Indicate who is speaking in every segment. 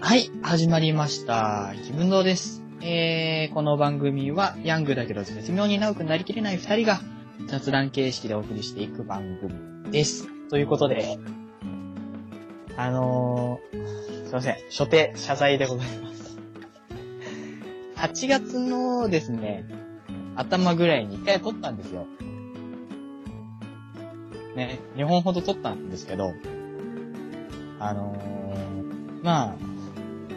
Speaker 1: はい、始まりました。気分堂です。えー、この番組は、ヤングだけど絶妙に長くなりきれない二人が、雑談形式でお送りしていく番組です。ということで、あのー、すいません、所定、謝罪でございます。8月のですね、頭ぐらいに一回撮ったんですよ。ね、2本ほど撮ったんですけど、あのー、まあ、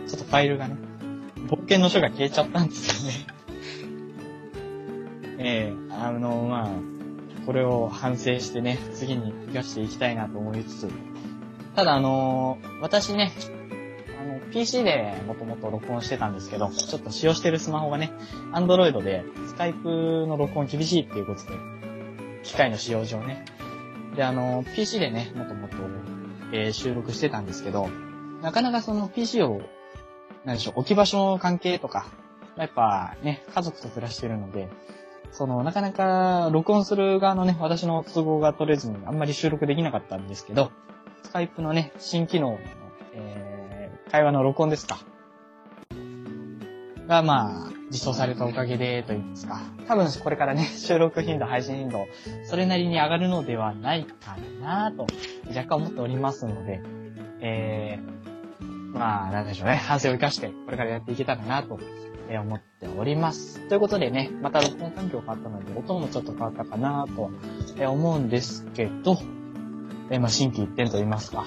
Speaker 1: ちょっとファイルがね、冒険の書が消えちゃったんですよね。 ええあの、まあ、これを反省してね、次に生かしていきたいなと思いつつ、ただあの私ね、あの、PC でもともと録音してたんですけど、ちょっと使用してるスマホがね、Android で、スカイプの録音厳しいっていうことで、機械の使用上ね。で、あの PC でね、もともと、えー収録してたんですけど、なかなかその PC をなんでしょう、置き場所の関係とか、やっぱね、家族と暮らしてるので、その、なかなか録音する側のね、私の都合が取れずにあんまり収録できなかったんですけど、スカイプのね、新機能の、えー、会話の録音ですか。が、まあ、実装されたおかげで、といいますか。多分これからね、 収録頻度、配信頻度、それなりに上がるのではないかなと、若干思っておりますので、えー、まあ、なんでしょうね。反省を生かして、これからやっていけたらなと、えー思っております。ということでね、また録音環境変わったので、音もちょっと変わったかなと、えー思うんですけど、えーまあ、新規一点と言いますか。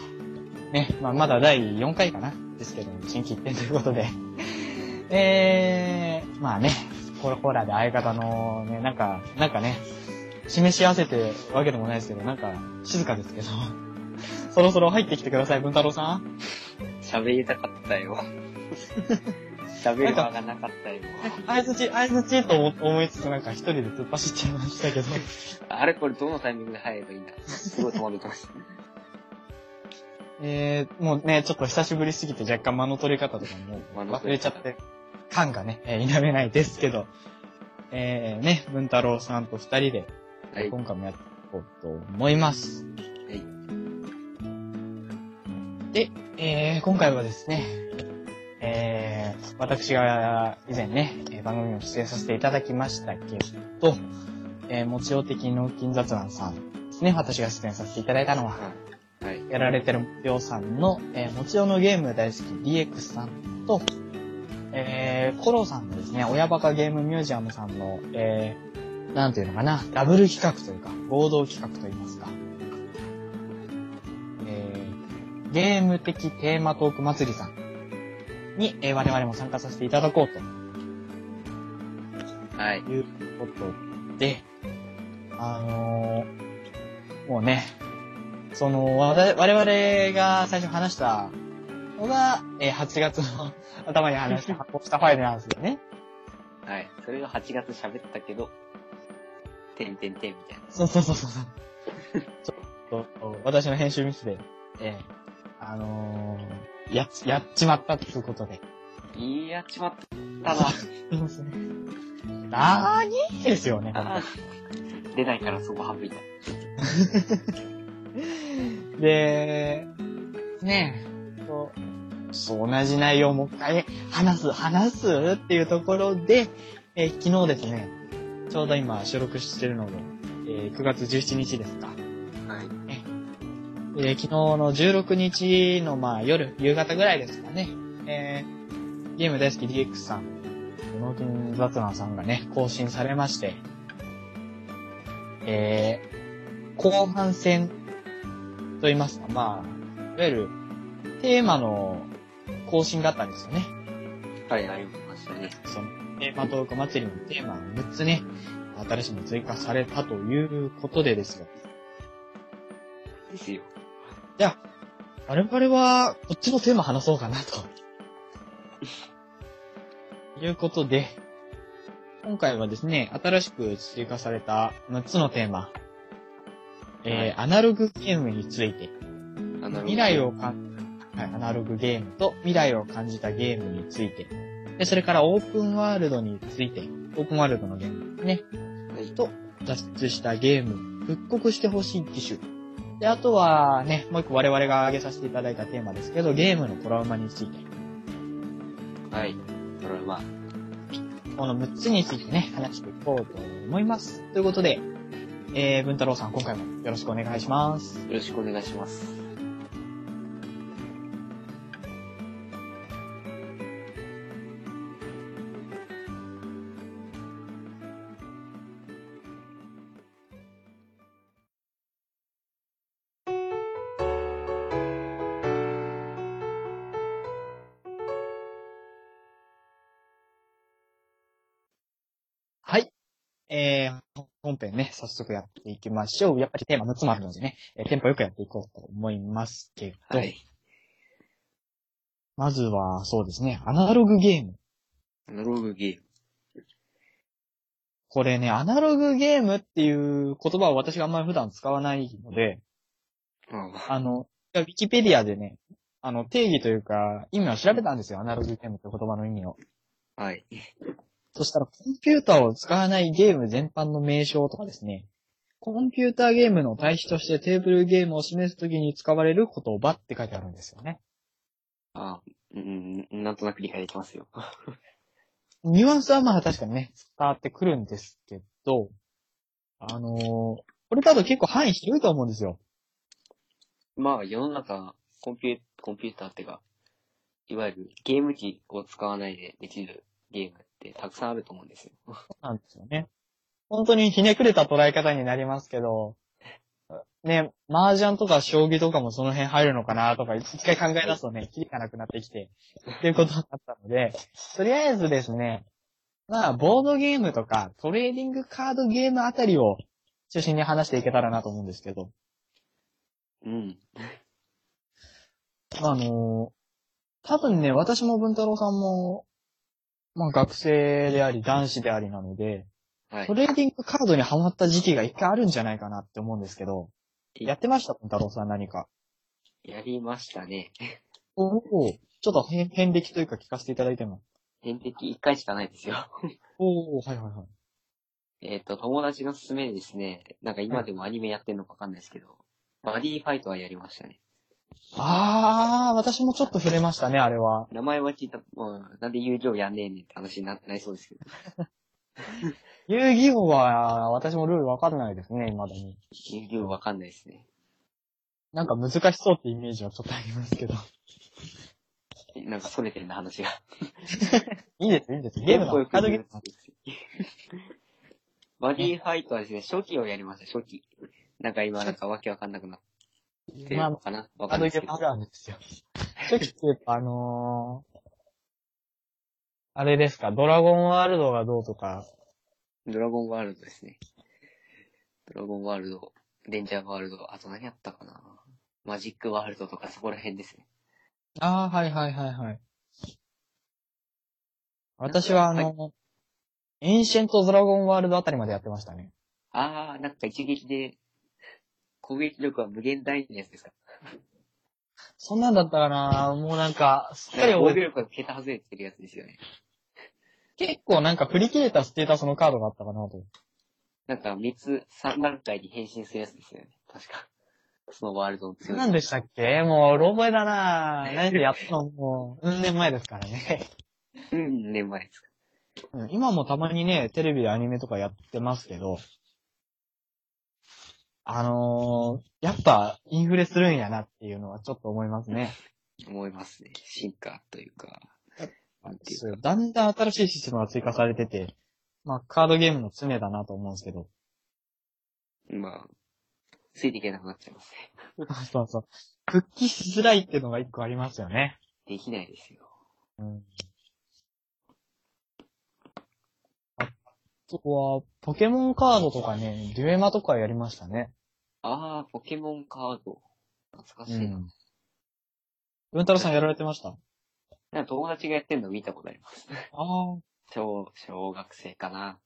Speaker 1: ね、まあ、まだ第4回かなですけど、新規一点ということで。 えー、まあね、コロコーラで相方のね、なんか、なんかね、示し合わせてわけでもないですけど、なんか、静かですけど、 そろそろ入ってきてください、文太郎さん。
Speaker 2: 喋りたかったよ。喋る場がなかったよ。
Speaker 1: あいづち、あいづちと思思いつつなんか一人で突っ走っちゃいましたけど。
Speaker 2: あれこれどのタイミングで入ればいいんだすごい戸惑ってます。
Speaker 1: えー、もうね、ちょっと久しぶりすぎて若干間の取り方とかも
Speaker 2: 間の
Speaker 1: 忘
Speaker 2: 取
Speaker 1: れ
Speaker 2: り
Speaker 1: ちゃ
Speaker 2: 方
Speaker 1: って、感がね、えー否めないですけど。えー、ね、文太郎さんと二人で、
Speaker 2: はい。
Speaker 1: 今回もやっていこうと思います。
Speaker 2: はい。
Speaker 1: で、えー、今回はですね、えー、私が以前ね、えー番組を出演させていただきましたけど、えー、もちお的納金雑談さんですね、私が出演させていただいたのは、
Speaker 2: はい。
Speaker 1: やられてるもちおさんの、えー、もちおのゲーム大好き DX さんと、えー、コロさんのですね、親バカゲームミュージアムさんの、えー、なんていうのかな、ダブル企画というか、合同企画といいますか、えー、ゲーム的テーマトーク祭りさんに、えー、我々も参加させていただこうと
Speaker 2: はい。
Speaker 1: ということで、あのーもうね、その、わた我々が最初話したのが、えー8月の頭に話した、発行したファイルなんですよね。
Speaker 2: はい。それが8月喋ったけど、てんてんてんみたいな。
Speaker 1: そうそうそうそう。ちょっと、私の編集ミスで、えーあのーやっち、やっちまったっていうことで。
Speaker 2: いや、ちまったな。
Speaker 1: いますね。なーにですよね。
Speaker 2: あ出ないからそこ省いた。
Speaker 1: で、ねえ、こうそう、同じ内容をもう一回話す、話すっていうところで、えー昨日ですね、ちょうど今収録してるので、えー9月17日ですか。
Speaker 2: はい。
Speaker 1: えー昨日の16日のまあ夜、夕方ぐらいですかね、えーゲーム大好き DX さん、ノーキン雑談さんがね、更新されまして、えー後半戦と言いますか、まあ、いわゆるテーマの更新があったんですよね。
Speaker 2: はい、ありましたね。
Speaker 1: そのテーマトーク祭りのテーマが6つね、新しいの追加されたということでですよ。
Speaker 2: ですよ。
Speaker 1: 我々は、こっちのテーマ話そうかな、と。 いうことで、今回はですね、新しく追加された6つのテーマ、えー、アナログゲームについて、
Speaker 2: アナログ
Speaker 1: 未来をかん、はい、アナログゲームと未来を感じたゲームについて、で、それからオープンワールドについて、オープンワールドのゲームですね、
Speaker 2: はい。
Speaker 1: と、脱出したゲーム、復刻してほしい機種。で、あとはね、もう一個我々が挙げさせていただいたテーマですけど、ゲームのトラウマについて、
Speaker 2: はい。トラウマ。
Speaker 1: この6つについてね、話していこうと思います。ということで、えー、文太郎さん、今回もよろしくお願いします。
Speaker 2: よろしくお願いします。
Speaker 1: はい。えー、本編ね、早速やっていきましょう。やっぱりテーマ6つもあるのでね、えーテンポよくやっていこうと思いますけど、
Speaker 2: はい。
Speaker 1: まずは、そうですね、アナログゲーム。
Speaker 2: アナログゲ
Speaker 1: これね、アナログゲームっていう言葉を私があんまり普段使わないので、
Speaker 2: ーム。あ
Speaker 1: あの、ウィキペディアでね、あの、定義というか、意味を調べたんですよ、アナログゲームという言葉の意味を。
Speaker 2: あはい。
Speaker 1: そしたら、コンピューターを使わないゲーム全般の名称とかですね、コンピューターゲームの対比としてテーブルゲームを示すときに使われる言葉って書いてあるんですよね。
Speaker 2: あーうん、なんとなく理解できますよ。
Speaker 1: ニュアンスはまあ確かにね、伝わってくるんですけど、あのーこれだと結構範囲広いと思うんですよ。
Speaker 2: まあ、世の中、コンピュー、コンピューターってか、いわゆるゲーム機を使わないでできるゲームってたくさんあると思うんですよ。
Speaker 1: なんですよね。本当にひねくれた捉え方になりますけど、ね、麻雀とか将棋とかもその辺入るのかなとか、一回考え出すとね、キリがなくなってきて、っていうことになったので、とりあえずですね、まあ、ボードゲームとか、トレーディングカードゲームあたりを中心に話していけたらなと思うんですけど、
Speaker 2: うん。
Speaker 1: あのー多分ね、私も文太郎さんも、まあ学生であり、男子でありなので、
Speaker 2: はい
Speaker 1: ト。レーディングカードにハマった時期が一回あるんじゃないかなって思うんですけど、やってました文太郎さん何か。
Speaker 2: やりましたね。
Speaker 1: おお。ちょっと変、変歴というか聞かせていただいても。
Speaker 2: 天敵一回しかないですよ。
Speaker 1: おお、はいはいはい。
Speaker 2: えっと、友達の勧めでですね、なんか今でもアニメやってんのかわかんないですけど、バディファイトはやりましたね。
Speaker 1: あー、私もちょっと触れましたね、あれは。
Speaker 2: 名前は聞いた、もう、なんで友情やんねえねんって話にななりそうですけど。
Speaker 1: 遊戯王は、私もルールわかんないですね、未だに。
Speaker 2: 友情わかんないですね。
Speaker 1: なんか難しそうってイメージはちょっとありますけど。
Speaker 2: なんかそれてるな話が。
Speaker 1: いいです、いいです。ゲームのカードゲーム。
Speaker 2: バディファイトはですね、初期をやりました、初期。なんか今、なんかわけわかんなくなってる
Speaker 1: まあ
Speaker 2: のかなわ
Speaker 1: カ
Speaker 2: か
Speaker 1: ー
Speaker 2: ん
Speaker 1: ド
Speaker 2: な
Speaker 1: ゲ
Speaker 2: いです
Speaker 1: ー
Speaker 2: け
Speaker 1: ムあ。るあるですよ。 初期っ
Speaker 2: ど
Speaker 1: て、あのー、あれですか、ドラゴンワールドがどうとか、
Speaker 2: ドラゴンワールドですね。ドラゴンワールド、レンジャーワールド、あと何やったかなマジックワールドとかそこら辺ですね。
Speaker 1: ああ、はいはいはいはい。私はあの、エンシェントドラゴンワールドあたりまでやってましたね。
Speaker 2: あー、なんか一撃で、攻撃力は無限大のやつですか
Speaker 1: そんなんだったかなもうなんか、すっかり
Speaker 2: 防御
Speaker 1: 覚えてる
Speaker 2: 力が桁外れてるやつですよね。
Speaker 1: 結構なんか振り切れたステータスのカードがあったかなと。
Speaker 2: なんか3つ、3段階に変身するやつですよね。確か。そのワールドの強い。
Speaker 1: 何でしたっけもう、うろ覚えだな何でやったのもう、うん年前ですからね。
Speaker 2: うん、年前ですか。
Speaker 1: うん今もたまにね、テレビでアニメとかやってますけど、あのー、やっぱインフレするんやなっていうのはちょっと思いますね。
Speaker 2: 思いますね。進化というか。なんていうか。
Speaker 1: だんだん新しいシステムが追加されてて、まあ、カードゲームの常だなと思うんですけど。
Speaker 2: まあ、ついていけなくなっちゃいますね。
Speaker 1: そうそう。復帰しづらいっていうのが一個ありますよね。
Speaker 2: できないですよ。
Speaker 1: うん。あとは、ポケモンカードとかね、デュエマとかやりましたね。
Speaker 2: あー、ポケモンカード。懐かしいな。。
Speaker 1: 文太郎さんやられてましたあ
Speaker 2: なんか友達がやってんの見たことあります。
Speaker 1: あ。
Speaker 2: 小、小学生かな。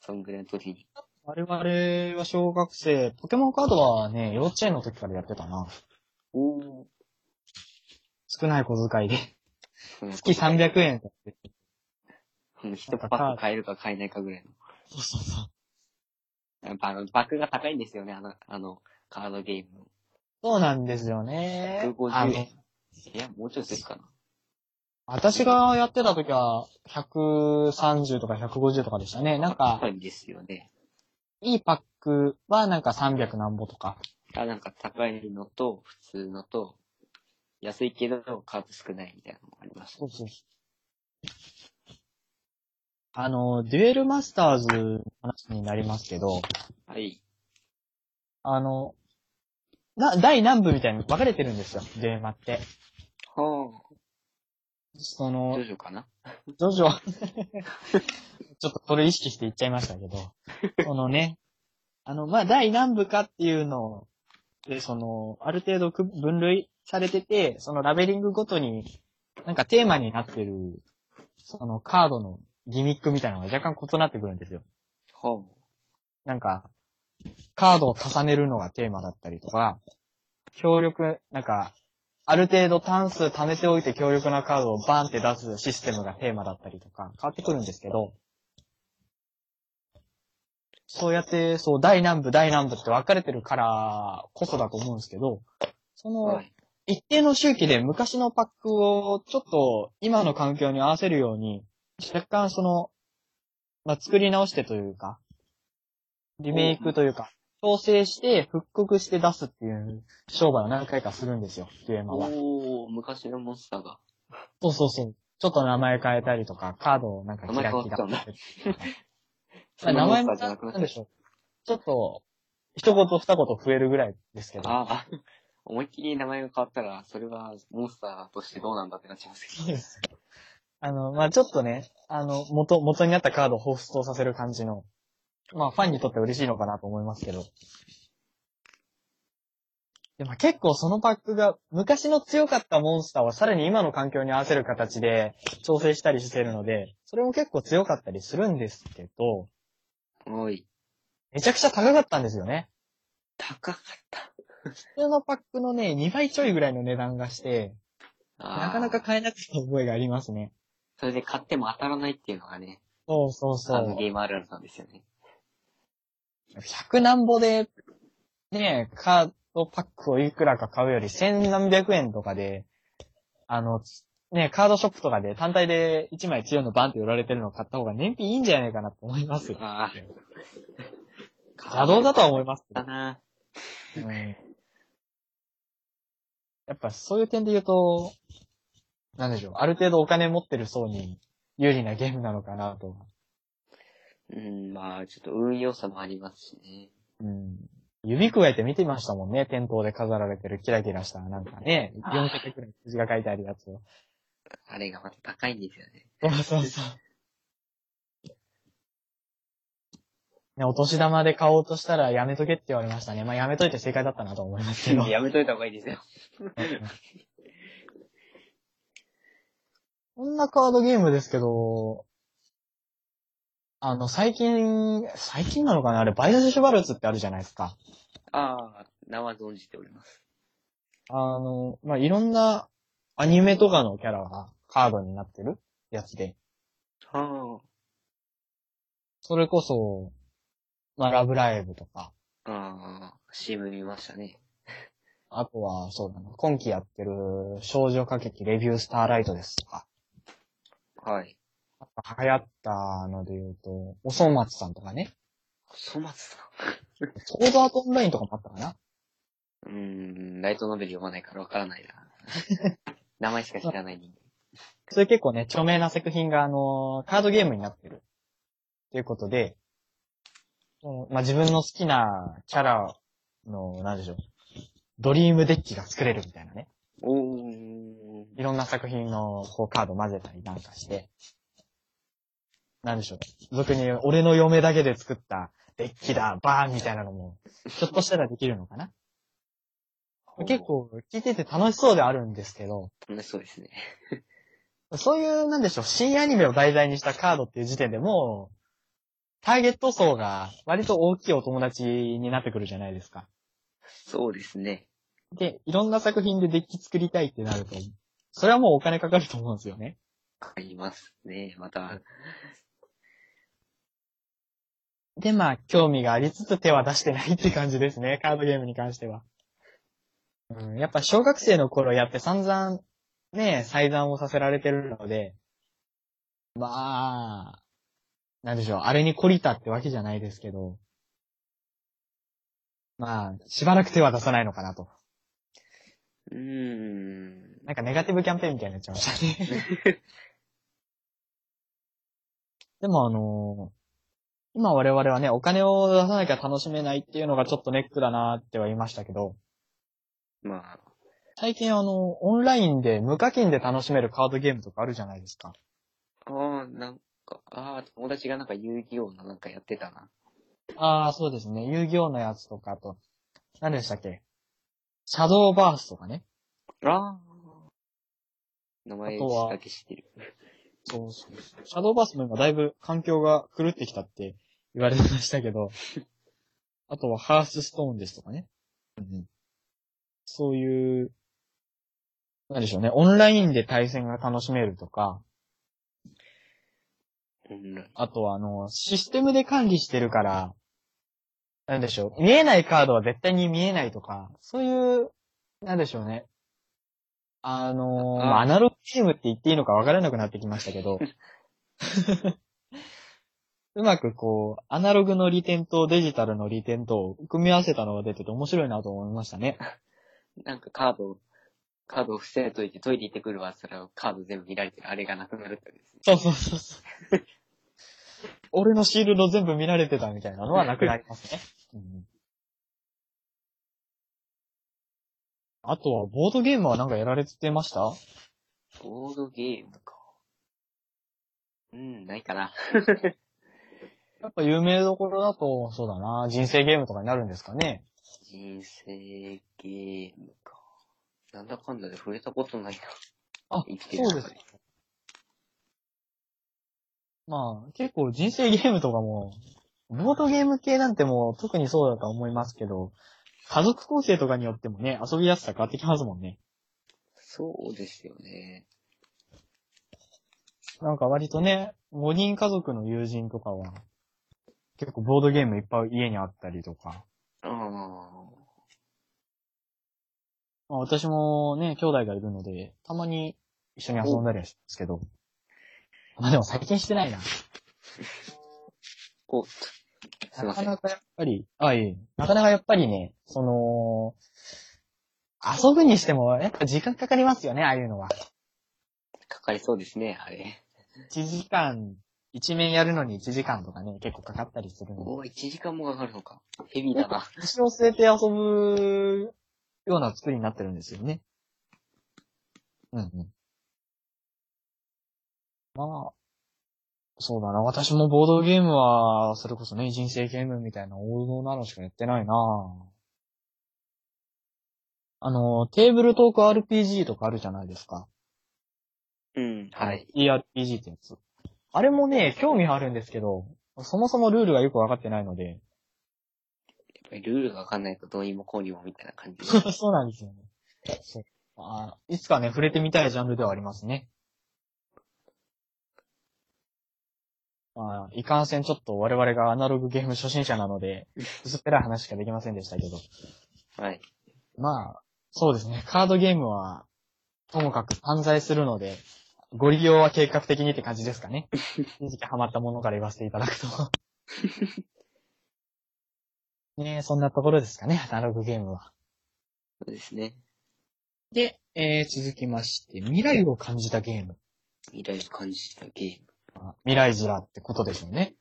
Speaker 2: そんぐらいの時に。
Speaker 1: 我々は小学生、ポケモンカードはね、幼稚園の時からやってたな。
Speaker 2: おー。
Speaker 1: 少ない小遣いで。
Speaker 2: その
Speaker 1: 月300円だって。
Speaker 2: その一パック買えるか買えないかぐらいの。
Speaker 1: そうそうそう。
Speaker 2: やっぱあの、バックが高いんですよね、あの、あの、カードゲーム。
Speaker 1: そうなんですよね。
Speaker 2: 150
Speaker 1: あの
Speaker 2: 円いや、もうちょいするかな。
Speaker 1: 私がやってた時は、130とか150とかでしたね。なんか
Speaker 2: 高、いんですよね。
Speaker 1: いいパックはなんか300何ぼとか。
Speaker 2: あ、なんか高いのと、普通のと、安いけど数少ないみたいなのもあります。
Speaker 1: そうそうあの、デュエルマスターズの話になりますけど、
Speaker 2: はい。
Speaker 1: あの、な、第何部みたいに分かれてるんですよ、デュエマって。
Speaker 2: は
Speaker 1: そ
Speaker 2: あ。
Speaker 1: の
Speaker 2: どう、しようかな。
Speaker 1: ジョジョ、ちょっとこれ意識して言っちゃいましたけど、そのね、あの、まあ、第何部かっていうのを、で、その、ある程度区分類されてて、そのラベリングごとに、なんかテーマになってる、そのカードのギミックみたいなのが若干異なってくるんですよ。
Speaker 2: は
Speaker 1: なんか、カードを重ねるのがテーマだったりとか、強力、なんか、ある程度単数貯めておいて強力なカードをバーンって出すシステムがテーマだったりとか、変わってくるんですけど、そうやって、そう、大南部、大南部って分かれてるからこそだと思うんですけど、そ
Speaker 2: あ。
Speaker 1: の、
Speaker 2: はい。
Speaker 1: 一定の周期で昔のパックをちょっと今の環境に合わせるように、若干その、まあ、作り直してというか、リメイクというか、調整して復刻して出すっていう商売を何回かするんですよ、デュエマは。
Speaker 2: おー、昔のモンスターが。
Speaker 1: そうそうそう。ちょっと名前変えたりとか、カードをなんかキラキラ。
Speaker 2: 名前変わっ
Speaker 1: まあ名前も
Speaker 2: そのモンスターじゃなくなっ
Speaker 1: なんでしょう。ちょっと、一言二言増えるぐらいですけど。
Speaker 2: ああ、 思いっきり名前が変わったら、それはモンスターとしてどうなんだってなっちゃいますけ
Speaker 1: そうです。 あの、まあ、ちょっとね、あの、元、元になったカードを彷彿とさせる感じの、まあ、ファンにとっては嬉しいのかなと思いますけど。でも結構そのパックが昔の強かったモンスターをさらに今の環境に合わせる形で調整したりしてるので、それも結構強かったりするんですけど、
Speaker 2: ど。おい、
Speaker 1: めちゃくちゃ高かったんですよね。
Speaker 2: 高かった。
Speaker 1: 普通のパックのね、2倍ちょいぐらいの値段がして、
Speaker 2: あー
Speaker 1: なかなか買えなかった覚えがありますね。
Speaker 2: それで買っても当たらないっていうのがね、
Speaker 1: そうそうそう。
Speaker 2: あのゲームあるあるなんですよね。
Speaker 1: 100何ぼで、ね、カードパックをいくらか買うより千何百円とかで、あの、ね、カードショップとかで単体で1枚強いのバンって売られてるのを買った方が燃費いいんじゃないかなと思います。
Speaker 2: ああ。
Speaker 1: 邪道だとは思いますけ
Speaker 2: だ
Speaker 1: ど、
Speaker 2: な。
Speaker 1: うんやっぱそういう点で言うと、なんでしょう、ある程度お金持ってる層に有利なゲームなのかなと。
Speaker 2: うん、まあ、ちょっと運用差もありますしね。
Speaker 1: うん指くわえて見てましたもんね。店頭で飾られてるキラキラした、なんかね、
Speaker 2: あ
Speaker 1: 4桁くらい数字が書いてあるやつを。
Speaker 2: あれがまた高いんですよね。
Speaker 1: そうそうそう。ね、お年玉で買おうとしたらやめとけって言われましたね。まあやめといて正解だったなと思いますけど。
Speaker 2: やめといた方がい いですよ。
Speaker 1: こんなカードゲームですけど、あの、最近、最近なのかなあれ、バイザス・シュバルツってあるじゃないですか。
Speaker 2: ああ、名は存じております。
Speaker 1: あの、まあ、いろんなアニメとかのキャラがカードになってるやつで、
Speaker 2: は
Speaker 1: それこそ、まあ、ラブライブとか、
Speaker 2: あ。ああ、CM 見ましたね。
Speaker 1: あとは、そうだな、今期やってる少女歌劇レビュースターライトですとか、
Speaker 2: はい。
Speaker 1: あと流行ったので言うと、おそ松さんとかね、
Speaker 2: 粗末さ
Speaker 1: ソードアートオンラインとかもあったかな
Speaker 2: うーん、ライトノベル読まないからわからないな。 名前しか知らない人
Speaker 1: そういう結構ね、著名な作品が、あのーカードゲームになってる。ということで、そのまあ、自分の好きなキャラの、なんでしょう、ドリームデッキが作れるみたいなね。
Speaker 2: 間。おー。
Speaker 1: いろんな作品のこうカード混ぜたりなんかして、なんでしょう、俗に言う、俺の嫁だけで作ったデッキだ、バーンみたいなのも、ひょっとしたらできるのかな結構、聞いてて楽しそうではあるんですけど、
Speaker 2: 楽しそうですね。
Speaker 1: そういう、なんでしょう、新アニメを題材にしたカードっていう時点でもう、ターゲット層が割と大きいお友達になってくるじゃないですか。
Speaker 2: そうですね。
Speaker 1: で、いろんな作品でデッキ作りたいってなると、それはもうお金かかると思うんですよね。
Speaker 2: ありますね。また、
Speaker 1: で、まあ、興味がありつつ手は出してないって感じですね。 カードゲームに関しては。うん、やっぱ小学生の頃やって散々、ね、裁断をさせられてるので、まあ、なんでしょう、あれに懲りたってわけじゃないですけど、まあ、しばらく手は出さないのかなと。
Speaker 2: うーん。
Speaker 1: なんかネガティブキャンペーンみたいになっちゃいましたね。 でもあのー今我々はね、お金を出さなきゃ楽しめないっていうのがちょっとネックだなっては言いましたけど、
Speaker 2: まあ、
Speaker 1: 最近あの、オンラインで無課金で楽しめるカードゲームとかあるじゃないですか。
Speaker 2: ああ、なんか、ああ、友達がなんか遊戯王のなんかやってたな。
Speaker 1: ああ、そうですね。遊戯王のやつとかあと、何でしたっけシャドーバースとかね。
Speaker 2: ああ。名前
Speaker 1: あとは
Speaker 2: だけ知ってる。
Speaker 1: そうそうそう。シャドーバースも今だいぶ環境が狂ってきたって言われてましたけど、あとはハースストーンですとかね。うんうん、そういう、なんでしょうね。オンラインで対戦が楽しめるとか、
Speaker 2: うん。
Speaker 1: あとはあの、システムで管理してるから、なんでしょう。見えないカードは絶対に見えないとか、そういう、なんでしょうね。あのー
Speaker 2: あ
Speaker 1: まあアナログチームって言っていいのか分からなくなってきましたけ ど、うまくこう、アナログの利点とデジタルの利点とを組み合わせたのが出てて面白いなと思いましたね。
Speaker 2: なんかカード、カードを伏せといてトイレ行ってくるわ、それをカード全部見られてる、あれがなくなるってですね。
Speaker 1: そうそうそうそう。俺のシールド全部見られてたみたいなのはなくなりますね。 うんあとは、ボードゲームはなんかやられてました
Speaker 2: ボードゲームか。うん、ないかな。
Speaker 1: やっぱ有名どころだと、そうだな、人生ゲームとかになるんですかね。
Speaker 2: 人生ゲームか。なんだかんだで触れたことないな。
Speaker 1: あ
Speaker 2: 生きてる
Speaker 1: そう
Speaker 2: 中
Speaker 1: で。
Speaker 2: です
Speaker 1: まあ、結構人生ゲームとかも、ボードゲーム系なんてもう特にそうだとは思いますけど、家族構成とかによってもね、遊びやすさ変わってきますもんね。
Speaker 2: そうですよね。
Speaker 1: なんか割とね、5人家族の友人とかは、結構ボードゲームいっぱい家にあったりとか。
Speaker 2: あ
Speaker 1: まあ私もね、兄弟がいるので、たまに一緒に遊んだりはしますけど。まあでも最近してないな。
Speaker 2: お、すい
Speaker 1: な
Speaker 2: ま
Speaker 1: か
Speaker 2: せん。
Speaker 1: なかやっぱり、あ、いえいえなかなかやっぱりね、その、遊ぶにしても、やっぱ時間かかりますよね、ああいうのは。
Speaker 2: かかりそうですね、あれ。
Speaker 1: 1時間、一面やるのに1時間とかね、結構かかったりするので。
Speaker 2: おお、1時間もかかるのか。ヘビーだな。
Speaker 1: 腰を据えて遊ぶような作りになってるんですよね。うんうん。まあ、そうだな。私もボードゲームは、それこそね、人生ゲームみたいな王道なのしかやってないなあの、テーブルトーク RPG とかあるじゃないですか。
Speaker 2: うん、はい。。
Speaker 1: ERPG ってやつ。あれもね、興味はあるんですけど、そもそもルールがよくわかってないので、
Speaker 2: やっぱりルールがわかんないとどうにもこうにもみたいな感 じで。
Speaker 1: そうなんですよね。そうあーいつかね、触れてみたいジャンルではありますね。まあ、いかんせんちょっと我々がアナログゲーム初心者なので、薄っぺらい話しかできませんでしたけど。
Speaker 2: はい。
Speaker 1: まあ、そうですね。カードゲームは、ともかく散在するので、ご利用は計画的にって感じですかね。一時期ハマったものから言わせていただくと。ねえそんなところですかね、アナログゲームは。
Speaker 2: そうですね。
Speaker 1: で、えー、続きまして、未来を感じたゲーム。
Speaker 2: 未来を感じたゲーム。
Speaker 1: まあ未来ズラってことですよね。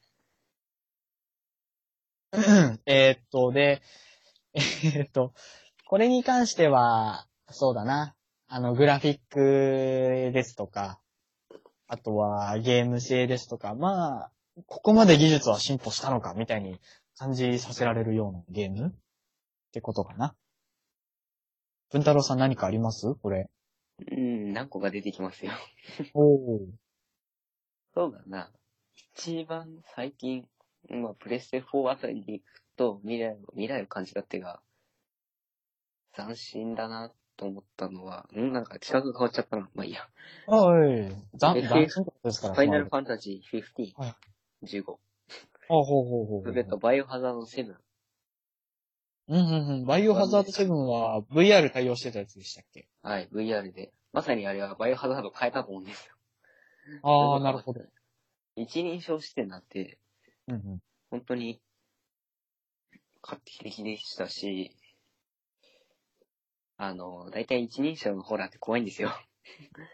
Speaker 1: うんえーっと、で、 えーっと、これに関しては、そうだな。あの、グラフィックですとか、あとはゲーム性ですとか、まあ、ここまで技術は進歩したのか、みたいに感じさせられるようなゲームってことかな。文太郎さん何かありますこれ。
Speaker 2: うん、何個か出てきますよ。
Speaker 1: おお。
Speaker 2: そうだな。一番最近、まあ、プレステ4あたりに行くと、未来を、未来を感じたっていうか、斬新だなと思ったのは、うん、なんか企画が変わっちゃったな。まあいいや。
Speaker 1: はい。ざん、
Speaker 2: え
Speaker 1: 斬新ってことですか
Speaker 2: フ
Speaker 1: ら。
Speaker 2: ァイナル
Speaker 1: つ
Speaker 2: フ
Speaker 1: ま
Speaker 2: ァンタジー15。
Speaker 1: はい
Speaker 2: 15。
Speaker 1: ほうほうほうほう。
Speaker 2: それと、バイオハザード7。
Speaker 1: うんうんうん。バイオハザード7は VR 対応してたやつでしたっけ
Speaker 2: はい、VR で。まさにあれはバイオハザード変えたと思うんですよ。
Speaker 1: ああ、なるほど。。
Speaker 2: 一人称視点なんて、
Speaker 1: うんうん。
Speaker 2: 本当に、画期的でしたし、あの、大体一人称のホラーって怖い んですよ。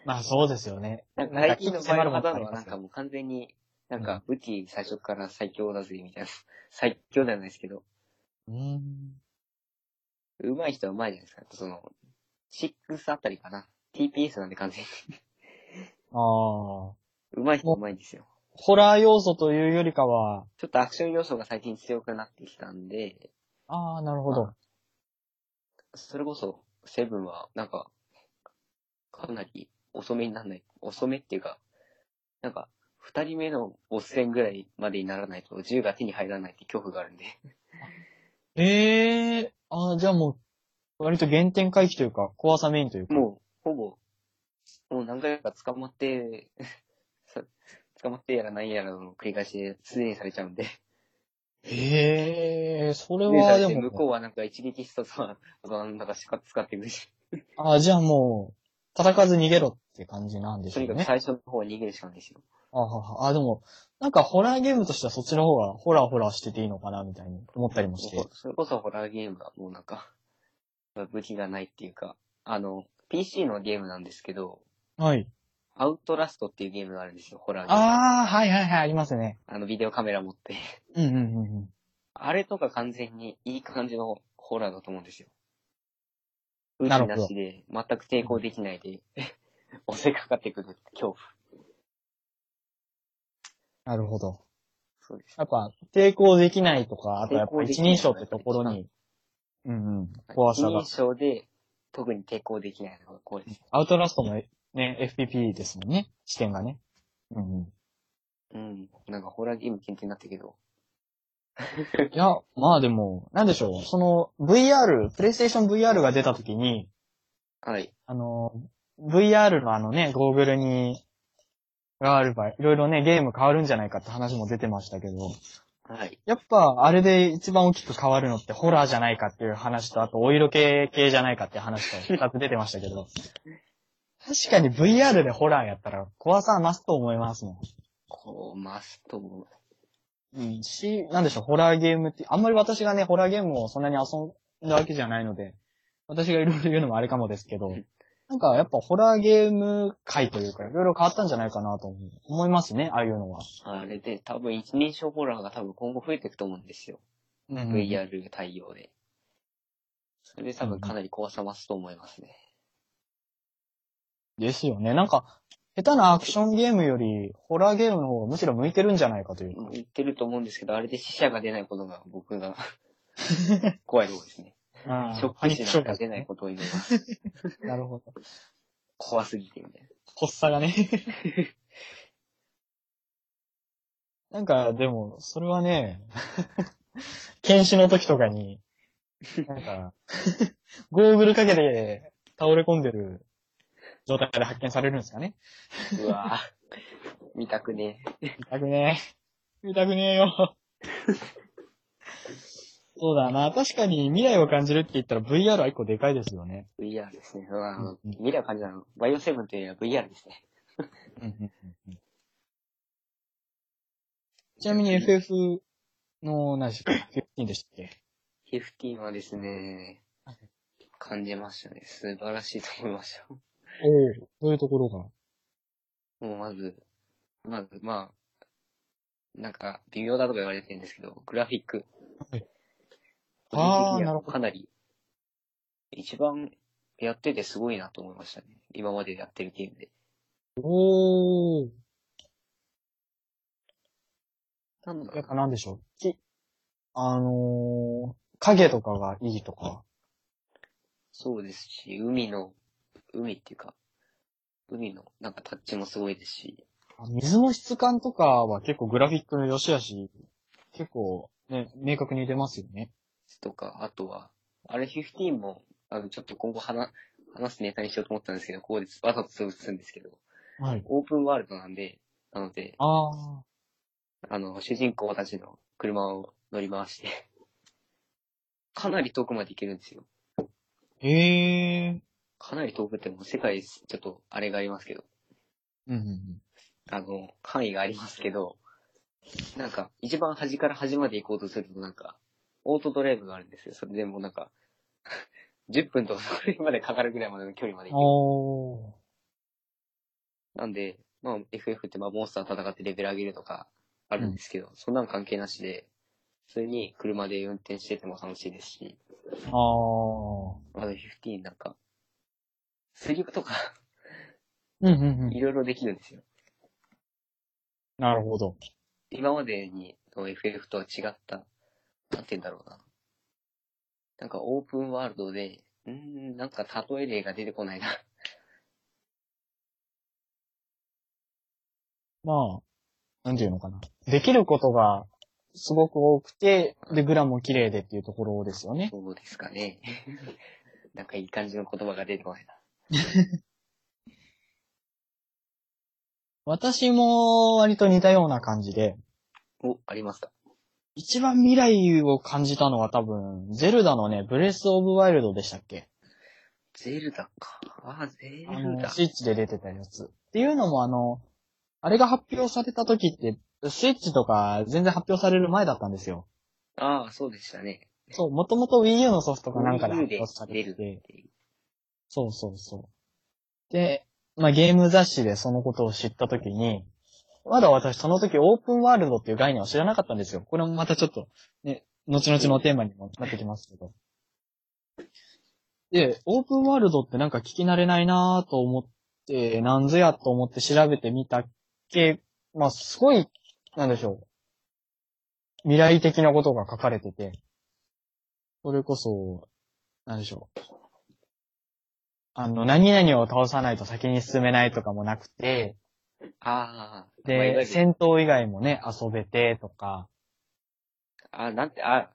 Speaker 1: まあそうですよね。
Speaker 2: なんか
Speaker 1: なんか
Speaker 2: 最近のバイオハザ
Speaker 1: 迫るもの
Speaker 2: ード
Speaker 1: がありま
Speaker 2: は
Speaker 1: す
Speaker 2: なんかもう完全に、なんか、武器最初から最強だぜ、みたいな。 最強ではないですけど、
Speaker 1: うん。
Speaker 2: 上手い人は上手いじゃないですか。その、6あたりかな。TPS なんで完全に。
Speaker 1: ああ。
Speaker 2: 上手い人は上手いんですよ。
Speaker 1: ホラー要素というよりかは、
Speaker 2: ちょっとアクション要素が最近強くなってきたんで、
Speaker 1: ああ、なるほど。
Speaker 2: それこそ、セブンは、なんか、かなり遅めにならない。遅めっていうか、なんか、二人目のボス戦ぐらいまでにならないと、銃が手に入らないって恐怖があるんで。
Speaker 1: ええー、ああ、じゃあもう、割と原点回帰というか、怖さメインというか。
Speaker 2: もう、ほぼ、もう何回か捕まって、 さ捕まってやらないやらの繰り返しで、すでにされちゃうんで。
Speaker 1: ええー、それ
Speaker 2: 常にさ
Speaker 1: はで
Speaker 2: れて
Speaker 1: も、
Speaker 2: 向こうはなんか一撃必殺は、なんだかしか使ってくるし。
Speaker 1: ああ、じゃあもう、叩かず逃げろって感じなんでし
Speaker 2: と
Speaker 1: ょう
Speaker 2: に
Speaker 1: ね。
Speaker 2: かく最初の方は逃げるしかないですよ。
Speaker 1: ああ、ああでも、なんかホラーゲームとしてはそっちの方がホラーホラーしてていいのかなみたいに思ったりもして。
Speaker 2: それこそホラーゲームはもうなんか、武器がないっていうか、あの、PC のゲームなんですけど、
Speaker 1: はい。
Speaker 2: アウトラストっていうゲームがあるんですよ、ホラーゲーム。あ
Speaker 1: ああ、はいはいはい、ありますね。
Speaker 2: の、ビデオカメラ持って。
Speaker 1: うんうんうんうん。
Speaker 2: あれとか完全にいい感じのホラーだと思うんですよ。武器
Speaker 1: なるほど
Speaker 2: なしで、全く抵抗できないで、 襲いかかってくる恐怖。
Speaker 1: なるほど。
Speaker 2: そうです。
Speaker 1: やっぱ、抵抗できないとか、あとやっ
Speaker 2: 抵抗
Speaker 1: ぱ
Speaker 2: でき
Speaker 1: 一
Speaker 2: ない
Speaker 1: 人称ってところに、うんうん、怖さが
Speaker 2: 一人。称で、特に抵抗できないのがこうです。
Speaker 1: アウトラストのね、FPP ですもんね、視点がね。うんうん。
Speaker 2: うん。なんかホラーゲーム検定になったけど、
Speaker 1: いや、まあでも、なんでしょう、その VR、プレイステーション VR が出た時に、
Speaker 2: はい。
Speaker 1: あの、VR のあのね、ゴーグルに、があれば、いろいろね、ゲーム変わるんじゃないかって話も出てましたけど、
Speaker 2: はい。
Speaker 1: やっぱ、あれで一番大きく変わるのってホラーじゃないかっていう話と、あと、お色気系じゃないかっていう話と、二つ出てましたけど、確かに VR でホラーやったら、怖さは増すと思いますも
Speaker 2: こう、マストも、
Speaker 1: ん。うん、し、なんでしょう、ホラーゲームって、あんまり私がね、ホラーゲームをそんなに遊んだわけじゃないので、私がいろいろ言うのもあれかもですけど、なんかやっぱホラーゲーム界というか、いろいろ変わったんじゃないかなと思う思いますね、ああいうのは。
Speaker 2: あれで、多分一人称ホラーが多分今後増えていくと思うんですよ。
Speaker 1: うん
Speaker 2: VR 対応で。それで多分かなり怖さ増すと思いますね。
Speaker 1: ですよね。なんか、下手なアクションゲームより、ホラーゲームの方がむしろ向いてるんじゃないかというか。
Speaker 2: 言ってると思うんですけど、あれで死者が出ないことが僕が 怖いところですね。ショック死なんか出ないことを祈ります。
Speaker 1: なるほど。
Speaker 2: 怖すぎてみたいな。
Speaker 1: 発作がね。 なんか、でも、それはね、検視の時とかに、なんか、ゴーグルかけて倒れ込んでる状態で発見されるんですかね。
Speaker 2: うわぁ、 見たくねえ。
Speaker 1: 見たくねえ。見たくねえ よ。そうだな。確かに未来を感じるって言ったら VR は一個でかいですよね。
Speaker 2: VR ですね。うわ
Speaker 1: うんうん
Speaker 2: ぁ、見りゃ感じなの。バイオセブンというよりは VR ですね。
Speaker 1: ちなみに FF の何でしたっけ ?15 でしたっけ
Speaker 2: ヒフティーンはですね、感じましたね。素晴らしいと思いました。
Speaker 1: おお、どういうところが
Speaker 2: もうまず、まず、まあ、なんか、微妙だとか言われてるんですけど、グラフィック。
Speaker 1: はい
Speaker 2: 個人的に
Speaker 1: あーなる
Speaker 2: は
Speaker 1: ほど
Speaker 2: かなり、一番やっててすごいなと思いましたね。今までやってるゲームで。
Speaker 1: おお、
Speaker 2: なんだろ
Speaker 1: やっ
Speaker 2: う
Speaker 1: ぱなんでしょう。きあのー、影とかがいいとか。
Speaker 2: そうですし、海の、海っていうか、海のなんかタッチもすごいですし、
Speaker 1: 水の質感とかは結構グラフィックの良し悪し、結構ね、明確に出ますよね。
Speaker 2: とか、あとは、あれ15も、あの、ちょっと今後話、話すネタにしようと思ったんですけど、ここでわざと潰すんですけど、
Speaker 1: はい。
Speaker 2: オープンワールドなんで、なので、
Speaker 1: ああ、
Speaker 2: あの、主人公たちの車を乗り回して、 かなり遠くまで行けるんですよ。
Speaker 1: へえ。
Speaker 2: かなり遠くってもう世界、ちょっとあれがありますけど、
Speaker 1: うんうんうん。
Speaker 2: あの、範囲がありますけど、なんか、一番端から端まで行こうとするとなんか、オートドライブがあるんですよ。それでもうなんか、10分とかそれまでかかるぐらいまでの距離まで行ける
Speaker 1: おー。
Speaker 2: なんで、まあ、FF ってまあモンスター戦ってレベル上げるとかあるんですけど、そんなん関係なしで、普通に車で運転してても楽しいですし、
Speaker 1: あ
Speaker 2: あと15なんか、スリープとか
Speaker 1: ー。うんうんう
Speaker 2: い
Speaker 1: ん。
Speaker 2: ろいろできるんですよ。
Speaker 1: なるほど。
Speaker 2: 今までにの FF とは違った、なんて言うんだろうな。なんかオープンワールドで、うーん、なんか例え例が出てこないな。
Speaker 1: まあ、なんていうのかな。できることがすごく多くて、で、グラも綺麗でっていうところですよね。
Speaker 2: そうですか ね。なんかいい感じの言葉が出てこないな。
Speaker 1: 私も割と似たような感じで、
Speaker 2: お、ありますか
Speaker 1: 一番未来を感じたのは多分、ゼルダのね、ブレスオブワイルドでしたっけ
Speaker 2: ゼルダか。あ、ゼ
Speaker 1: あ
Speaker 2: ル
Speaker 1: の、
Speaker 2: ダ。
Speaker 1: スイッチで出てたやつ。っていうのもあの、あれが発表された時って、スイッチとか全然発表される前だったんですよ。
Speaker 2: ああ、そうでしたね。
Speaker 1: そう、もともと Wii U のソフトかなんかで
Speaker 2: Wii U
Speaker 1: 発
Speaker 2: で
Speaker 1: 表され
Speaker 2: 出
Speaker 1: て
Speaker 2: る
Speaker 1: て
Speaker 2: っ、ていう。
Speaker 1: そうそうそう。で、まあゲーム雑誌でそのことを知った時に、まだ私その時オープンワールドっていう概念を知らなかったんですよ。これもまたちょっと、ね、後々のテーマにもなってきますけど。で、オープンワールドってなんか聞き慣れないなぁと思って、なんぞやと思って調べてみたっけ、まあすごい、なんでしょう。未来的なことが書かれてて、それこそ、なんでしょう。あの、何々を倒さないと先に進めないとかもなくて、
Speaker 2: ああ。まあいわゆ
Speaker 1: で、
Speaker 2: る
Speaker 1: 戦闘以外もね、遊べてとか、
Speaker 2: あ、なんて、あ、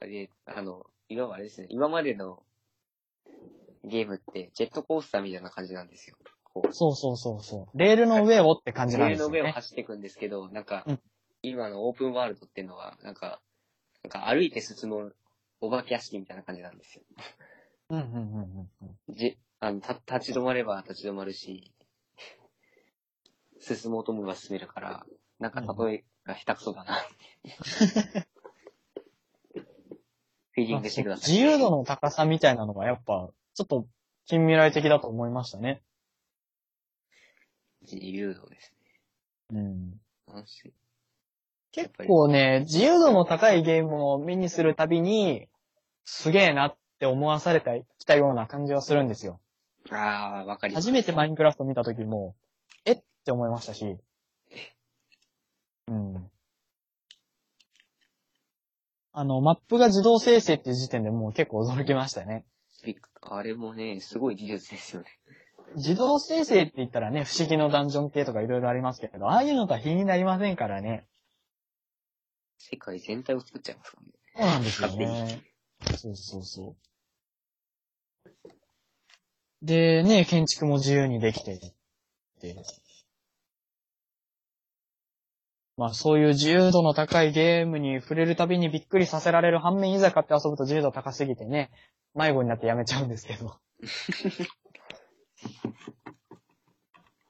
Speaker 2: で、あの、今はあれですね、今までのゲームって、ジェットコースターみたいな感じなんですよ。こう、
Speaker 1: そうそうそうそう、レールの上をって感じ
Speaker 2: レ
Speaker 1: なん
Speaker 2: ー
Speaker 1: で
Speaker 2: ル
Speaker 1: す
Speaker 2: の
Speaker 1: よ、
Speaker 2: 上を
Speaker 1: ね。
Speaker 2: 走っていくんですけど、なんか、
Speaker 1: うん
Speaker 2: 今のオープンワールドっていうのは、なんか、なんか歩いて進むお化け屋敷みたいな感じなんですよ。
Speaker 1: うんうんうんうんうん。
Speaker 2: じ、あの、た、立ち止まれば立ち止まるし、進もうと思えば進めるから、なんか例えが下手くそだな。 フィーリングしてください。
Speaker 1: 自由度の高さみたいなのがやっぱ、ちょっと近未来的だと思いましたね。
Speaker 2: 自由度です
Speaker 1: うん。
Speaker 2: ね。楽しい。
Speaker 1: 結構ね、自由度の高いゲームを目にするたびに、すげえなって思わされてきたような感じはするんですよ。
Speaker 2: ああ、わかります。
Speaker 1: 初めてマインクラフト見た時も、えって思いましたし。うん。あの、マップが自動生成っていう時点でもう結構驚きましたね。
Speaker 2: びっくあれもね、すごい技術ですよね。
Speaker 1: 自動生成って言ったらね、不思議のダンジョン系とかいろいろありますけど、ああいうのとは比になりませんからね。
Speaker 2: 世界全体を作っちゃいますからね。
Speaker 1: そうなんですよ
Speaker 2: 勝
Speaker 1: ね。そうそうそう。で、ね、建築も自由にできてて。まあそういう自由度の高いゲームに触れるたびにびっくりさせられる反面いざ買って遊ぶと自由度高すぎてね、迷子になってやめちゃうんですけど。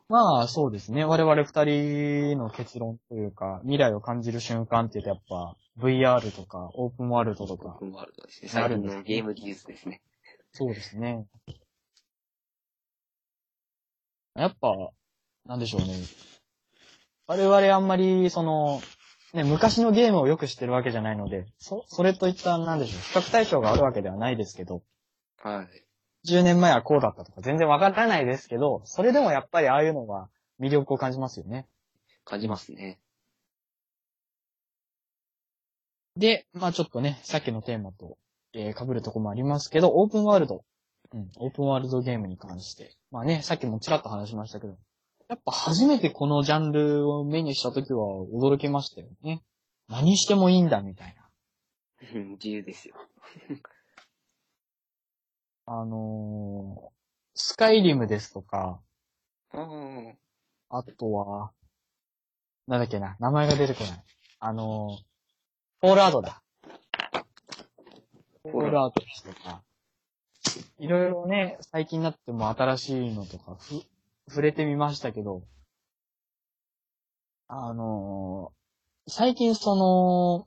Speaker 1: まあそうですね。我々二人の結論というか、未来を感じる瞬間って言うとやっぱ VR とかオープンワールドと
Speaker 2: オー
Speaker 1: か。
Speaker 2: プンワールドですね。
Speaker 1: あ
Speaker 2: 最
Speaker 1: るん
Speaker 2: 近
Speaker 1: ですね
Speaker 2: のゲーム技術ですね。
Speaker 1: そうですね。やっぱ、なんでしょうね。我々あんまり、その、ね、昔のゲームをよく知ってるわけじゃないので、そ、それといった、なんでしょう、比較対象があるわけではないですけど、
Speaker 2: はい。
Speaker 1: 10年前はこうだったとか全然わからないですけど、それでもやっぱりああいうのは魅力を感じますよね。
Speaker 2: 感じますね。
Speaker 1: で、まあちょっとね、さっきのテーマと、えー被るとこもありますけど、オープンワールド。うん、オープンワールドゲームに関して。まあね、さっきもちらっと話しましたけど、やっぱ初めてこのジャンルを目にした時は驚きましたよね。何してもいいんだ、みたいな。
Speaker 2: うん自由ですよ。
Speaker 1: あのー、スカイリムですとか、
Speaker 2: ああ。
Speaker 1: あとは、なんだっけな、名前が出てこない。あのフォールアウトだ。
Speaker 2: ォー
Speaker 1: フォールアウトとか。いろいろね、最近になっても新しいのとか、ふ、触れてみましたけど、あのー最近その、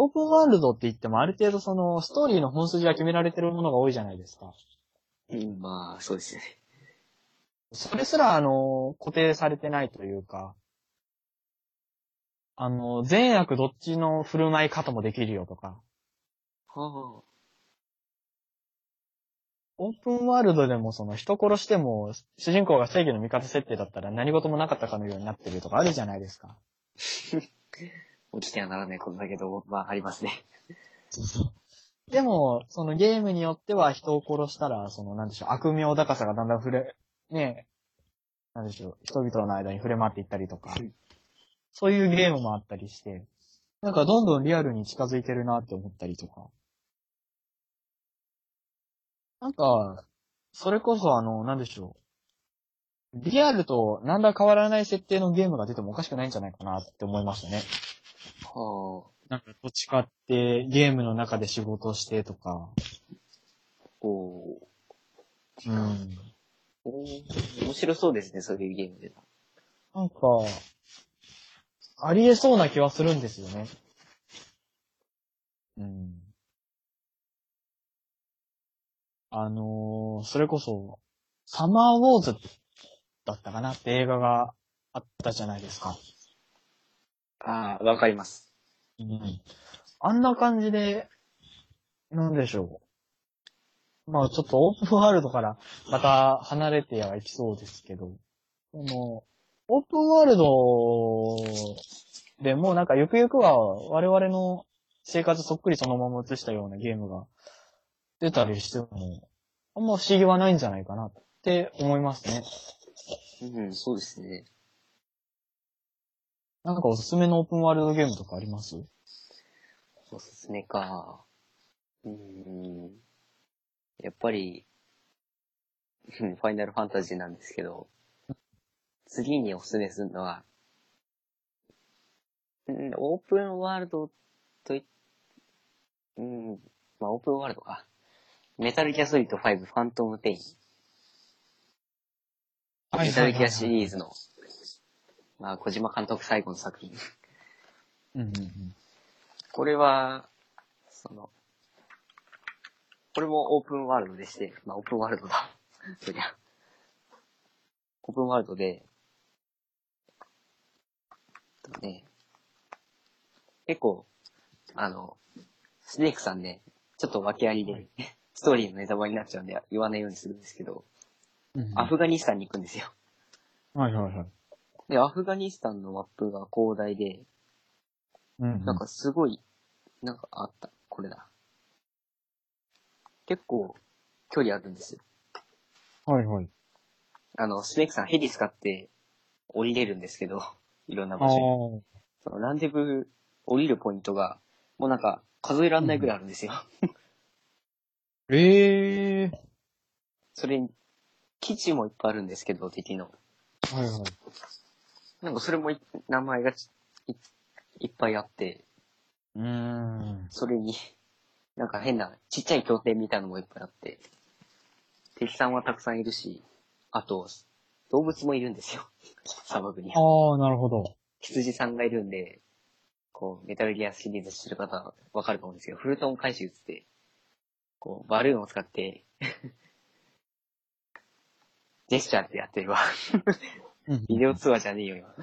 Speaker 1: オープンワールドって言ってもある程度その、ストーリーの本筋が決められてるものが多いじゃないですか。
Speaker 2: うん、まあ、そうですね。
Speaker 1: それすら、あの、固定されてないというか、あの、善悪どっちの振る舞い方もできるよとか、
Speaker 2: は
Speaker 1: オープンワールドでもその人殺しても、主人公が正義の味方設定だったら何事もなかったかのようになってるとかあるじゃないですか。
Speaker 2: あ、起きてはならないことだけど、まあ、ありますね。
Speaker 1: でも、そのゲームによっては人を殺したら、その、なんでしょう、悪名高さがだんだん触れ、ねえ、なんでしょう、人々の間に触れ回っていったりとか
Speaker 2: うん、
Speaker 1: そういうゲームもあったりして、なんかどんどんリアルに近づいてるなって思ったりとか。なんか、それこそあの、なんでしょう、リアルと何ら変わらない設定のゲームが出てもおかしくないんじゃないかなって思いましたね。
Speaker 2: はあ、
Speaker 1: なんかどっちかってゲームの中で仕事をしてとか、
Speaker 2: おー
Speaker 1: うん。
Speaker 2: おー面白そうですね、そういうゲームで。
Speaker 1: なんか、ありえそうな気はするんですよね。うん。あのーそれこそ、サマーウォーズだったかなって映画があったじゃないですか。
Speaker 2: ああ、わかります。
Speaker 1: うん。あんな感じで、なんでしょう。まあちょっとオープンワールドからまた離れてはいきそうですけど、その、オープンワールドでもうなんかゆくゆくは我々の生活そっくりそのまま映したようなゲームが出たりしても、あんま不思議はないんじゃないかなって思いますね。
Speaker 2: うん、そうですね。
Speaker 1: なんかおすすめのオープンワールドゲームとかあります
Speaker 2: おすすめか。うーん。やっぱり、 うんファイナルファンタジーなんですけど、次におすすめするのは、うん、オープンワールドとい、うん、まあオープンワールドか。メタルギアソリッド5ファントムペイン。メタルギアシリーズの、まあ小島監督最後の作品。
Speaker 1: うんうんうん。
Speaker 2: これは、その、これもオープンワールドでして、まあオープンワールドだ。 そりゃ。オープンワールドで、えっとね、結構、あの、スネークさんね、ちょっと訳ありで、
Speaker 1: はい
Speaker 2: ストーリーのネタバレになっちゃうんで言わないようにするんですけど、
Speaker 1: うんうん
Speaker 2: アフガニスタンに行くんですよ。
Speaker 1: はいはいはい。
Speaker 2: で、アフガニスタンのマップが広大で、
Speaker 1: うん
Speaker 2: なんかすごい、なんかあった、これだ。結構、距離あるんですよ。
Speaker 1: はいはい。
Speaker 2: あの、スネークさんヘリ使って降りれるんですけど、 いろんな
Speaker 1: あ
Speaker 2: 場
Speaker 1: あ
Speaker 2: 所に。そのランデブー降りるポイントが、もうなんか数えらんないぐらいあるんですよ。
Speaker 1: ー。ええ
Speaker 2: それに、基地もいっぱいあるんですけど、敵の。
Speaker 1: ー。はいはい。
Speaker 2: なんかそれもい名前がちいいっぱいあって、
Speaker 1: うーん。
Speaker 2: それに、なんか変な、ちっちゃい協定みたいのもいっぱいあって、敵さんはたくさんいるし、あと、動物もいるんですよ。 砂漠に。
Speaker 1: ああ、なるほど。
Speaker 2: 羊さんがいるんで、こう、メタルギアシリーズしてる方はわかると思うんですけど、フルトン回収っつって、こう、バルーンを使って、 ジェスチャーってやってるわ。
Speaker 1: うん
Speaker 2: ビデオ通話じゃねえよ、今。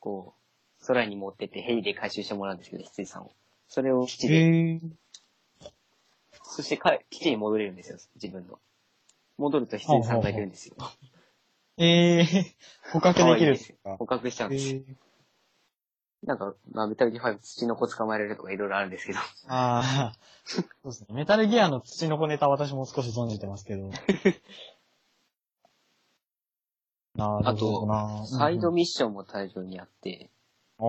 Speaker 2: こう、空に持ってってヘリで回収してもらうんですけど、羊さんを。それを基地で
Speaker 1: ええ
Speaker 2: そしてか基地に戻れるんですよ、自分の。戻ると羊さんがいるんですよ。
Speaker 1: ー。ええー。捕獲できるんですか
Speaker 2: 捕獲しちゃうん
Speaker 1: え
Speaker 2: ですよ。
Speaker 1: ー
Speaker 2: なんか、まあ、メタルギア5、土の子捕まえられるとかいろいろあるんですけど。
Speaker 1: ああ。そうですね。メタルギアの土の子ネタ私も少し存じてますけ ど。なるほどな。
Speaker 2: サイド
Speaker 1: うん
Speaker 2: ミッションも大量にあって、
Speaker 1: うん。ああ。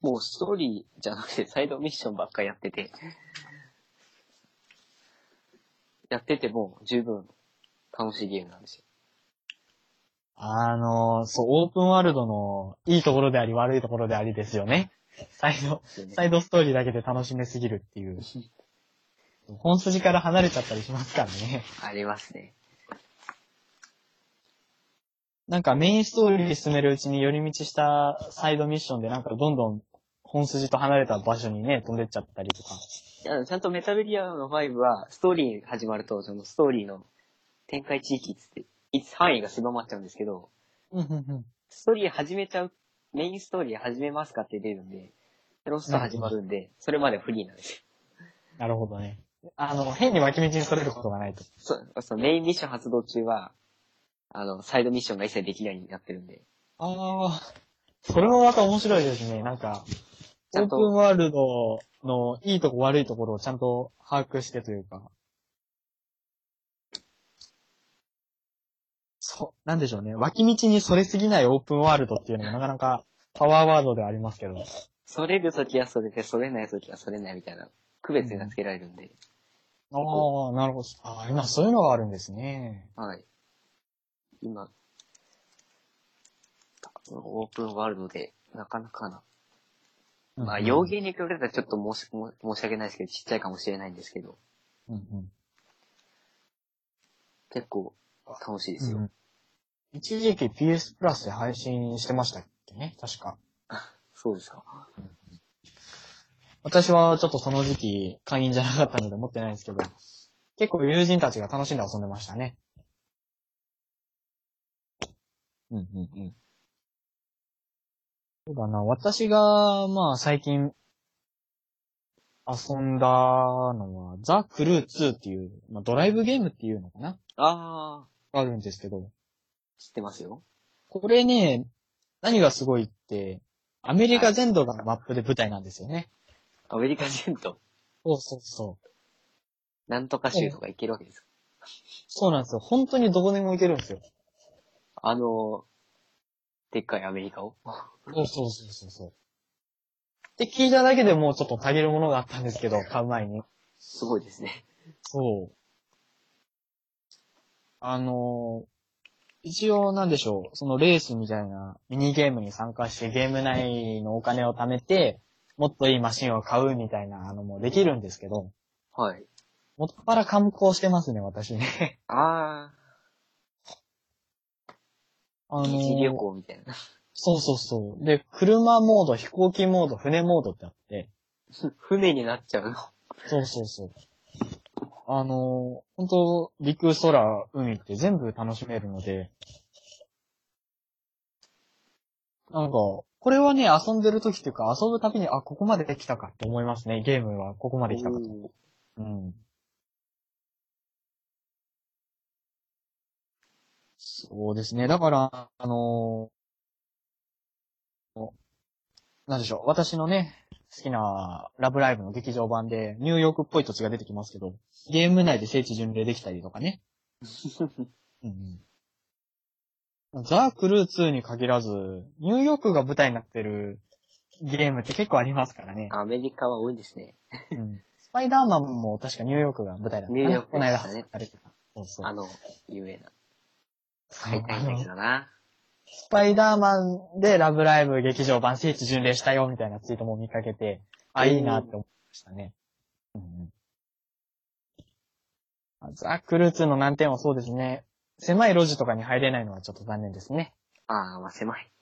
Speaker 2: もうストーリーじゃなくてサイドミッションばっかやってて、やってても十分楽しいゲームなんですよ。
Speaker 1: あの、そう、オープンワールドのいいところであり悪いところでありですよね。サイド、サイドストーリーだけで楽しめすぎるっていう。本筋から離れちゃったりしますからね。
Speaker 2: ありますね。
Speaker 1: なんかメインストーリー進めるうちに寄り道したサイドミッションでなんかどんどん本筋と離れた場所にね、飛んでっちゃったりとか。
Speaker 2: いやちゃんとメタルギアの5は、ストーリー始まると、そのストーリーの展開地域っつって、いつ範囲が狭まっちゃうんですけど、
Speaker 1: うんうんうん。
Speaker 2: ストーリー始めちゃう、メインストーリー始めますかって出るんで、ロスト始まるんで、それまでフリーなんですよ。
Speaker 1: なるほどね。あの、変に脇道にそれることがないと。
Speaker 2: そう、そう、メインミッション発動中は、あの、サイドミッションが一切できないようになってるんで、
Speaker 1: ああ、それもまた面白いですね。なんか、オ
Speaker 2: ちゃ
Speaker 1: ー
Speaker 2: ん
Speaker 1: プ
Speaker 2: と
Speaker 1: ンワールドのいいとこ悪いところをちゃんと把握してというか。そう、なんでしょうね。脇道にそれすぎないオープンワールドっていうのもなかなかパワーワードではありますけど。
Speaker 2: それるときはそれで、それないときはそれないみたいな、区別がつけられるんで、
Speaker 1: ああ、なるほど。ああ、今そういうのがあるんですね。
Speaker 2: はい。今、オープンワールドで、なかなかな。まあ、
Speaker 1: 用
Speaker 2: 洋
Speaker 1: 芸
Speaker 2: 芸に比べたらちょっと申し申申し訳ないですけど、ちっちゃいかもしれないんですけど、
Speaker 1: うんうん
Speaker 2: 結構楽しいですよ。
Speaker 1: うん一時期 PS プラスで配信してましたっけね、確か。
Speaker 2: そうですか。
Speaker 1: 私はちょっとその時期会員じゃなかったので持ってないんですけど、結構友人たちが楽しんで遊んでましたね。うんうんうん。そうだな、私が、まあ最近遊んだのは、ザ・クルー2っていう、まあドライブゲームっていうのかな
Speaker 2: あ
Speaker 1: あるんですけど、
Speaker 2: ー、知ってますよ。
Speaker 1: これね、何がすごいって、アメリカ全土がマップで舞台なんですよね。
Speaker 2: アメリカ人と、
Speaker 1: そうそうそう。
Speaker 2: なんとか州とか行けるわけです。
Speaker 1: そうなんですよ。本当にどこでも行けるんですよ。
Speaker 2: あのー、でっかいアメリカを。
Speaker 1: そうそうそうそうそう。って聞いただけでもうちょっと足りるものがあったんですけど、買う前に。
Speaker 2: すごいですね。
Speaker 1: そう。あのー一応なんでしょう、そのレースみたいなミニゲームに参加してゲーム内のお金を貯めて、もっといいマシンを買うみたいなあのもできるんですけど、
Speaker 2: はい。
Speaker 1: もっぱら観光してますね、私ね。
Speaker 2: あ
Speaker 1: あ
Speaker 2: ー、
Speaker 1: のー
Speaker 2: ビーチ旅行みたいな。
Speaker 1: そうそうそう。で、車モード、飛行機モード、船モードってあって、
Speaker 2: 船になっちゃうの。
Speaker 1: そうそうそう。あのー、本当陸、空、海って全部楽しめるので、なんか、これはね、遊んでる時っていうか、遊ぶたびに、あ、ここまで来たかって思いますね。ゲームはここまで来たかと。
Speaker 2: おー
Speaker 1: うん。そうですね。だから、あのーなんでしょう。私のね、好きなラブライブの劇場版で、ニューヨークっぽい土地が出てきますけど、ゲーム内で聖地巡礼できたりとかね。うんうん、ザ・クルー2に限らず、ニューヨークが舞台になってるゲームって結構ありますからね。
Speaker 2: アメリカは多いですね。
Speaker 1: うんスパイダーマンも確かニューヨークが舞台だったかな
Speaker 2: ニューヨーク
Speaker 1: この間
Speaker 2: でしたね
Speaker 1: あれてた。そうそう。
Speaker 2: あの、有名な。
Speaker 1: あ
Speaker 2: 買いたいんだけ
Speaker 1: の
Speaker 2: どな。
Speaker 1: スパイダーマンでラブライブ劇場版聖地巡礼したよみたいなツイートも見かけて、あ、
Speaker 2: うん
Speaker 1: いいなって思いましたね。うんうん、ザ・クルー2の難点はそうですね。狭い路地とかに入れないのはちょっと残念ですね。
Speaker 2: あー、まあ狭い。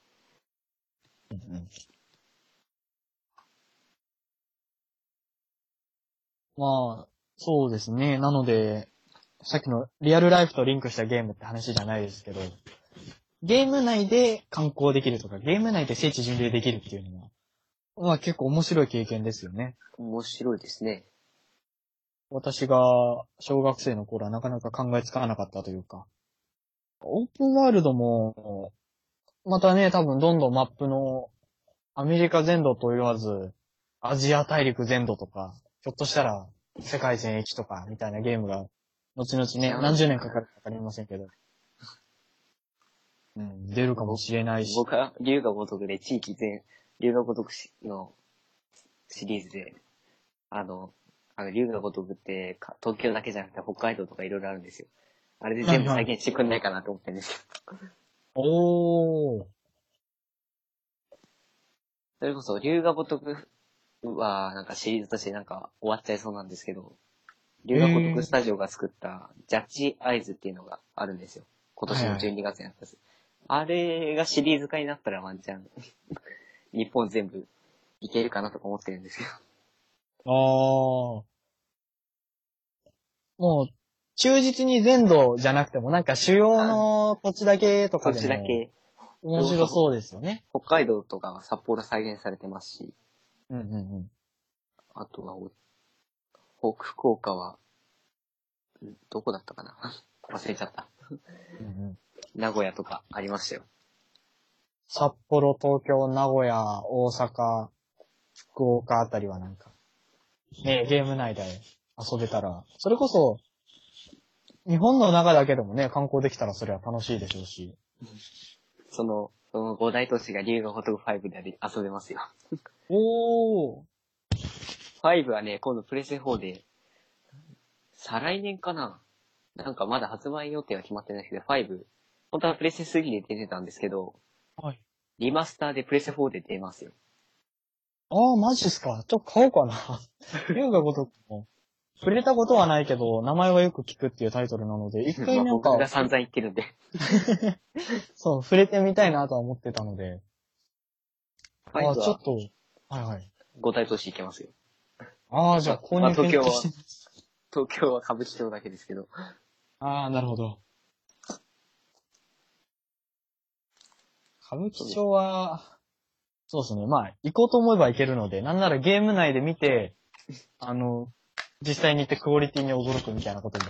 Speaker 1: まあ、そうですね。なので、さっきのリアルライフとリンクしたゲームって話じゃないですけど、ゲーム内で観光できるとか、ゲーム内で聖地巡礼できるっていうのは、まあ結構面白い経験ですよね。
Speaker 2: 面白いですね。
Speaker 1: 私が小学生の頃はなかなか考えつかなかったというか、オープンワールドも、またね、多分どんどんマップのアメリカ全土と言わず、アジア大陸全土とか、ひょっとしたら世界全域とかみたいなゲームが、後々ね、何十年かかるかわかりませんけど、うん、出るかもしれないし、
Speaker 2: 僕は、龍が如くで、地域全、龍が如くしのシリーズで、あの、あの、龍が如くってか、東京だけじゃなくて北海道とかいろいろあるんですよ。あれで全部再現してくんないかなと思ってるんです
Speaker 1: おー。
Speaker 2: それこそ、龍が如くは、なんかシリーズとしてなんか終わっちゃいそうなんですけど、龍が如くスタジオが作った、ジャッジアイズっていうのがあるんですよ。今年の12月にやったやつ。あれがシリーズ化になったらワンチャン、 日本全部いけるかなとか思ってるんですけど。
Speaker 1: あー。もう、忠実に全土じゃなくても、なんか主要の土地だけと
Speaker 2: こ
Speaker 1: か
Speaker 2: っ
Speaker 1: で
Speaker 2: ちだ
Speaker 1: も
Speaker 2: け、
Speaker 1: 面白そうですよね。
Speaker 2: 北海道とかは札幌再現されてますし、
Speaker 1: うんうんうん。
Speaker 2: あとはお、北福岡は、んどこだったかな 忘れちゃった。
Speaker 1: うんうん
Speaker 2: 名古屋とかありましたよ。
Speaker 1: 札幌、東京、名古屋、大阪、福岡あたりはなんか、ねゲーム内で遊べたら、それこそ、日本の中だけでもね、観光できたらそれは楽しいでしょうし。
Speaker 2: その、その五大都市が竜が如く5であり遊べますよ。
Speaker 1: おー。
Speaker 2: 5はね、今度プレステ4で、再来年かななんかまだ発売予定は決まってないですけど、5、本当はプレステ3で出てたんですけど、
Speaker 1: はい。
Speaker 2: リマスターでプレステ4で出ますよ。
Speaker 1: ああ、マジっすか。ちょっと買おう かな。龍が如くも。触れたことはないけど、名前はよく聞くっていうタイトルなので、一回
Speaker 2: まあ
Speaker 1: なん
Speaker 2: 僕
Speaker 1: か
Speaker 2: が、散々言ってるんで。
Speaker 1: そう、触れてみたいなとは思ってたので。あ
Speaker 2: 5
Speaker 1: あ、ちょ
Speaker 2: は
Speaker 1: っと、はいはい。
Speaker 2: 五大都市行けますよ。
Speaker 1: ああ、じゃあ、購入検討して
Speaker 2: 東京は歌舞伎町だけですけど。
Speaker 1: ああ、なるほど。歌舞伎町は、そうですね。まあ、行こうと思えば行けるので、なんならゲーム内で見 て、あの、実際に行ってクオリティに驚くみたいなことも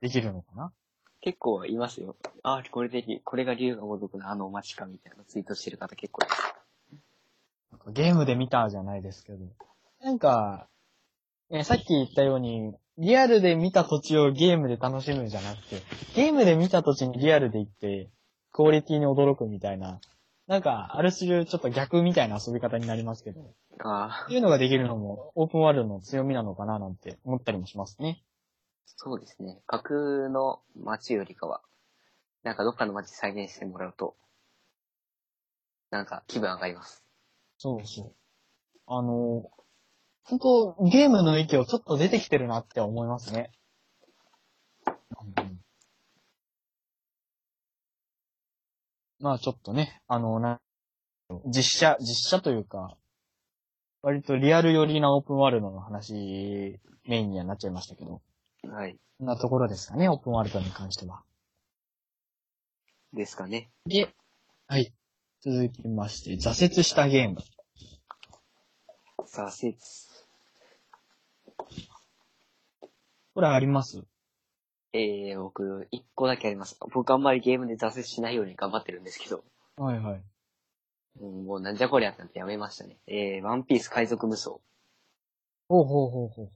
Speaker 1: できるのかな
Speaker 2: 結構いますよ。あ、これで、これが竜が如くのあのお待ちかみたいなツイートしてる方結構います。
Speaker 1: なんかゲームで見たじゃないですけど。なんか、ね、さっき言ったように、リアルで見た土地をゲームで楽しむんじゃなくて、ゲームで見た土地にリアルで行って、クオリティに驚くみたいな、なんか、ある種ちょっと逆みたいな遊び方になりますけど、っ
Speaker 2: ああ、
Speaker 1: ていうのができるのも、オープンワールドの強みなのかななんて思ったりもしますね。
Speaker 2: そうですね。架空の街よりかは、なんかどっかの街再現してもらうと、なんか気分上がります。
Speaker 1: そうそう。あの、本当ゲームの域をちょっと出てきてるなって思いますね。うんまあちょっとね、あの、な、実写、実写というか、割とリアル寄りなオープンワールドの話、メインにはなっちゃいましたけど、
Speaker 2: はい。
Speaker 1: こんなところですかね、オープンワールドに関しては。
Speaker 2: ですかね。
Speaker 1: で、はい。続きまして、挫折したゲーム。
Speaker 2: 挫折。
Speaker 1: これあります
Speaker 2: えー、僕、一個だけあります。僕あんまりゲームで挫折しないように頑張ってるんですけど、
Speaker 1: はいはい。
Speaker 2: うんもうなんじゃこりゃってなってやめましたね。えー、ワンピース海賊無双。
Speaker 1: ほうほうほうほう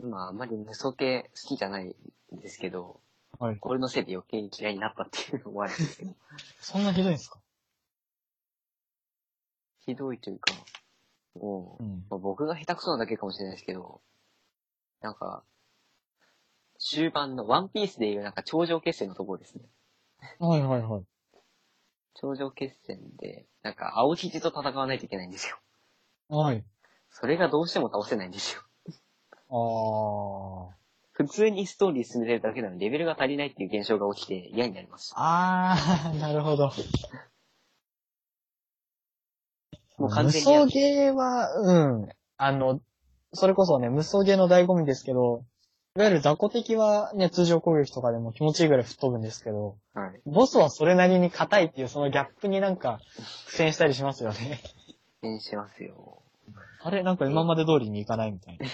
Speaker 1: ほ
Speaker 2: まあ、あんまり無双系好きじゃないんですけど、
Speaker 1: う。はい。
Speaker 2: これのせいで余計に嫌いになったっていうのもあるんです けど、
Speaker 1: そんなひどいんですか
Speaker 2: ひどいというか、もう、
Speaker 1: ん。
Speaker 2: まあ僕が下手くそなだけかもしれないですけど、なんか、終盤のワンピースでいうなんか頂上決戦のところですね。
Speaker 1: はいはいはい。
Speaker 2: 頂上決戦で、なんか青ひじと戦わないといけないんですよ。
Speaker 1: はい。
Speaker 2: それがどうしても倒せないんですよ。
Speaker 1: あー。
Speaker 2: 普通にストーリー進めてるだけなのにレベルが足りないっていう現象が起きて嫌になりました。
Speaker 1: あー、 なるほど。
Speaker 2: も
Speaker 1: 無
Speaker 2: う完全にや
Speaker 1: 双ゲーは、うん。あの、それこそね、無双ゲーの醍醐味ですけど、いわゆる雑魚敵はね、通常攻撃とかでも気持ちいいぐらい吹っ飛ぶんですけど、
Speaker 2: はい。
Speaker 1: ボスはそれなりに硬いっていうそのギャップになんか苦戦したりしますよね。
Speaker 2: 変しますよ。
Speaker 1: あれなんか今まで通りにいかないみたいな。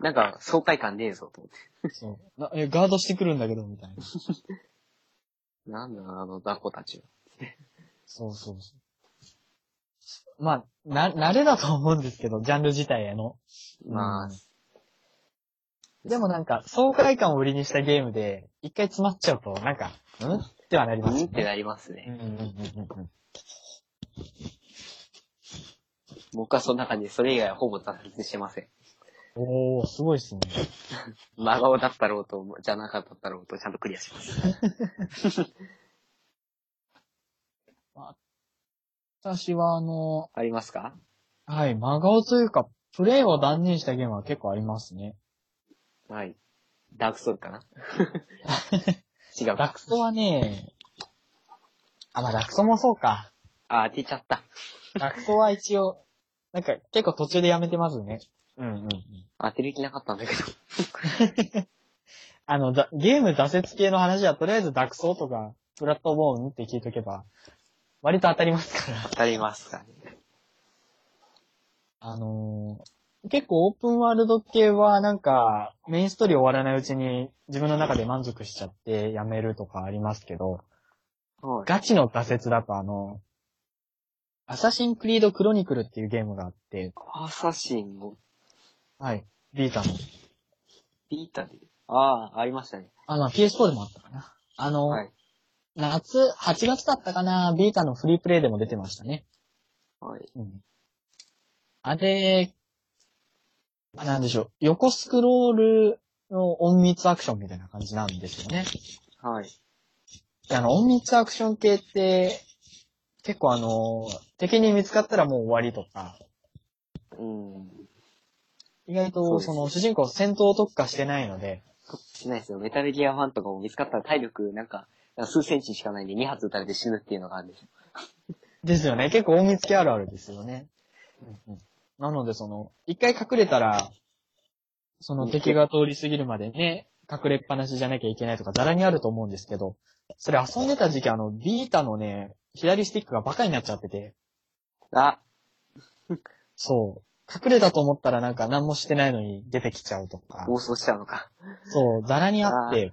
Speaker 2: なんか爽快感ねえぞと思って。
Speaker 1: そう。なえ、ガードしてくるんだけど、みたいな。
Speaker 2: なんだあの雑魚たちは。
Speaker 1: そうそうそう。まあ、な、慣れだと思うんですけど、ジャンル自体への。
Speaker 2: まあ、
Speaker 1: でもなんか、爽快感を売りにしたゲームで、一回詰まっちゃうと、なんか、んってはなり
Speaker 2: う
Speaker 1: ま
Speaker 2: ん
Speaker 1: す
Speaker 2: っ
Speaker 1: よ
Speaker 2: て
Speaker 1: ね。
Speaker 2: なりますね。
Speaker 1: うんうんうんうんうん
Speaker 2: 僕はそんな感じで、それ以外はほぼ挫折してません。
Speaker 1: おー、すごいっすね。
Speaker 2: 真顔だったろうと、じゃなかったろうと、ちゃんとクリアします。
Speaker 1: 私はあの、
Speaker 2: ありますか
Speaker 1: はい、真顔というか、プレイを断念したゲームは結構ありますね。
Speaker 2: はい。ダークソウルか な違う
Speaker 1: ダ
Speaker 2: か。
Speaker 1: クソはね、あ、まあダクソもそうか。
Speaker 2: あ、当てちゃった。
Speaker 1: ダクソは一応、なんか結構途中でやめてますね。うんうんうん。
Speaker 2: 当てる気なかったんだけど。
Speaker 1: あの、だゲーム挫折系の話はとりあえずダクソとか、プラットボーンって聞いとけば、割と当たりますから。
Speaker 2: 当たりますかね。
Speaker 1: あのー結構オープンワールド系はなんかメインストーリー終わらないうちに自分の中で満足しちゃってやめるとかありますけど、
Speaker 2: はい。
Speaker 1: ガチの挫折だとあの、アサシンクリードクロニクルっていうゲームがあって、
Speaker 2: アサシンを
Speaker 1: はい、ビータの。
Speaker 2: ビータで。ああ、ありましたね。
Speaker 1: あ、まあ PS4 でもあったかな。あの、
Speaker 2: はい。
Speaker 1: 夏、8月だったかな、ビータのフリープレイでも出てましたね。
Speaker 2: はい。
Speaker 1: うん。あれ、まあなんでしょう、横スクロールの隠密アクションみたいな感じなんですよね。
Speaker 2: はい。
Speaker 1: であの、隠密アクション系って、結構あの、敵に見つかったらもう終わりとか、
Speaker 2: うん。
Speaker 1: 意外
Speaker 2: そう
Speaker 1: と
Speaker 2: です
Speaker 1: その主人公戦闘特化してないので、
Speaker 2: しないですよ。メタルギアファンとかも見つかったら体力、なんか、なんか数センチしかないんで2発撃たれて死ぬっていうのがあるんですよ。
Speaker 1: ですよね。結構隠密系あるあるですよね。なのでその、一回隠れたら、その敵が通り過ぎるまでね、隠れっぱなしじゃなきゃいけないとか、ざらにあると思うんですけど、それ遊んでた時期あの、ビータのね、左スティックがバカになっちゃってて、
Speaker 2: あ、
Speaker 1: そう。隠れたと思ったらなんか何もしてないのに出てきちゃうとか。
Speaker 2: 暴走しちゃうのか。
Speaker 1: そう、ザラにあって、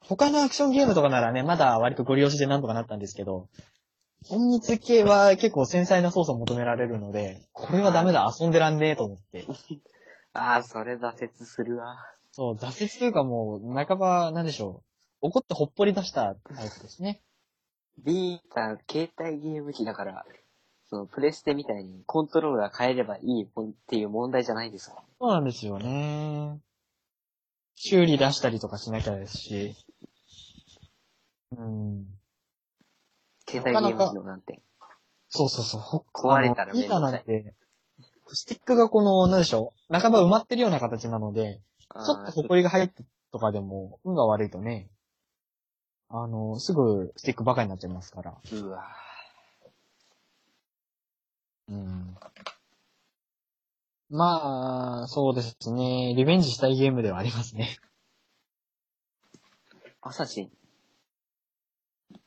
Speaker 1: 他のアクションゲームとかならね、まだ割とご利用しでなんとかなったんですけど、隠密系は結構繊細な操作を求められるので、これはダメだ、遊んでらんねえと思って。
Speaker 2: ああ、それ挫折するわ。
Speaker 1: そう、挫折というかもう、半ば、なんでしょう、怒ってほっぽり出したタイプですね。
Speaker 2: ビータ、携帯ゲーム機だから、そのプレステみたいにコントローラー変えればいいもんっていう問題じゃないですよ。
Speaker 1: そうなんですよね。修理出したりとかしなきゃですし。うん。
Speaker 2: 携帯ゲーム機のなんて。
Speaker 1: そうそうそう。ほ
Speaker 2: 壊れた
Speaker 1: あ
Speaker 2: ら
Speaker 1: の
Speaker 2: めん
Speaker 1: 板
Speaker 2: どく
Speaker 1: な
Speaker 2: さ
Speaker 1: ん
Speaker 2: い
Speaker 1: て、スティックがこの、なんでしょう、半ば埋まってるような形なので、ちょっ
Speaker 2: あ
Speaker 1: と
Speaker 2: ー
Speaker 1: 埃が入ってとかでも、運が悪いとね、あの、すぐスティックばかになっちゃいますから。
Speaker 2: うわ
Speaker 1: うん。まあ、そうですね。リベンジしたいゲームではありますね。
Speaker 2: アサシン。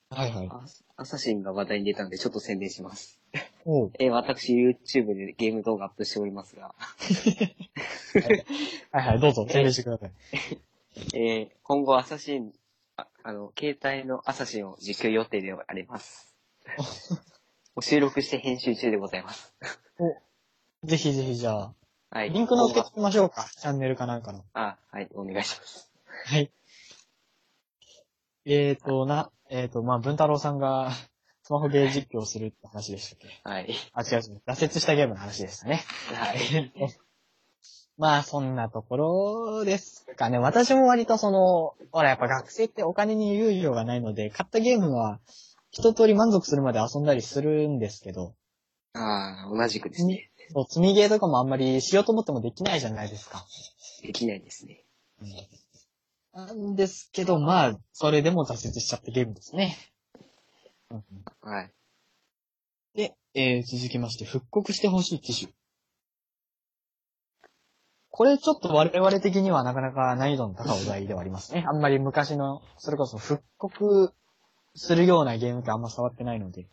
Speaker 1: はいはい。
Speaker 2: アアサシンが話題に出たんでちょっと宣伝します。
Speaker 1: おう。
Speaker 2: えー私 YouTube でゲーム動画アップしておりますが、
Speaker 1: はいはい、どうぞ、宣伝してください。
Speaker 2: えー今後アサシン、ああの、携帯のアサシンを実況予定であり ます。お収録して編集中でございます。
Speaker 1: ぜひぜひじゃあ、
Speaker 2: はい。
Speaker 1: リンクの受けつけましょうか。チャンネルかなんかの。
Speaker 2: あ、はい、お願いします。
Speaker 1: はい。えーと、な、えーと、まあ、文太郎さんが スマホゲー実況をするって話でしたっけ
Speaker 2: はい。
Speaker 1: あ、違う違う。挫折したゲームの話でしたね。
Speaker 2: はい。
Speaker 1: まあ、そんなところですかね。私も割とその、ほら、やっぱ学生ってお金に猶予がないので、買ったゲームは一通り満足するまで遊んだりするんですけど、
Speaker 2: ああ、同じくですね。
Speaker 1: そう積みゲーとかもあんまりしようと思ってもできないじゃないですか。
Speaker 2: できないですね。
Speaker 1: なんですけど、まあ、それでも挫折しちゃったゲームですね。
Speaker 2: はい。
Speaker 1: で、えー、続きまして、復刻してほしい機種。これちょっと我々的にはなかなか難易度の高いお題ではありますね。あんまり昔の、それこそ復刻するようなゲームってあんま触ってないので。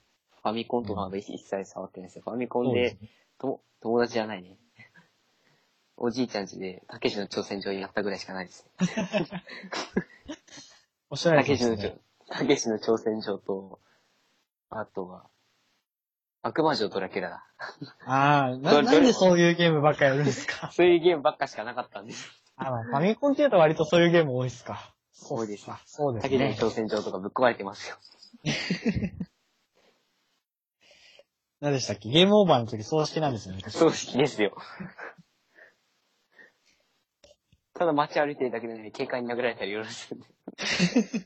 Speaker 2: ファミコンとかは一切触ってないですよ。ファミコン
Speaker 1: そうで、
Speaker 2: です
Speaker 1: ね
Speaker 2: と、友達じゃないね。 おじいちゃん家で、たけしの挑戦状やったぐらいしかないですね。
Speaker 1: おっしゃら
Speaker 2: た
Speaker 1: れて
Speaker 2: け
Speaker 1: ま
Speaker 2: しの
Speaker 1: す
Speaker 2: 挑
Speaker 1: ね。、
Speaker 2: たけしの挑戦状と、あとは、悪魔城ドラキュラだ。
Speaker 1: ああ、
Speaker 2: ど
Speaker 1: な、
Speaker 2: れ
Speaker 1: なんでそういうゲームばっかやるんですか
Speaker 2: そういうゲームばっかしかなかったんです。
Speaker 1: あまあファミコンって言うと割とそういうゲーム多いですか。
Speaker 2: 多いです
Speaker 1: あそうで
Speaker 2: た
Speaker 1: す
Speaker 2: けしの
Speaker 1: ね。
Speaker 2: 挑戦状とかぶっ壊れてますよ。
Speaker 1: 何でしたっけゲームオーバーの時葬式なんですよね。
Speaker 2: そうですよ。ただ街歩いてるだけでね、警官に殴られたりよろしいんで。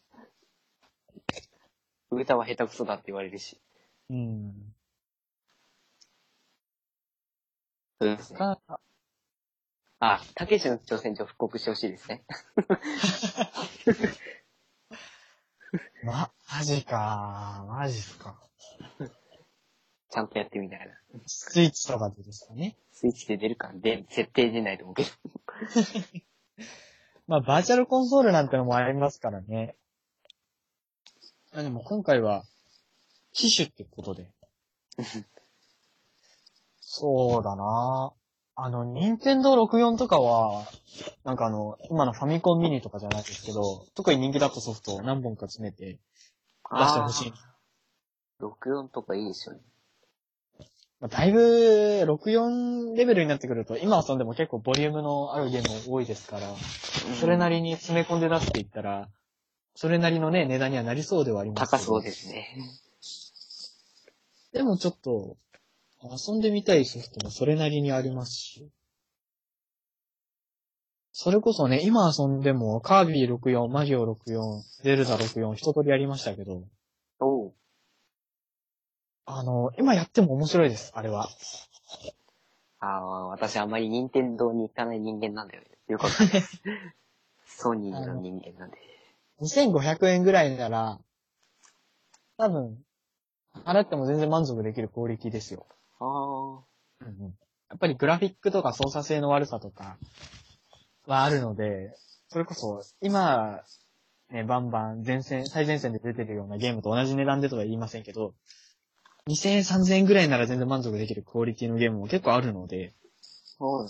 Speaker 2: 歌は下手くそだって言われるし。
Speaker 1: うん。
Speaker 2: うん。
Speaker 1: か
Speaker 2: あ、たけしの挑戦状復刻してほしいですね。
Speaker 1: ま、マジか。マジっすか。
Speaker 2: ちゃんとやってみたいな。
Speaker 1: スイッチとかでですかね。
Speaker 2: スイッチで出るか、で、設定出ないと思うけど。
Speaker 1: まあ、バーチャルコンソールなんてのもありますからね。あでも今回は、機種ってことで。そうだなあの、任天堂64とかは、なんかあの、今のファミコンミニとかじゃないですけど、特に人気だったソフトを何本か詰めて出してほしい。
Speaker 2: あー。64とかいいでしょうね。
Speaker 1: まあ、だいぶ、64レベルになってくると、今遊んでも結構ボリュームのあるゲーム多いですから、それな
Speaker 2: り。
Speaker 1: りに詰め込んで出すって言ったら、それなりのね、値段にはなりそうではありますけ
Speaker 2: 高
Speaker 1: ど
Speaker 2: そうですね。
Speaker 1: でもちょっと、遊んでみたいソフトもそれなりにありますし。それこそね、今遊んでも、カービィ64、マリオ64、ゼルダ64、一通りやりましたけど、
Speaker 2: おう。
Speaker 1: あの、今やっても面白いです、あれは。
Speaker 2: ああ、私あんまり任天堂に行かない人間なんだよね。よくわかん ない。ソニーの人間なんで。
Speaker 1: 2500円ぐらいなら、多分、払っても全然満足できるクオリティですよ。
Speaker 2: ああ。
Speaker 1: やっぱりグラフィックとか操作性の悪さとかはあるので、それこそ今、ね、バンバン前線、最前線で出てるようなゲームと同じ値段でとは言いませんけど、2000円、3000円ぐらいなら全然満足できるクオリティのゲームも結構あるので、
Speaker 2: おう。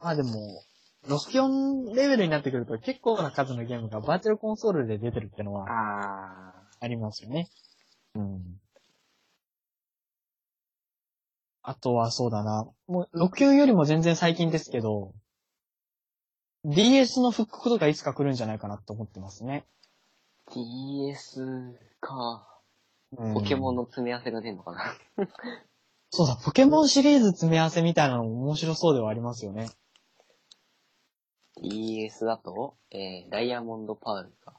Speaker 1: まあでも、64レベルになってくると結構な数のゲームがバーチャルコンソールで出てるってのは
Speaker 2: ああ。
Speaker 1: ありますよね。うん。あとはそうだな。もう、64よりも全然最近ですけど、DS の復刻とかいつか来るんじゃないかなと思ってますね。
Speaker 2: DS か。
Speaker 1: うん
Speaker 2: ポケモンの詰め合わせが出んのかな。
Speaker 1: そうだ、ポケモンシリーズ詰め合わせみたいなのも面白そうではありますよね。
Speaker 2: DS だと、えー、ダイヤモンドパールか。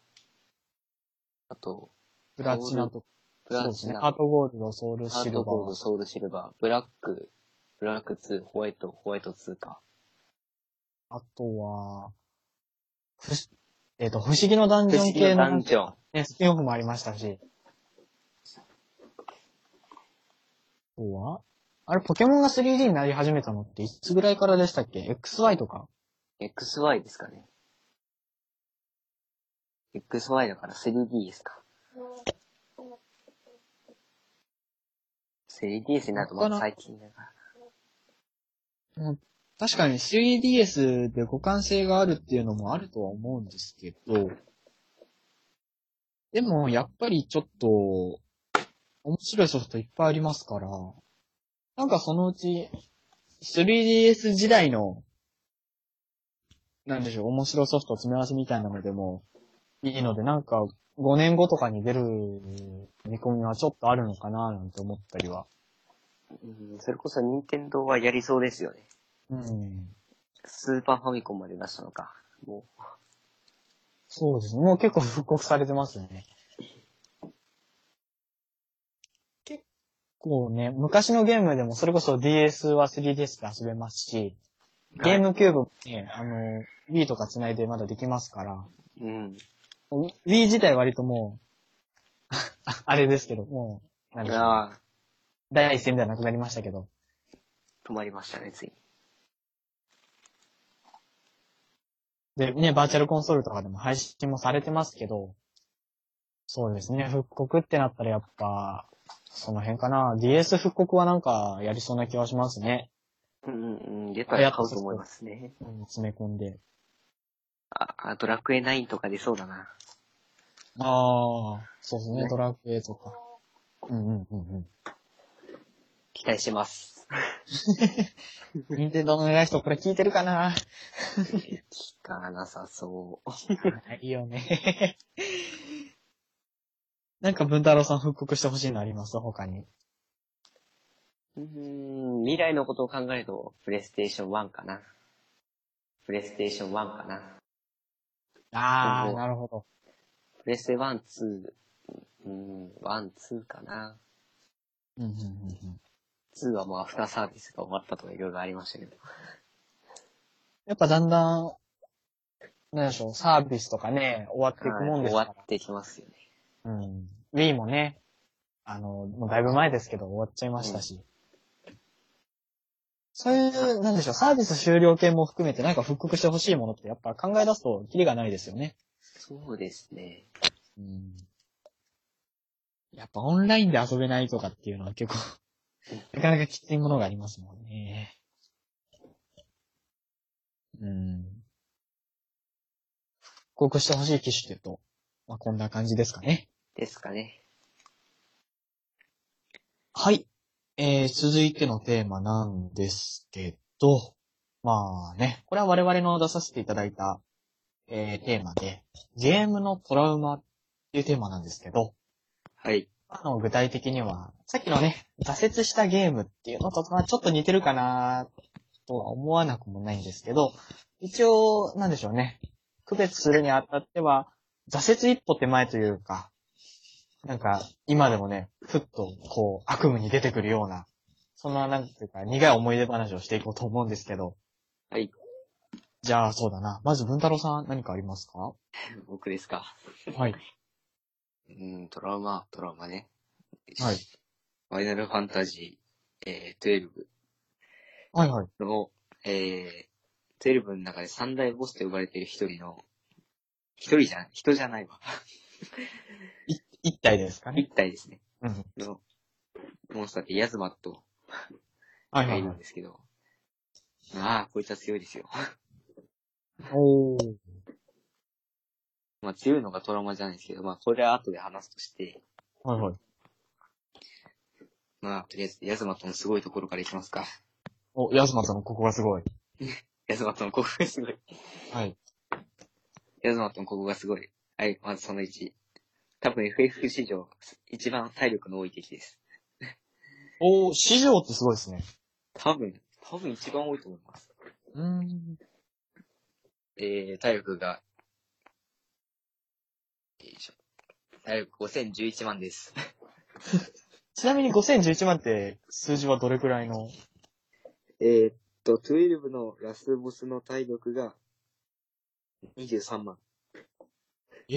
Speaker 2: あと、
Speaker 1: プラチナとか。
Speaker 2: プラ
Speaker 1: そうです
Speaker 2: チ
Speaker 1: ね。
Speaker 2: ナ、
Speaker 1: ハートゴールド、ソウル
Speaker 2: ハ
Speaker 1: シ
Speaker 2: ー
Speaker 1: ルバ
Speaker 2: トゴー
Speaker 1: ー
Speaker 2: ル、。ソウルシルバー、ブラック、ブラック2、ホワイト、ホワイト2か。
Speaker 1: あとは、ふし、えっ、と、不思議のダンジョン系
Speaker 2: ダン
Speaker 1: の、
Speaker 2: ジョン。
Speaker 1: ね、スピンオフもありましたし。あとはあれ、ポケモンが 3D になり始めたのっていつぐらいからでしたっけ ?XY とか
Speaker 2: XY ですかね。XY だから 3DS か。3DS になるとまだ最近だから。
Speaker 1: 確かに 3DS で互換性があるっていうのもあるとは思うんですけど、でも、やっぱりちょっと、面白いソフトいっぱいありますから、なんかそのうち、3DS 時代の、なんでしょう、面白ソフト詰め合わせみたいなのでも、いいので、なんか、5年後とかに出る見込みはちょっとあるのかななんて思ったりは。
Speaker 2: うん、それこそ任天堂はやりそうですよね。
Speaker 1: うん。
Speaker 2: スーパーファミコンまで出したのか。もう、
Speaker 1: そうですね。もう結構復刻されてますよね。結構ね、昔のゲームでもそれこそ DS は 3DS で遊べますし、ゲームキューブもね、あの、Wii とか繋いでまだできますから、
Speaker 2: うん。
Speaker 1: Wii 自体割ともう、ああれですけど、もう、なんでしょう
Speaker 2: ああ、
Speaker 1: 第一線ではなくなりましたけど、
Speaker 2: 止まりましたね、ついに。
Speaker 1: で、ね、バーチャルコンソールとかでも配信もされてますけど、そうですね、復刻ってなったらやっぱ、その辺かな。DS 復刻はなんかやりそうな気はしますね。
Speaker 2: うんうんうん、出たら買うと思いますね。
Speaker 1: うん詰め込んで。
Speaker 2: あ、あドラクエ9とか出そうだな。
Speaker 1: ああ、そうですね、
Speaker 2: ね
Speaker 1: ドラクエとか。うんうんうん
Speaker 2: 期待してます。
Speaker 1: うん。任天堂の偉い人これ聞いてるかな
Speaker 2: 聞かなさそう。
Speaker 1: いいよね。なんか文太郎さん復刻してほしいのあります他に。
Speaker 2: うーん、未来のことを考えると、プレイステーション1かな。プレイステーション1かな。
Speaker 1: ああ、
Speaker 2: ほうほう
Speaker 1: なるほど。
Speaker 2: プレステ1、2、うん、1、2かな。
Speaker 1: うんうんうんうん。
Speaker 2: 2はもうアフターサービスが終わったとかいろいろありましたけど。
Speaker 1: やっぱだんだん、なんでしょう、サービスとかね、終わっていくもんです
Speaker 2: 終
Speaker 1: か
Speaker 2: わ
Speaker 1: ら。
Speaker 2: ってきますよね。
Speaker 1: うん。Wii もね、あの、もうだいぶ前ですけど終わっちゃいましたし。そういう、なんでしょう、サービス終了系も含めてなんか復刻してほしいものってやっぱ考え出すとキリがないですよね。
Speaker 2: そうですね。
Speaker 1: うん。やっぱオンラインで遊べないとかっていうのは結構、なかなかきついものがありますもんね。うん。復刻してほしい機種っていうと、まあ、こんな感じですかね。
Speaker 2: ですかね。
Speaker 1: はい。えー、続いてのテーマなんですけど、まあね、これは我々の出させていただいた、えー、テーマで、ゲームのトラウマっていうテーマなんですけど、
Speaker 2: はい。
Speaker 1: あの、具体的には、さっきのね、挫折したゲームっていうのと、まあちょっと似てるかなとは思わなくもないんですけど、一応、なんでしょうね。区別するにあたっては、挫折一歩手前というか、なんか、今でもね、ふっと、こう、悪夢に出てくるような、そんな、なんていうか、苦い思い出話をしていこうと思うんですけど。
Speaker 2: はい。
Speaker 1: じゃあ、そうだな。まず、文太郎さん、何かありますか
Speaker 2: 僕ですか。
Speaker 1: はい。
Speaker 2: うん、トラウマ、トラウマね。
Speaker 1: はい。
Speaker 2: ファイナルファンタジー、えー、
Speaker 1: はいはい。
Speaker 2: 12の、えー、12の中で三大ボスと呼ばれている一人の、一人じゃ、人じゃないわ。
Speaker 1: 一体ですかね。
Speaker 2: 一体ですね。
Speaker 1: うん。
Speaker 2: の、モンスターってヤズマと、
Speaker 1: はい
Speaker 2: が
Speaker 1: はいい
Speaker 2: る
Speaker 1: はい
Speaker 2: ん。ですけど。まあ、こいつは強いですよ。
Speaker 1: おー。
Speaker 2: まあ、強いのがトラウマじゃないですけど、まあ、これは後で話すとして、
Speaker 1: はいはい。
Speaker 2: まあ、とりあえず、ヤズマとのすごいところからいきますか。
Speaker 1: お、ヤスマさんのここがすごい。
Speaker 2: ヤズマとのここがすごい。
Speaker 1: はい。
Speaker 2: ヤズマとのここがすごい。はい、まずその1。多分 FF 史上、一番体力の多い敵です。
Speaker 1: おー、市場ってすごいですね。
Speaker 2: 多分、多分一番多いと思います。
Speaker 1: うーん。
Speaker 2: えー、体力が、よいしょ。体力5011万です。
Speaker 1: ちなみに5011万って数字はどれくらいの
Speaker 2: えーっと、12のラスボスの体力が23万。
Speaker 1: え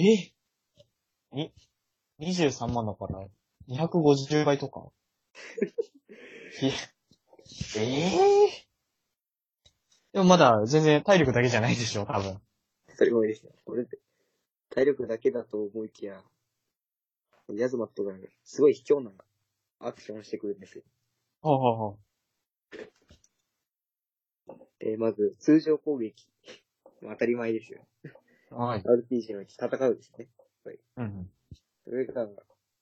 Speaker 1: に、23万だから、250倍と かいやええでもまだ全然体力だけじゃないでしょ、多分。
Speaker 2: それもいいですね。これで、体力だけだと思いきや、ヤズマとかねすごい卑怯なアクションをしてくるんですよ。
Speaker 1: ほうほうほう。
Speaker 2: えーまず、通常攻撃。 まあ当たり前ですよ。
Speaker 1: はい。
Speaker 2: RPG のうち戦うですね。
Speaker 1: うん。
Speaker 2: それが、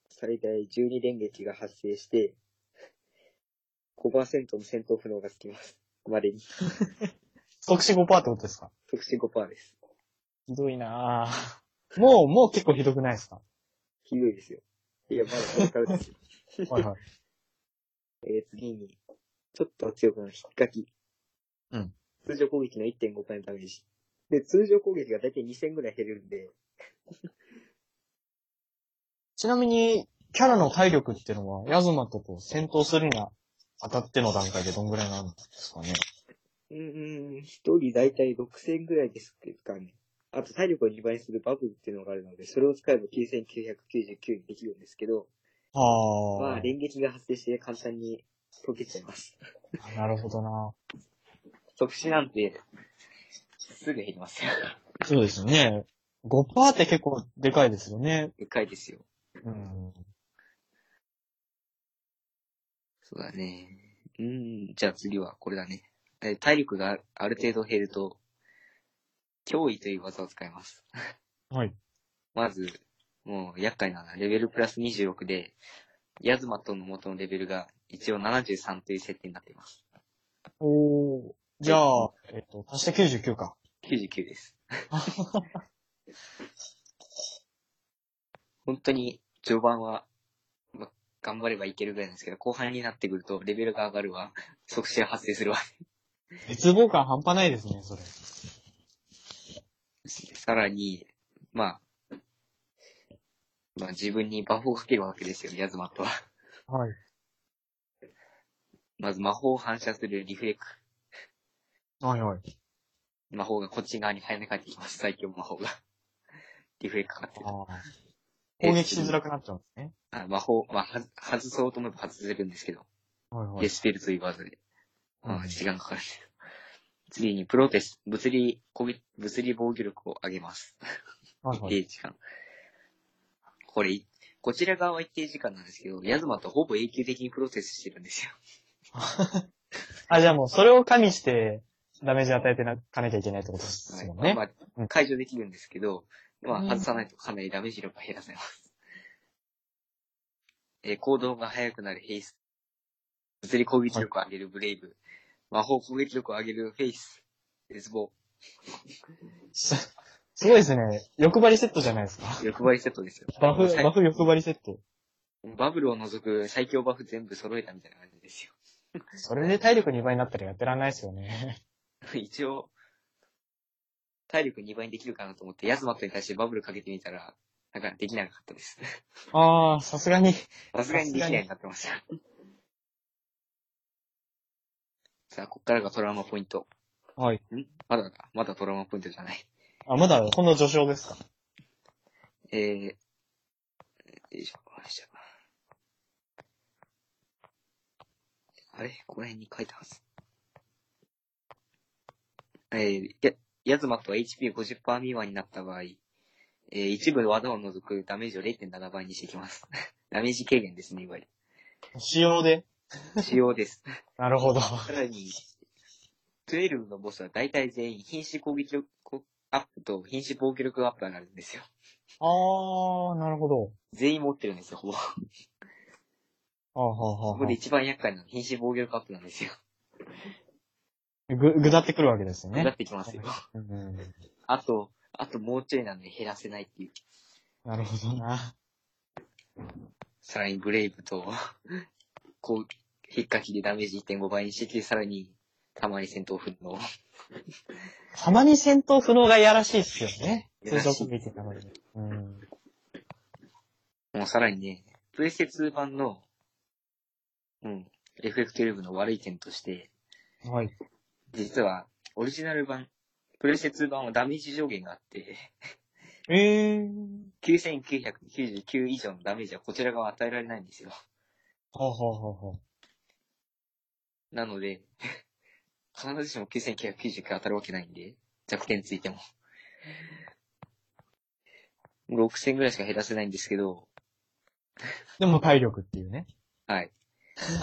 Speaker 2: 最大12連撃が発生して、5%の戦闘不能がつきます。までに。
Speaker 1: 即死5%ってことですか
Speaker 2: 即死5%です。
Speaker 1: ひどいなぁ。もう、もう結構ひどくないですか
Speaker 2: ひどいですよ。いや、まだ戦うですよ。
Speaker 1: はいはい。
Speaker 2: えー次に、ちょっと強くなる引っかき。
Speaker 1: うん。
Speaker 2: 通常攻撃の1.5倍のダメージ。で、通常攻撃がだいたい2000ぐらい減るんで、
Speaker 1: ちなみに、キャラの体力っていうのは、ヤズマとこう戦闘するには当たっての段階でどんぐらいなんですかね。
Speaker 2: うーん、一人だいたい6000ぐらいですかね。あと体力を2倍するバブルっていうのがあるので、それを使えば9999にできるんですけど、ま
Speaker 1: は
Speaker 2: あ、連撃が発生して簡単に溶けちゃいます。
Speaker 1: あ。なるほどな
Speaker 2: 即死なんて、すぐ減りますよ。
Speaker 1: そうですよね。5%って結構でかいですよね。
Speaker 2: でかいですよ。
Speaker 1: うん。
Speaker 2: そうだね。うーん、じゃあ次はこれだね。え体力があるある程度減ると、脅威という技を使います。
Speaker 1: はい。
Speaker 2: まず、もう厄介なのはレベルプラス26で、ヤズマとの元のレベルが一応73という設定になっています。
Speaker 1: おー。じゃあ、えっと、足して99か。
Speaker 2: 99です。本当に序盤は、ま、頑張ればいけるぐらいなんですけど、後半になってくるとレベルが上がるわ、即死が発生するわ。
Speaker 1: 絶望感半端ないですね、それ。
Speaker 2: さらに、まあ、まあ自分にバフをかけるわけですよ、ヤズマットは。
Speaker 1: はい。
Speaker 2: まず魔法を反射するリフレク。
Speaker 1: はいはい。
Speaker 2: 魔法がこっち側に跳ね返って きます。最強魔法が。リフレクかかってる。
Speaker 1: ああ。攻撃しづらくなっちゃうんですね。
Speaker 2: あ魔法、まあ、は外そうと思えば外せるんですけど、
Speaker 1: はいは
Speaker 2: デ
Speaker 1: い。
Speaker 2: スペルという技で、
Speaker 1: うん
Speaker 2: あ時間かかる。次に、プロテス、物理攻撃、物理防御力を上げます。
Speaker 1: はい
Speaker 2: 一
Speaker 1: はい。
Speaker 2: 定時間。これ、こちら側は一定時間なんですけど、ヤズマとほぼ永久的にプロセスしてるんですよ。
Speaker 1: あ、じゃあもうそれを加味して、ダメージ与えてなかなきゃいけないってことですもんね。
Speaker 2: まあ
Speaker 1: う
Speaker 2: ま
Speaker 1: ん
Speaker 2: あ、解除できるんですけど、
Speaker 1: う
Speaker 2: まあ、
Speaker 1: ん
Speaker 2: 外さないとかなりダメージ力が減らせます。えー行動が速くなるヘイス。物理攻撃力を上げるブレイブ。魔法攻撃力を上げるフェイス。絶望。
Speaker 1: すすごいですね。欲張りセットじゃないです か。
Speaker 2: 欲張りセットですよ。
Speaker 1: バフ、
Speaker 2: さい
Speaker 1: バフ欲張りセット。
Speaker 2: バブルを除く最強バフ全部揃えたみたいな感じですよ。
Speaker 1: それで体力2倍になったらやってらんないですよね。
Speaker 2: 一応、体力2倍にできるかなと思って、ヤズマットに対してバブルかけてみたら、なんかできなかったです。
Speaker 1: ああ、さすがに。
Speaker 2: さすがにできないようになってました。さあ、こっからがトラウマポイント。
Speaker 1: はい。
Speaker 2: まだだ。まだトラウマポイントじゃない。
Speaker 1: あ、まだ、ほんの序章ですか。
Speaker 2: えー、よいしょ、よいしょ。あれここら辺に書いたはず。えー、や、ヤズマとは HP50% 未満になった場合、えー、一部技を除くダメージを0.7倍にしていきます。 ダメージ軽減ですね、いわゆ
Speaker 1: 仕様で。
Speaker 2: る。使用です。
Speaker 1: なる ほど。
Speaker 2: さらに、12のボスは大体全員、瀕死攻撃力アップと瀕死防御力アップがあるんですよ。
Speaker 1: ああ、なるほど。
Speaker 2: 全員持ってるんですよ、ほぼ。
Speaker 1: ああ、はあ、は
Speaker 2: ここで一番厄介なのは瀕死防御力アップなんですよ。
Speaker 1: あ。ぐ、ぐだってくるわけですよ
Speaker 2: 下っ
Speaker 1: ね。
Speaker 2: てきますよ。
Speaker 1: うんうん。
Speaker 2: あと、あともうちょいなんで減らせないっていう。
Speaker 1: なるほどな。
Speaker 2: さらにブレイブと、 こう、引っかきでダメージ1.5倍にしてきて、さらに、たまに戦闘不能。
Speaker 1: たまに戦闘不能がやらしいっすよね。
Speaker 2: や
Speaker 1: 通
Speaker 2: らしい
Speaker 1: 常攻撃なのに。うん。
Speaker 2: もうさらにね、プレステ2版の、うん、FF12 の悪い点として、
Speaker 1: はい。
Speaker 2: 実は、オリジナル版、プレステ2版はダメージ上限があって、
Speaker 1: ええ
Speaker 2: 9999以上のダメージはこちら側は与えられないんですよ。
Speaker 1: はあ、はあ、はあ、はあ。
Speaker 2: なので、必ずしも9999当たるわけないんで、弱点ついても。6000ぐらいしか減らせないんですけど、
Speaker 1: でも体力っていうね。
Speaker 2: はい。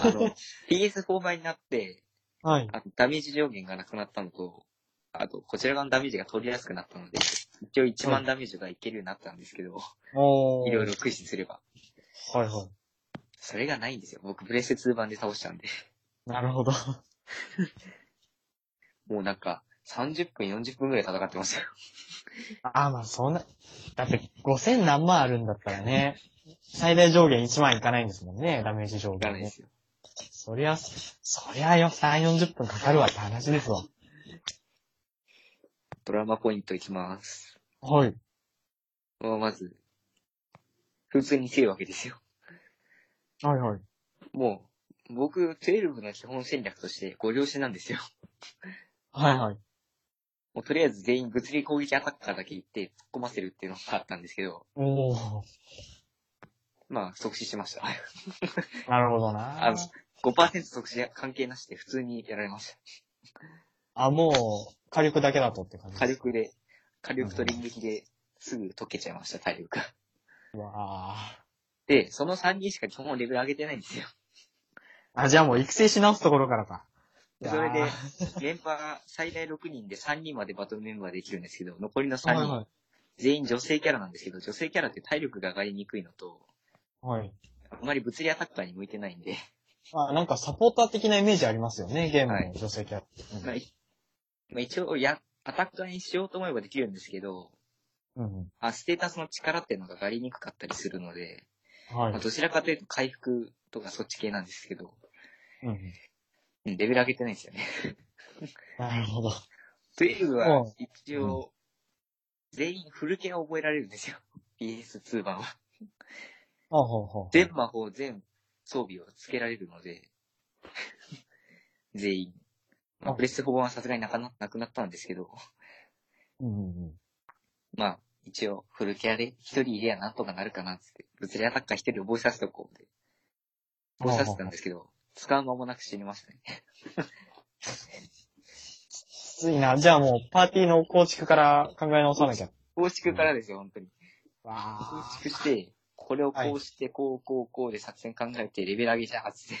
Speaker 2: あの、PS4 倍になって、
Speaker 1: はい。
Speaker 2: あとダメージ上限がなくなったのと、あと、こちら側のダメージが取りやすくなったので、一応1万ダメージがいけるようになったんですけど、
Speaker 1: おー。
Speaker 2: いろいろ駆使すれば。
Speaker 1: はいは
Speaker 2: それがないんですよ。僕、プレステ2版で倒したんで。
Speaker 1: い。なるほど。
Speaker 2: もうなんか、30分、40分ぐらい戦ってましたよ。
Speaker 1: あ、まあそんな、だって5000何万あるんだったらね、最大上限1万いかないんですもんね、ダメージ上
Speaker 2: いか
Speaker 1: 限
Speaker 2: ないで
Speaker 1: ね。
Speaker 2: すよ。
Speaker 1: そりゃ、そりゃよ、3、40分かかるわって話ですわ。
Speaker 2: ドラマポイントいきます。
Speaker 1: はい。
Speaker 2: まあまず、普通に強いわけですよ。
Speaker 1: はいはい。
Speaker 2: もう、僕、12の基本戦略として、ご了承なんですよ。
Speaker 1: はいはい。
Speaker 2: もうとりあえず全員物理攻撃アタッカーだけ行って、突っ込ませるっていうのがあったんですけど、
Speaker 1: おー。
Speaker 2: まあ、即死しました。
Speaker 1: なるほど
Speaker 2: あ
Speaker 1: な
Speaker 2: の。、5%即死関係なしで普通にやられまし
Speaker 1: あ、もう、火力だけだとって感
Speaker 2: た。
Speaker 1: じ
Speaker 2: 火
Speaker 1: です。
Speaker 2: 力で、火力と連撃ですぐ溶けちゃいました、体力が。
Speaker 1: うわー
Speaker 2: で、その3人しか基本レベル上げてないんですよ。
Speaker 1: あ、じゃあもう育成し直すところからか。
Speaker 2: それで
Speaker 1: いやー
Speaker 2: メンバー最大6人で3人までバトルメンバーできるんですけど、残りの3
Speaker 1: はい
Speaker 2: 人、
Speaker 1: はい。
Speaker 2: 全員女性キャラなんですけど、女性キャラって体力が上がりにくいのと、
Speaker 1: はい。
Speaker 2: あまり物理アタッカーに向いてないんで、
Speaker 1: あ、なんかサポーター的なイメージありますよね、ゲームの女性キャラ。
Speaker 2: まあ、いまあ一応や、アタッカーにしようと思えばできるんですけど、
Speaker 1: うん。うん
Speaker 2: あステータスの力っていうのが上がりにくかったりするので、
Speaker 1: はい
Speaker 2: まあ、。どちらかというと回復とかそっち系なんですけど、
Speaker 1: うんうん
Speaker 2: うん、レベル上げてないんですよね。
Speaker 1: なるほど。
Speaker 2: 12
Speaker 1: う
Speaker 2: は
Speaker 1: ん
Speaker 2: 一応、全員フルケア覚えられるんですよ。PS2 版は。
Speaker 1: ほうほうほう。
Speaker 2: 全魔法、全装備をつけられるので、 全員。まあ、
Speaker 1: あ
Speaker 2: プレステ4版はさすがになかな、なくなったんですけど、
Speaker 1: うんうん。
Speaker 2: まあ、一応、フルキャで一人いればなんとかなるかなっつって、物理アタッカー一人覚えさせとこうって、覚えさせたんですけど、使う間もなく死にましたね。
Speaker 1: きついな。じゃあもう、パーティーの構築から考え直さなきゃ。
Speaker 2: 公式からですよ、本当に。
Speaker 1: わ
Speaker 2: 構築して、これをこうして、こう、こう、こうで作戦考えて、レベル上げじゃんっつっ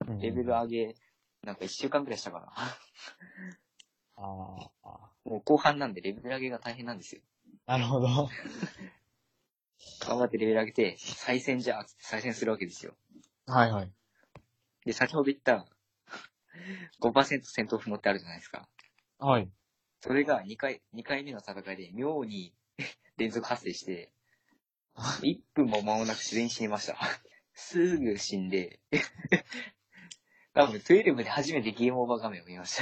Speaker 2: て、
Speaker 1: ー
Speaker 2: レベル上げ、なんか一週間くらいしたか
Speaker 1: ああ。
Speaker 2: な。もう後半なんでレベル上げが大変なんですよ。
Speaker 1: なるほど。
Speaker 2: 頑張ってレベル上げて、再戦じゃあっつって再戦するわけですよ。
Speaker 1: はいはい。
Speaker 2: で、先ほど言った、5%戦闘不能ってあるじゃないですか。
Speaker 1: はい。
Speaker 2: それが2回、二回目の戦いで妙に 連続発生して、1分も間もなく自然に死にました。すぐ死んで、多分12で初めてゲームオーバー画面を見まし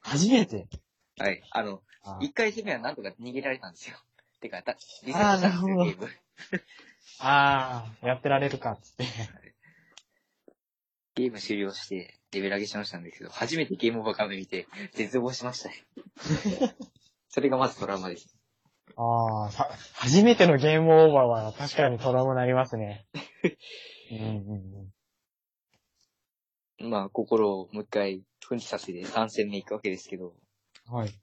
Speaker 1: 初めて。
Speaker 2: た。はい。あの、
Speaker 1: あー
Speaker 2: 1回戦目はなんとか逃げられたんですよ。てか、だ、リ
Speaker 1: あー
Speaker 2: したんですよ、
Speaker 1: な
Speaker 2: ゲ
Speaker 1: る
Speaker 2: ーム。
Speaker 1: あー、やってられるか、つって。
Speaker 2: ゲーム終了して、レベル上げしましたんですけど、初めてゲームオーバー画面見て、絶望しましたね。 それがまずトラウマです。
Speaker 1: ああ、さ、初めてのゲームオーバーは確かにトラウマになります ね。うんうん
Speaker 2: まあ、心をもう一回、奮起させて3戦目行くわけですけど、
Speaker 1: うん。はい。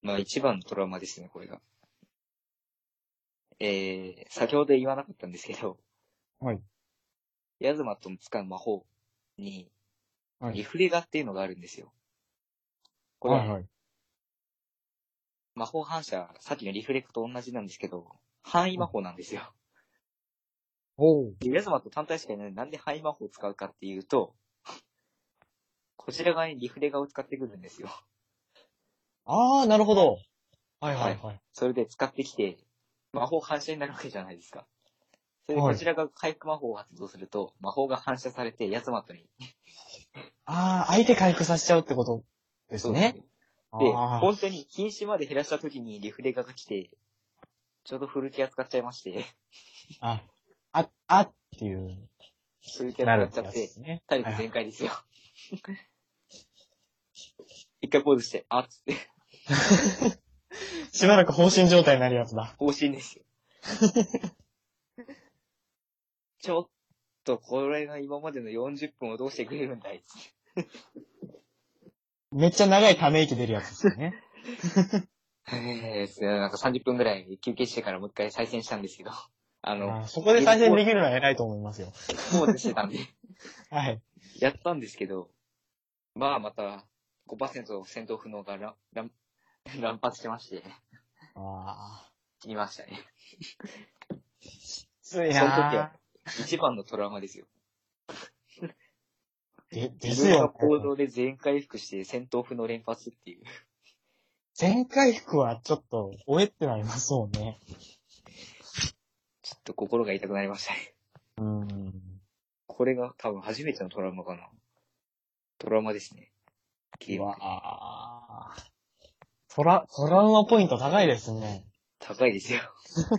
Speaker 2: まあ一番のトラウマですね、これが。えー、先ほど言わなかったんですけど、
Speaker 1: はい。
Speaker 2: ヤズマとも使う魔法に、
Speaker 1: はい
Speaker 2: リフレガっていうのがあるんですよ。これ、
Speaker 1: はいはい。
Speaker 2: 魔法反射、さっきのリフレクと同じなんですけど、範囲魔法なんですよ。
Speaker 1: おう。
Speaker 2: でヤズマと単体しかいないのになんで範囲魔法を使うかっていうと、こちら側にリフレガを使ってくるんですよ。
Speaker 1: ああ、なるほど。はいはいはい。
Speaker 2: それで使ってきて、魔法反射になるわけじゃないですか。それで
Speaker 1: はい
Speaker 2: こちらが回復魔法を発動すると、魔法が反射されて、ヤズマトに。
Speaker 1: ああ、相手回復させちゃうってことですね。
Speaker 2: で、
Speaker 1: あ
Speaker 2: 本当に瀕死まで減らした時にリフレガが来て、ちょうどフルキア使っちゃいまして、
Speaker 1: ーあ、あ、あっていう。
Speaker 2: フルキア使っちゃ
Speaker 1: や
Speaker 2: っ
Speaker 1: つ
Speaker 2: て
Speaker 1: で、すね。
Speaker 2: 体力全開ですよ。 一回ポーズして、あっつって、
Speaker 1: しばらく放心状態になるやつだ。
Speaker 2: 方針です よ。ちょっと、これが今までの40分をどうしてくれるんだいっつって
Speaker 1: めっちゃ長いため息出るやつですよね。
Speaker 2: えー、なんか30分ぐらい休憩してからもう一回再戦したんですけど、あの、
Speaker 1: あーそこで再生できるのは偉いと思いますよ。
Speaker 2: ポーズしてたんで、
Speaker 1: はい。
Speaker 2: やったんですけど、まあまた5%戦闘不能が乱乱乱発してまして、
Speaker 1: ああ。
Speaker 2: 死にましたね。
Speaker 1: つい
Speaker 2: その時
Speaker 1: な
Speaker 2: は一番のトラウマです よ。
Speaker 1: ーで、で
Speaker 2: 自
Speaker 1: す
Speaker 2: 分の
Speaker 1: よ。
Speaker 2: 行動で全回復して戦闘不能連発っていう。
Speaker 1: 全回復はちょっと、おえってなりますもんね。
Speaker 2: ちょっと心が痛くなりましたね。
Speaker 1: うん。
Speaker 2: これが多分初めてのトラウマかな。トラウマですね。
Speaker 1: うわあ。トラ、トラウマポイント高いですね。
Speaker 2: 高いです よ。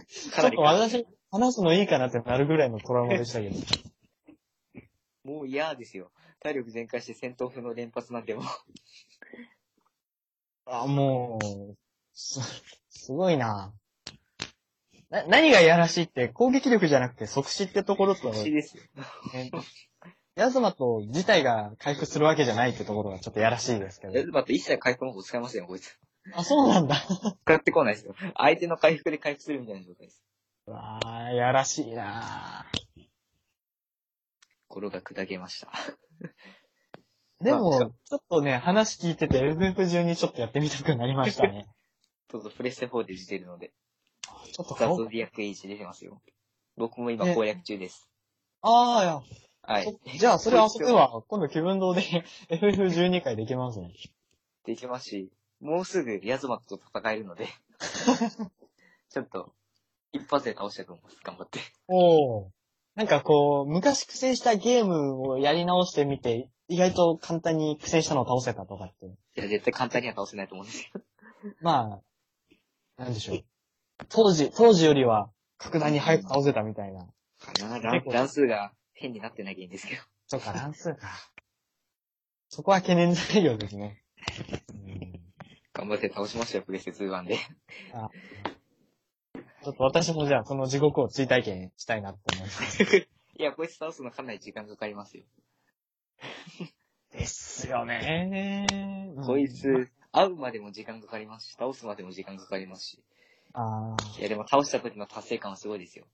Speaker 1: ちょっと私、話すのいいかなってなるぐらいのトラウマでしたけど。
Speaker 2: もう嫌ですよ。体力全開して戦闘不能連発なんてもう。
Speaker 1: あ、もう、す、すごいな。な、何がいやらしいって、攻撃力じゃなくて即死ってとこ ろと、
Speaker 2: 必死ですよ。
Speaker 1: ね、ヤズマと自体が回復するわけじゃないってところがちょっとやらしいですけ
Speaker 2: ヤ
Speaker 1: ど。
Speaker 2: ズマと一切回復魔法使いませんよ、こいつ。
Speaker 1: あ、そうなん だ。
Speaker 2: 使ってこないですよ。相手の回復で回復するみたいな状態です。
Speaker 1: うわあ、やらしいな
Speaker 2: 心が砕けました。
Speaker 1: で
Speaker 2: まあ
Speaker 1: も、ちょっとね、話聞いてて FF12 ちょっとやってみたくなりましたね。
Speaker 2: どうぞプレステ4で出てるので、
Speaker 1: ちょっと
Speaker 2: ザ・
Speaker 1: 顔
Speaker 2: ゾディアック・エイジ出てますよ。僕も今
Speaker 1: ね
Speaker 2: 攻略中です。
Speaker 1: ああ、いや、
Speaker 2: は
Speaker 1: そ
Speaker 2: い。
Speaker 1: じゃあ、それ遊べば、今度気分堂で FF12 回できますね。
Speaker 2: できますし、もうすぐヤズマと戦え るので、ちょっと、一発で倒したいと思います。頑張って。
Speaker 1: おお。なんかこう、昔苦戦したゲームをやり直してみて、意外と簡単に苦戦したのを倒せたとかって。
Speaker 2: いや、絶対簡単には倒せないと思うんですけど。
Speaker 1: まあ、なんでしょう。当時、当時よりは、格段に早く倒せたみたいな。
Speaker 2: かな乱乱数が変になってなきゃいいんですけど。
Speaker 1: そうか、乱数か。そこは懸念材料ですね。
Speaker 2: 頑張って倒しましたよ、プレステ2版で。
Speaker 1: ちょっと私もじゃあ、その地獄を追体験したいなって思います。
Speaker 2: いや、こいつ倒すのかなり時間かかりますよ。
Speaker 1: ですよね
Speaker 2: こい。つ、会うまでも時間かかりますし、倒すまでも時間かかりますし。
Speaker 1: ああ。
Speaker 2: いや、でも倒した時の達成感はすごいですよ。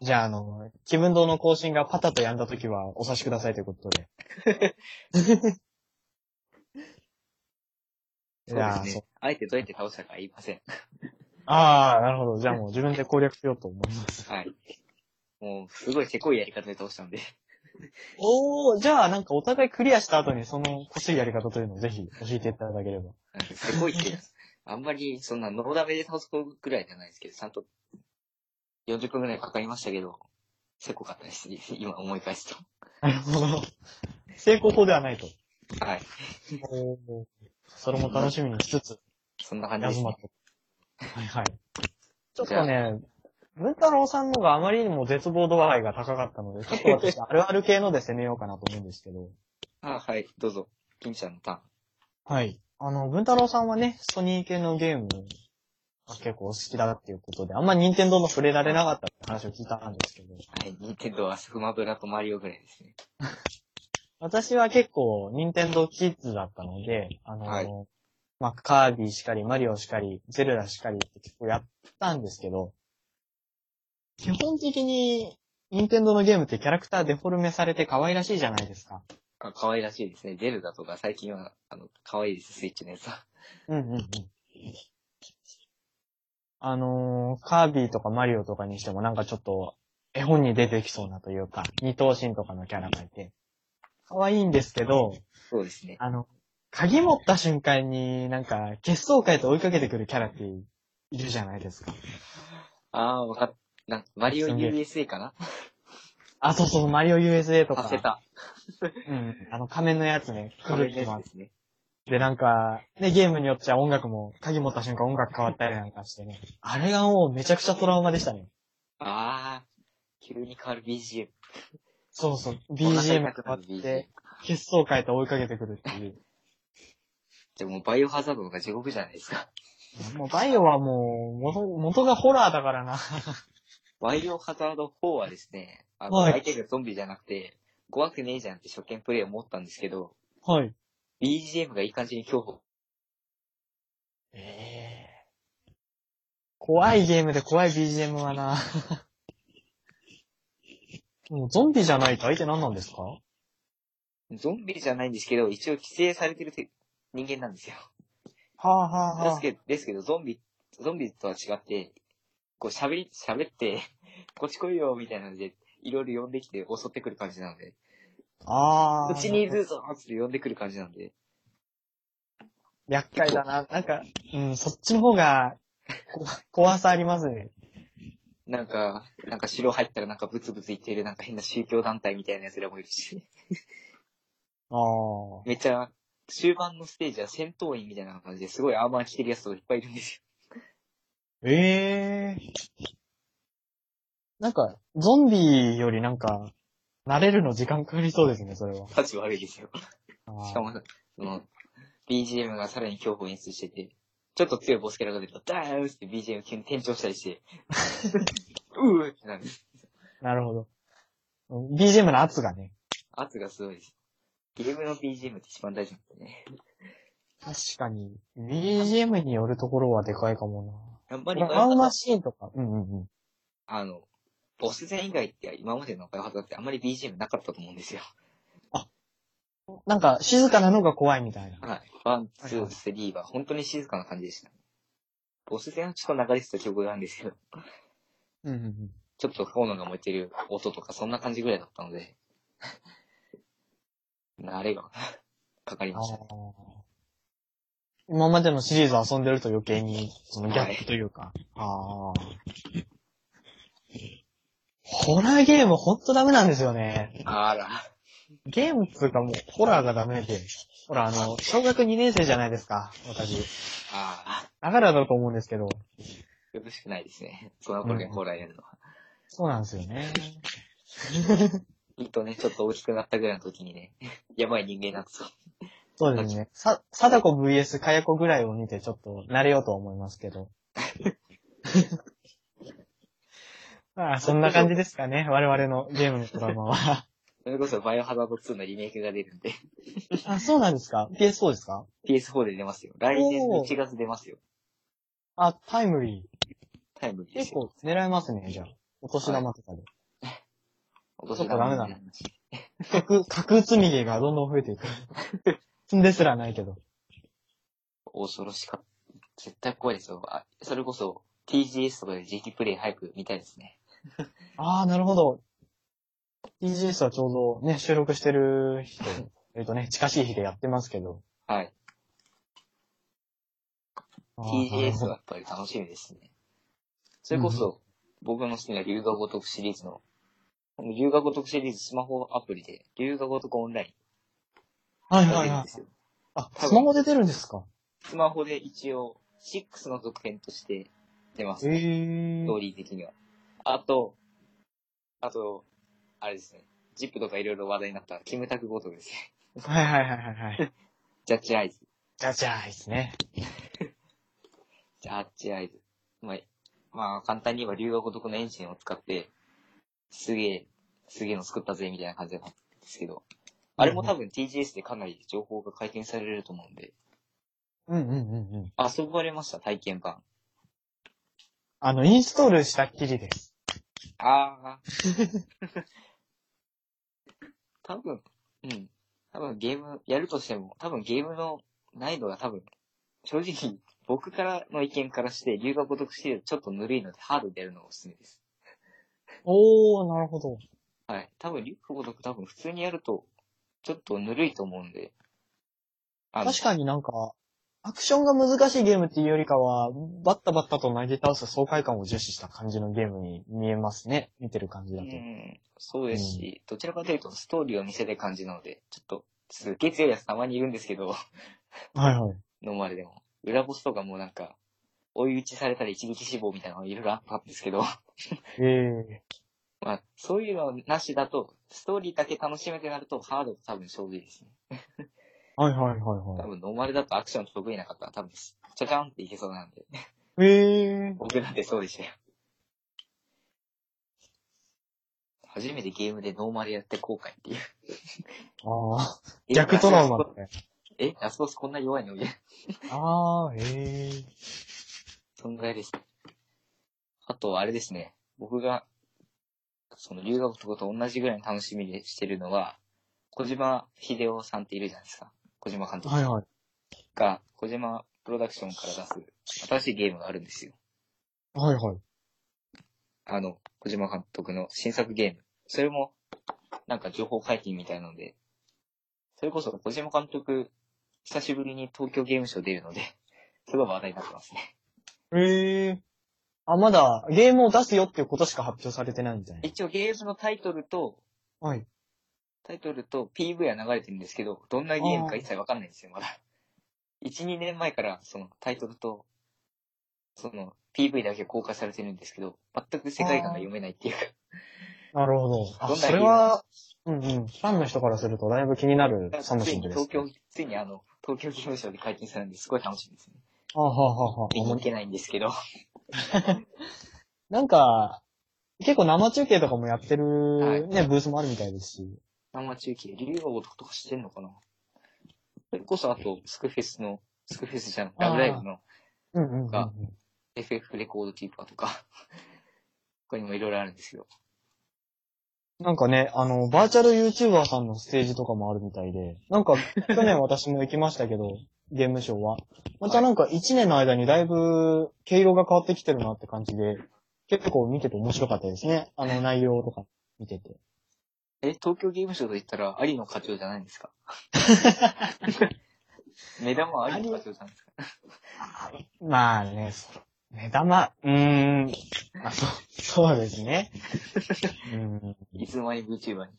Speaker 1: じゃあ、あの、気分堂の更新がパタとやんだときはお察しくださいということで。い
Speaker 2: そうで
Speaker 1: や ー、
Speaker 2: す
Speaker 1: そ
Speaker 2: ね
Speaker 1: う。。
Speaker 2: あえてどうやって倒したかは言いません。
Speaker 1: ああ、なるほど。じゃあもう自分で攻略しようと思います。
Speaker 2: はい。もう、すごいせこいやり方で倒したんで。
Speaker 1: おー、じゃあなんかお互いクリアした後にその欲しいやり方というのをぜひ教えていただければ。
Speaker 2: せこいって、あんまり、そんな、ノーダメで倒すぐらいじゃないですけど、ちゃんと、40分ぐらいかかりましたけど、せこかったです。今思い返す
Speaker 1: なるほど。成功法ではない と。
Speaker 2: と。はい。
Speaker 1: それも楽しみにしつつ、
Speaker 2: そんな感じ
Speaker 1: ヤ
Speaker 2: で
Speaker 1: ズ
Speaker 2: す、
Speaker 1: マ
Speaker 2: ね。
Speaker 1: と。はいはい。ちょっとね、文太郎さんのがあまりにも絶望度合いが高かったの で、ちょっと私、あるある系ので攻めようかなと思うんですけど。
Speaker 2: あ、はい。どうぞ。ピンちゃんのタ
Speaker 1: はい。あの、文太郎さんはね、ソニー系のゲームが結構お好きだっていうことで、あんま任天堂の触れられなかったって話を聞いたんですけど、
Speaker 2: ーン。はい。ニンテンドーはスフマブラとマリオぐらいですね。
Speaker 1: 私は結構任天堂キッズだったので、あの、
Speaker 2: はい
Speaker 1: まあ、カービィしかり、マリオしかり、ゼルダしかりって結構やったんですけど、基本的に任天堂のゲームってキャラクターデフォルメされて可愛らしいじゃないですか。
Speaker 2: あ、可愛らしいですね。ゼルダとか最近は、あの、可愛いです、スイッチのやつは。
Speaker 1: うんうんうん。あのー、カービィとかマリオとかにしてもなんかちょっと絵本に出てきそうなというか、二等身とかのキャラがいて、可愛いんですけど、
Speaker 2: そうですね。
Speaker 1: あの、鍵持った瞬間になんか、血相変えて追いかけてくるキャラっているじゃないですか。
Speaker 2: あー、わかっ、なんか、マリオ USA かな
Speaker 1: あ、そうそう、マリオ USA とか。
Speaker 2: させた。
Speaker 1: うん。あの、仮面のやつね、く
Speaker 2: これ
Speaker 1: るっ
Speaker 2: で
Speaker 1: てます
Speaker 2: すね。
Speaker 1: で、なんか、ね、ゲームによっちゃ音楽も、鍵持った瞬間音楽変わったりなんかしてね。あれがもうめちゃくちゃトラウマでしたね。
Speaker 2: あー、急に変わる BGM。
Speaker 1: そうそう、
Speaker 2: お腹
Speaker 1: BGM 変
Speaker 2: 痛
Speaker 1: わ
Speaker 2: くな
Speaker 1: っ
Speaker 2: る BGM
Speaker 1: て、血相変えて追いかけてくるっていう。
Speaker 2: じゃあもうバイオハザードが地獄じゃないですか。
Speaker 1: もうバイオはもう、元、元がホラーだからな。
Speaker 2: バイオハザード4はですね、あの、
Speaker 1: はい
Speaker 2: 相手がゾンビじゃなくて、怖くねえじゃんって初見プレイ思ったんですけど、
Speaker 1: はい。
Speaker 2: BGM がいい感じに恐怖。
Speaker 1: ええ怖いゲームで怖い BGM はな。 もうゾンビじゃないと相手何なんですか
Speaker 2: ゾンビじゃないんですけど、一応規制されてるて人間なんですよ。
Speaker 1: はあは
Speaker 2: ですけど、ですけどゾンビ、ゾンビとは違って、こう喋り、喋って、 こっち来いよ、みたいなので、いろいろ呼んできて襲ってくる感じなので、
Speaker 1: ああ
Speaker 2: こっちにい。るぞーって呼んでくる感じなんで、
Speaker 1: 厄介だな。なんか、うん、そっちの方が、こ怖さありますね。
Speaker 2: なんか、なんか城入ったらなんかブツブツ言ってるなんか変な宗教団体みたいな奴らもいるし、
Speaker 1: ああ。
Speaker 2: めっちゃ、終盤のステージは戦闘員みたいな感じですごいアーマー着てる奴とかいっぱいいるんです
Speaker 1: ええなんか、ゾンビよりなんか、慣れるの時間かかりそうですね、それは
Speaker 2: よ。。立ち悪いですよ。し
Speaker 1: あ
Speaker 2: かも、その、BGM がさらに恐怖を演出してて、ちょっと強いボスキャラが出ると、ダーンって BGM 急に転調したりして、うーってなる。
Speaker 1: ーなるほど。BGM の圧がね。
Speaker 2: 圧がすごいです。ゲームの BGM って一番大事なんでね。
Speaker 1: 確かに、BGM によるところはでかいかも
Speaker 2: やっ
Speaker 1: な。
Speaker 2: ぱり
Speaker 1: まあラウンマシーンとか。うんうんうん。
Speaker 2: あの、ボス戦以外って今までのバイオハザードってあんまり BGM なかったと思うんですよ。
Speaker 1: なんか、静かなのが怖いみたいな。
Speaker 2: はい。ワン、
Speaker 1: は
Speaker 2: ツ
Speaker 1: いはい
Speaker 2: ー、スリーは本当に静かな感じでした。ボス戦はちょっと流れてた曲があるんですけど、
Speaker 1: うんうんうん。
Speaker 2: ちょっと炎が燃えてる音とかそんな感じぐらいだったので、慣れがかかり
Speaker 1: あ
Speaker 2: ましたね。
Speaker 1: ー今までのシリーズ遊んでると余計に、そのギャップというか。ああ。ホラーゲームほんとダメなんですよね。
Speaker 2: あら、
Speaker 1: ゲームっつうかもうホラーがダメで。ほら、あの、小学2年生じゃないですか、私。
Speaker 2: ああ、
Speaker 1: だからだと思うんですけど。
Speaker 2: よろしくないですね。その頃にホラーやるのは。
Speaker 1: そうなんですよね。
Speaker 2: とね、ちょっと大きくなったぐらいの時にね、やばい人間になってた。
Speaker 1: そうですね。さ、貞子 VS かやこぐらいを見てちょっと慣れようと思いますけ ど。まあ、そんな感じですかね。我々のゲームのドラマは。
Speaker 2: それこそバイオハザード2のリメイクが出るんで、
Speaker 1: あ、そうなんですか ?PS4 ですか
Speaker 2: PS4 で出ますよ。来年の1月出ますよ。
Speaker 1: あ、タイムリ
Speaker 2: タイムリ
Speaker 1: ー。
Speaker 2: ーです
Speaker 1: 結
Speaker 2: よ。
Speaker 1: 構狙えますね、じゃあ。お年玉とかで。
Speaker 2: お年玉みたいな話
Speaker 1: 核、核積み毛がどんどん増えていく。積んですらないけど。
Speaker 2: 恐ろしかった。絶対怖いですよ。あそれこそ TGS とかで GT プレイ早く見たいですね。
Speaker 1: ああ、なるほど。EGS はちょうどね、収録してる人、えっとね、近しい日でやってますけど。
Speaker 2: はい。
Speaker 1: あー
Speaker 2: TGS はやっぱり楽しみですね。それこそ、僕の好きな龍河如くシリーズの、この龍河如くシリーズスマホアプリで、龍河如くオンライ
Speaker 1: はい
Speaker 2: ンが
Speaker 1: はい
Speaker 2: 出るん
Speaker 1: は
Speaker 2: で
Speaker 1: い。
Speaker 2: すよ。
Speaker 1: あ、
Speaker 2: 多分
Speaker 1: スマホで出るんですか
Speaker 2: スマホで一応、6の続編として出ます、
Speaker 1: え
Speaker 2: ね。
Speaker 1: え
Speaker 2: ストーリー的には。あと、あと、あれですね。ジップとかいろいろ話題になった、キムタクごとくですね。
Speaker 1: はいはいはいはいはい。
Speaker 2: ジャッジアイズ。
Speaker 1: じゃじゃあ、いいですね。
Speaker 2: ジャッジアイズ。まあ、まあ、簡単に言えば、留学独のエンジンを使って、すげえ、すげえの作ったぜ、みたいな感じだったんですけど、あれも多分 TGS でかなり情報が解禁されると思うんで、
Speaker 1: うんうんうんうん。
Speaker 2: 遊ばれました、体験版。
Speaker 1: あの、インストールしたっきりです。
Speaker 2: あー。 多分、うん。多分ゲーム、やるとしても、多分ゲームの難易度が多分、正直、僕からの意見からして、留学独シリーズちょっとぬるいので、ハードでやるのがおすすめです。
Speaker 1: おー、なるほど。
Speaker 2: はい。多分、リュックごとく多分普通にやると、ちょっとぬるいと思うんで。あの
Speaker 1: 確かになんか、アクションが難しいゲームっていうよりかは、バッタバッタと投げ倒す爽快感を重視した感じのゲームに見えますね。見てる感じだ
Speaker 2: う
Speaker 1: と。
Speaker 2: ん、そうですし、どちらかというとストーリーを見せたい感じなので、ちょっと、すっげえ強いやつたまにいるんですけど、
Speaker 1: はいはい。
Speaker 2: ノーマルでも。裏ボスとかもうなんか、追い打ちされたら一撃死亡みたいなのがいろいろあったんですけど、
Speaker 1: え え
Speaker 2: まあ、そういうのなしだと、ストーリーだけ楽しめてなると、ハードと多分勝負ですね。
Speaker 1: はいはいはい
Speaker 2: 多
Speaker 1: は
Speaker 2: 分、ノーマルだとアクション得意な方は多分、ちゃちゃんっていけそうなんで、
Speaker 1: い。ええ
Speaker 2: 僕なんてそうでしたよ。初めてゲームでノーマルやって後悔っていう。
Speaker 1: ああ、逆トラウマだね。
Speaker 2: え、ラスボスこんな弱いのみたいな。
Speaker 1: ああ、ええ
Speaker 2: そんぐらいです。あと、あれですね。僕が、その、留学とこと同じぐらいの楽しみにしてるのは、小島秀夫さんっているじゃないですか。小島監督
Speaker 1: はいはい。
Speaker 2: が、小島プロダクションから出す新しいゲームがあるんですよ。
Speaker 1: はいはい。
Speaker 2: あの、小島監督の新作ゲーム。それも、なんか情報解禁みたいなので、それこそ小島監督、久しぶりに東京ゲームショウ出るので、 すごい話題になってますね。
Speaker 1: ええあ、まだゲームを出すよっていうことしか発表されてないみたいな。
Speaker 2: 一応ゲームのタイトルと、
Speaker 1: はい。
Speaker 2: タイトルと PV は流れてるんですけど、どんなゲームか一切わかんないんですよ、まだ。1、2年前からそのタイトルと、その PV だけ公開されてるんですけど、全く世界観が読めないっていうか、
Speaker 1: なるほど。あ、
Speaker 2: どんな
Speaker 1: そ
Speaker 2: ゲー
Speaker 1: れ
Speaker 2: ム
Speaker 1: は、うんうん。ファンの人からするとだいぶ気になる
Speaker 2: だか
Speaker 1: サ
Speaker 2: ら
Speaker 1: ム
Speaker 2: つ
Speaker 1: シ
Speaker 2: い
Speaker 1: ン
Speaker 2: に
Speaker 1: グです、
Speaker 2: 東京、ついにあの、東京ゲームショウで解禁されるんですごい楽しみですね。
Speaker 1: あはあはあはあ。
Speaker 2: 見に行けないんですけど、
Speaker 1: なんか、結構生中継とかもやって
Speaker 2: はい
Speaker 1: る、ね、ブースもあるみたいですし。
Speaker 2: 生中継、竜王とかとかしてんのかなそれこそあと、スクフェスの、スクフェスじゃん、ラブライブの
Speaker 1: うんうんうんうん。
Speaker 2: あ FF レコードキーパーとか、他にもいろいろあるんですけど、
Speaker 1: なんかね、あの、バーチャル YouTuber さんのステージとかもあるみたいで、なんか、去年私も行きましたけど、 ゲームショーは。またなんか1年の間にだいぶ、毛色が変わってきてるなって感じで、結構見てて面白かったですね。あの内容とか見てて。
Speaker 2: え、東京ゲームショウと言ったら、有野課長じゃないんです か目玉は有野課長じゃないですか
Speaker 1: まあね、そう目玉、うーん、まあ そう、そうですね。 うん。
Speaker 2: いつの間に VTuber に。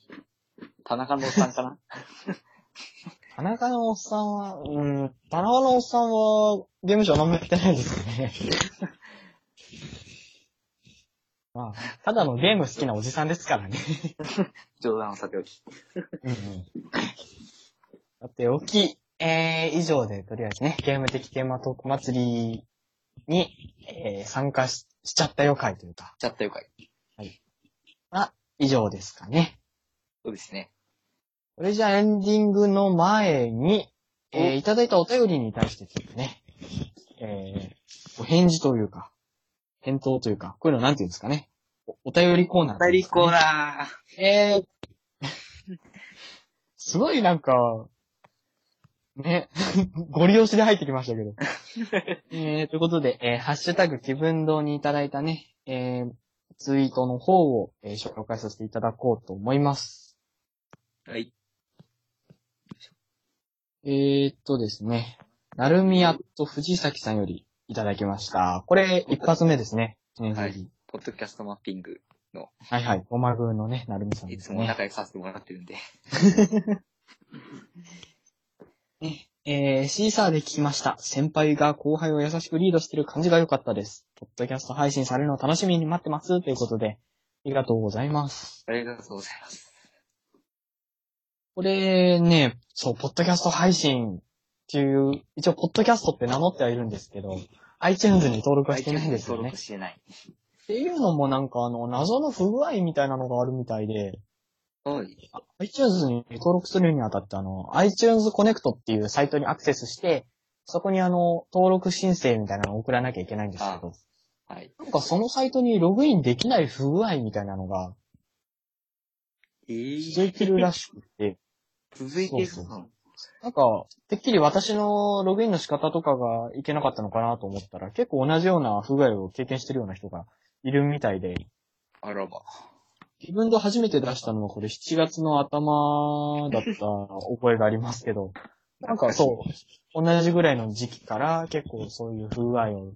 Speaker 2: 田中のおっさんかな
Speaker 1: 田中のおっさんは、うん、田中のおっさんは、ゲームショーあんまやってないですね。まあ、ただのゲーム好きなおじさんですからね。
Speaker 2: 冗談をさておき。
Speaker 1: だって、おき、えー、以上で、とりあえずね、ゲーム的テーマトーク祭りに、えー、参加ししちゃったよ会というか、
Speaker 2: チャットよかい。
Speaker 1: 以上ですかね。
Speaker 2: そうですね。
Speaker 1: それじゃあエンディングの前に、えー、いただいたお便りに対してちょっとね、えー、お返事というか、返答というか、こういうのなんていうんですかね。おお便りコーナー、
Speaker 2: 最高だ
Speaker 1: えー、すごいなんか、ね、 ご利用しで入ってきましたけ ど。えー、ということで、えー、ハッシュタグ気分堂にいただいたね、えー、ツイートの方を、えー紹介させていただこうと思います。
Speaker 2: はい。
Speaker 1: えー、っとですね、なるみやと藤崎さんよりいただきました。これ、一発目ですね。記念すべき
Speaker 2: ポッドキャストマッピング、
Speaker 1: はいはい。おまぐのね、なるみさん
Speaker 2: い
Speaker 1: で
Speaker 2: つ
Speaker 1: す
Speaker 2: も
Speaker 1: ね。
Speaker 2: 仲良くさせてもらってるんで。
Speaker 1: えー、シーサーで聞きました。先輩が後輩を優しくリードしてる感じが良かったです。ポッドキャスト配信されるのを楽しみに待ってます。ということで、ありがとうございます。
Speaker 2: ありがとうございます。
Speaker 1: これね、そう、ポッドキャスト配信っていう、一応、ポッドキャストって名乗ってはいるんですけど、iTunes に登録はしてないんですよ
Speaker 2: 登
Speaker 1: ね
Speaker 2: 録。してない。
Speaker 1: っていうのもなんかあの、謎の不具合みたいなのがあるみたいで、
Speaker 2: はい。
Speaker 1: あ iTunes に登録するにあたってあの、iTunes Connect っていうサイトにアクセスして、そこにあの、登録申請みたいなのを送らなきゃいけないんですけど、
Speaker 2: はい。
Speaker 1: なんかそのサイトにログインできない不具合みたいなのが
Speaker 2: ええ
Speaker 1: 続いてるらしくて、
Speaker 2: 続いてる
Speaker 1: そうそ
Speaker 2: の
Speaker 1: なんか、てっきり私のログインの仕方とかがいけなかったのかなと思ったら、結構同じような不具合を経験してるような人がいるみたいで、
Speaker 2: あらば。
Speaker 1: 自分で初めて出したのはこれ7月の頭だった覚えがありますけど、なんかそう、同じぐらいの時期から結構そういう風合いを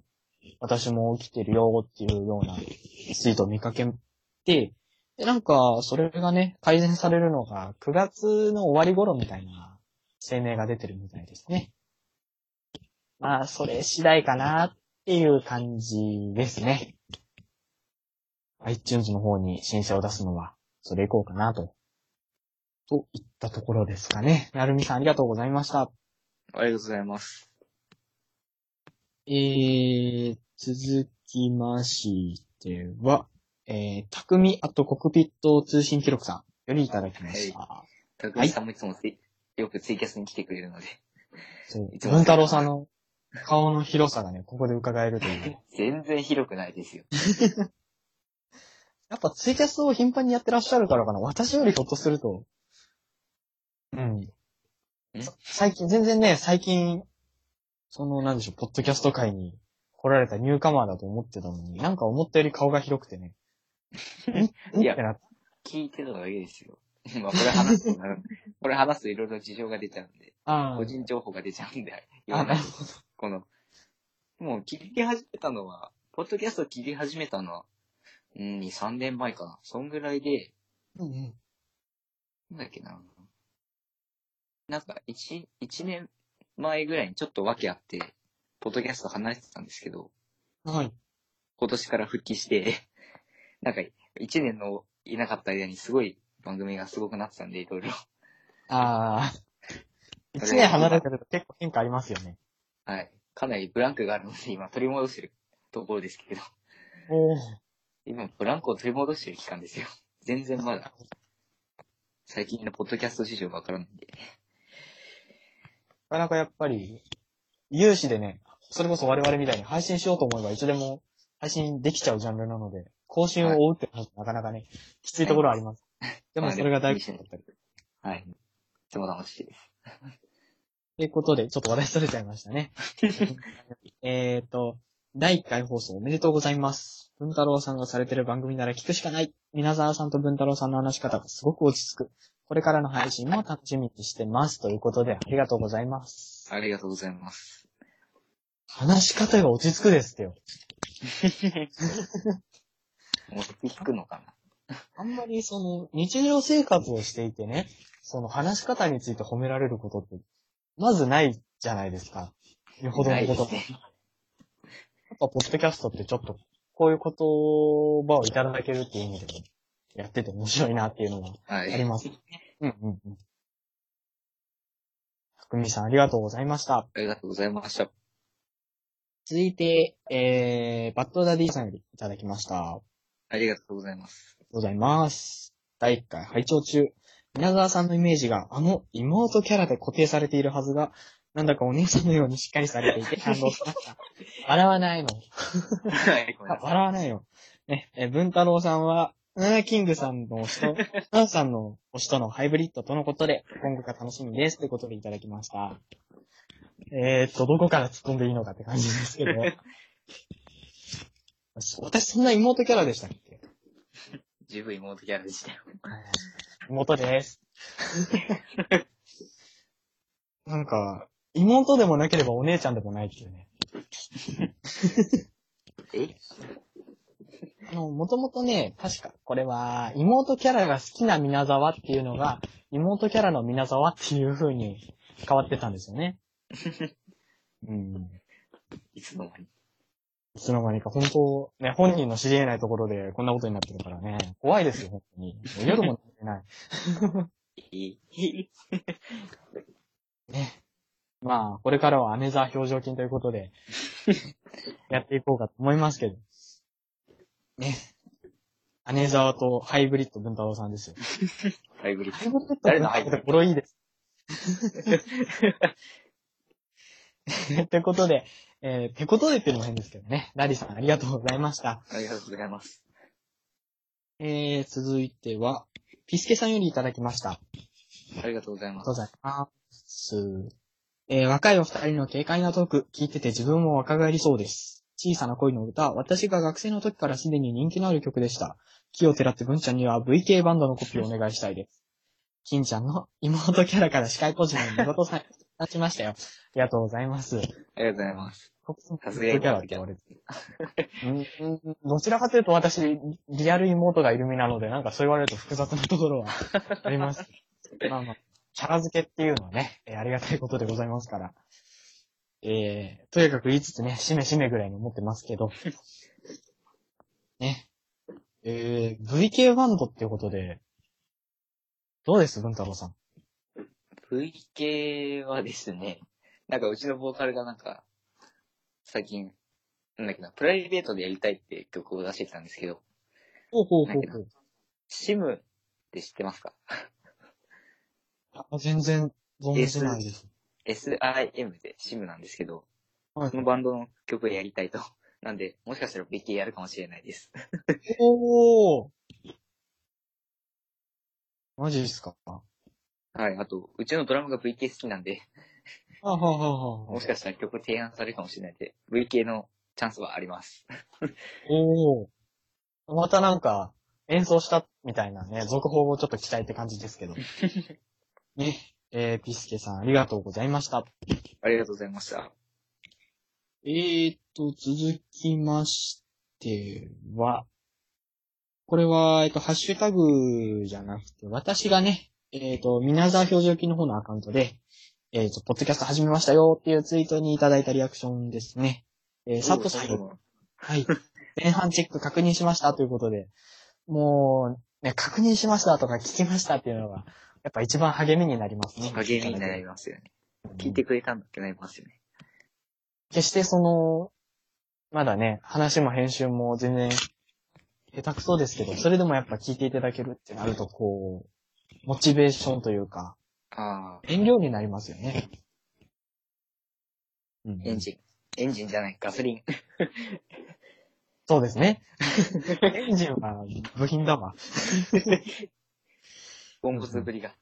Speaker 1: 私も起きてるよっていうようなツイートを見かけて、で、なんかそれがね、改善されるのが9月の終わり頃みたいな声明が出てるみたいですね。まあ、それ次第かなっていう感じですね。iTunes の方に申請を出すのは、それ以降かなと。といったところですかね。なるみさんありがとうございました。
Speaker 2: ありがとうございます。
Speaker 1: えー、続きましては、えー、たくみあとコクピット通信記録さんよりいただきました。
Speaker 2: たくみさんもいつもついよくツイキャスに来てくれるので、
Speaker 1: そう
Speaker 2: いつも
Speaker 1: 文太郎さんの顔の広さがね、ここで伺えるという。
Speaker 2: 全然広くないですよ。
Speaker 1: やっぱツイキャスを頻繁にやってらっしゃるからかな。私よりひょっとすると。うん。さ最近、全然ね、最近、その、なんでしょう、ポッドキャスト界に来られたニューカマーだと思ってたのに、なんか思ったより顔が広くてね。ん
Speaker 2: いや
Speaker 1: ってなっ
Speaker 2: 聞いてただけですよ。 まあ、これ話すとなる。 これ話すといろいろ事情が出ちゃうんで、
Speaker 1: あ
Speaker 2: 個人情報が出ちゃうんで、言
Speaker 1: あ、
Speaker 2: わ
Speaker 1: な
Speaker 2: ない
Speaker 1: る
Speaker 2: と
Speaker 1: ほど。
Speaker 2: この、もう聞き始めたのは、ポッドキャスト聞き始めたのは、うん、2、3年前かな。そんぐらいで、
Speaker 1: うんうん
Speaker 2: なんだっけな。なんか、1、一年前ぐらいにちょっと訳あって、ポッドキャスト離れてたんですけど、
Speaker 1: はい。
Speaker 2: 今年から復帰して、 なんか、1年のいなかった間にすごい番組がすごくなってたんで、いろいろ。
Speaker 1: ああ。
Speaker 2: それ
Speaker 1: 一年離れてると結構変化ありますよね。
Speaker 2: はい。かなりブランクがあるので、今取り戻してるところですけれど、
Speaker 1: おー
Speaker 2: 今ブランクを取り戻してる期間ですよ。 全然まだ、最近のポッドキャスト事情がわからないんで。
Speaker 1: なかなかやっぱり、有志でね、それこそ我々みたいに配信しようと思えばいつでも配信できちゃうジャンルなので、更新を追うってのはなかなかね、きついところはあります。でもそれが大事
Speaker 2: 事だったり。はい。とても楽しいです。
Speaker 1: ということで、ちょっと話題逸れちゃいました ね。えっと、第1回放送おめでとうございます。文太郎さんがされてる番組なら聞くしかない。皆沢さんと文太郎さんの話し方がすごく落ち着く。これからの配信も楽しみにしてます。ということで、ありがとうございます。
Speaker 2: ありがとうございます。
Speaker 1: 話し方が落ち着くですってよ。
Speaker 2: もう引くのか
Speaker 1: あんまりその、日常生活をしていてね、その話し方について褒められることって、まずないじゃないですか。よ
Speaker 2: な
Speaker 1: ほど
Speaker 2: な
Speaker 1: の
Speaker 2: い
Speaker 1: こ
Speaker 2: で
Speaker 1: と。
Speaker 2: すね。
Speaker 1: やっぱ、ポッドキャストってちょっと、こういう言葉をいただけるっていう意味でも、やってて面白いなっていうのが
Speaker 2: は
Speaker 1: あります。うんうんうん。たくみさんありがとうございました。
Speaker 2: ありがとうございました。
Speaker 1: 続いて、えー、バッドダディさんよりいただきました。
Speaker 2: ありがとうござい ます。
Speaker 1: ありがとうございます。第1回拝聴中。皆沢さんのイメージがあの妹キャラで固定されているはずが、なんだかお姉さんのようにしっかりされていて感動しました。笑わないの。
Speaker 2: はい、ごめんなさい。
Speaker 1: 笑わないよ。ね、え、文太郎さんは、ナナキングさんの推しと、ナナさんの推しとのハイブリッドとのことで、今後が楽しみですということでいただきました。えーっと、どこから突っ込んでいいのかって感じですけど。私そんな妹キャラでしたっけ
Speaker 2: 自分妹キャラでしたよ。
Speaker 1: 妹です。 なんか、妹でもなければお姉ちゃんでもないっていうね。
Speaker 2: え
Speaker 1: あの、もともとね、確か、これは、妹キャラが好きな皆沢っていうのが、妹キャラの皆沢っていう風に変わってたんですよ ね。うん。
Speaker 2: いつの間に。
Speaker 1: いつの間にか、本当ね、本人の知り得ないところでこんなことになってるからね、怖いですよ、本当に。もう夜も寝てない。
Speaker 2: え
Speaker 1: ね。まあ、これからはアネザー表情筋ということ で、やっていこうかと思いますけど。ね。アネザーとハイブリッド文太郎さんですよ。
Speaker 2: ハイブリ
Speaker 1: ハ
Speaker 2: ッ
Speaker 1: イブリッド
Speaker 2: 誰のハイブリッド
Speaker 1: ボロいいです。 ということで、えー、てことでっていうのも変ですけどね。ラリさんありがとうございました。
Speaker 2: ド。ありがとうございます。
Speaker 1: えー、続いては、ピスケさんよりいただきました。
Speaker 2: ありがとうござい
Speaker 1: ありが
Speaker 2: ま
Speaker 1: とう
Speaker 2: す。
Speaker 1: ございます。えー若いお二人の軽快なトーク、聞いてて自分も若返りそうです。小さな恋の歌、私が学生の時からすでに人気のある曲でした。木をてらって文ちゃんには VK バンドのコピーをお願いしたいです。金ちゃんの妹キャラから司会個人の見事さん、立ちましたよ。ありがとうございます。
Speaker 2: ありがとうございます。
Speaker 1: さ
Speaker 2: さすがに
Speaker 1: キャラって言われてる。うんうんどちらかというと私、リアル妹がいる身なので、なんかそう言われると複雑なところはあります。まあまあ、キャラ付けっていうのはね、えーありがたいことでございますから。えー、とにかく言いつつね、しめしめぐらいに思ってますけど。ね。えー、VK バンドっていうことで、どうです文太郎さん。
Speaker 2: VK はですね、なんかうちのボーカルがなんか、最近、なんだっけな、プライベートでやりたいって曲を出してきたんですけど、
Speaker 1: ほうほう
Speaker 2: ほうほシムって知ってますか
Speaker 1: あ全然、存じないです。
Speaker 2: ?SIM でシムなんですけど、
Speaker 1: はい
Speaker 2: このバンドの曲をやりたいと。なんで、もしかしたら VK やるかもしれないです。
Speaker 1: おー。マジですかは
Speaker 2: はい、あと、うちのドラムが VK 好きなんで、
Speaker 1: あ、はあはあは
Speaker 2: もしかしたら曲提案されるかもしれないんで、VK のチャンスはあります。
Speaker 1: おー。またなんか、演奏したみたいなね、続報をちょっと期待って感じです けど。ね、えー、ピスケさんありがとうございました。
Speaker 2: ありがとうございました。
Speaker 1: えーっと、続きましては、これは、えっと、ハッシュタグじゃなくて、私がね、えーっと、皆沢表情筋の方のアカウントで、えーっと、ポッドキャスト始めましたよっていうツイートにいただいたリアクションですね。えー、佐藤さんよりはい。前半チェック確認しましたということで、もう、ね、確認しましたとか聞きましたっていうのが、やっぱ一番励みになりますね。
Speaker 2: 励みになりますよね。
Speaker 1: うん
Speaker 2: 聞いてくれたんだってなりますよね。
Speaker 1: 決してその、まだね、話も編集も全然下手くそですけど、それでもやっぱ聞いていただけるってなると、こう、モチベーションというか、
Speaker 2: ああ、
Speaker 1: 遠慮になりますよね。うん
Speaker 2: エンジン。エンジンじゃない、ガソリン。
Speaker 1: そうです ね。エンジンは部品だわ。
Speaker 2: ボンボスぶりが。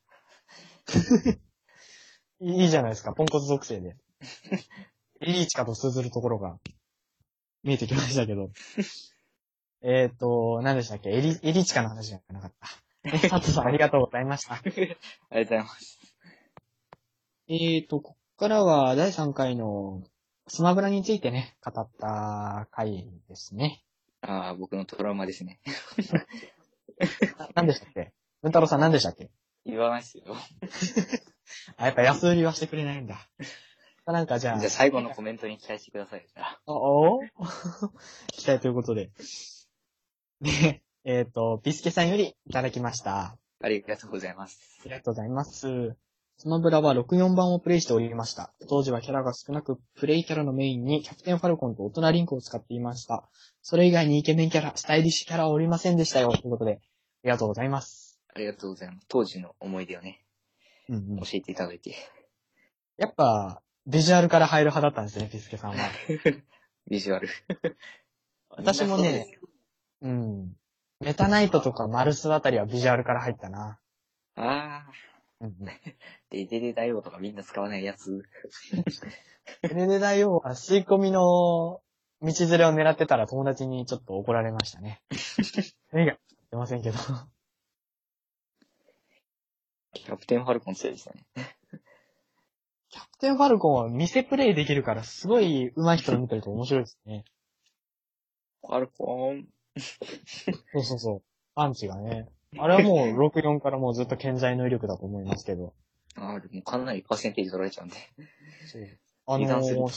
Speaker 1: いいじゃないですか、ポンコツ属性 で。リーチカと通ずるところが見えてきましたけど。えっと、何でしたっけエリ、エリチカの話じゃなか った。え佐藤さんありがとうございました。
Speaker 2: ありがとうございます。
Speaker 1: えーと、こっからは第3回のスマブラについてね、語った回ですね。
Speaker 2: ああ、僕のトラウマですね。
Speaker 1: な何でしたっけ文太郎さん何でしたっけ
Speaker 2: 言わないっすよ。
Speaker 1: あ、やっぱ安売りはしてくれないんだ。あなんかじゃあ
Speaker 2: じゃあ、最後のコメントに期待してください。じゃあ
Speaker 1: おお 期待ということで。で、えっ、と、ビスケさんよりいただきました。
Speaker 2: ありがとうございます
Speaker 1: あ。りがとうございます。スマブラは64版をプレイしておりました。当時はキャラが少なく、プレイキャラのメインにキャプテンファルコンと大人リンクを使っていました。それ以外にイケメンキャラ、スタイリッシュキャラはおりませんでしたよ。ということで、ありがとうございます。
Speaker 2: ありがとうございます。当時の思い出をね、
Speaker 1: うんうん
Speaker 2: 教、えていただいて。
Speaker 1: やっぱ、ビジュアルから入る派だったんですね、ピスケさんは。
Speaker 2: ビジュアル。
Speaker 1: 私もね、うん。メタナイトとかマルスあたりはビジュアルから入ったな。
Speaker 2: ああ、
Speaker 1: うんうん。
Speaker 2: デデデ大王とかみんな使わないやつ。
Speaker 1: エレレ大王は吸い込みの道連れを狙ってたら友達にちょっと怒られました ね。何が言ってませんけど。
Speaker 2: キャプテンファルコン強いでしたね。
Speaker 1: キャプテンファルコンは見せプレイできるからすごい上手い人を見てると面白いですね。
Speaker 2: ファルコン。
Speaker 1: そうそうそう。パンチがね。あれはもう64からもうずっと健在の威力だと思いますけど。
Speaker 2: ああ、でもかなりパーセンテージ取られちゃうんで。
Speaker 1: あの
Speaker 2: 油断する
Speaker 1: ー、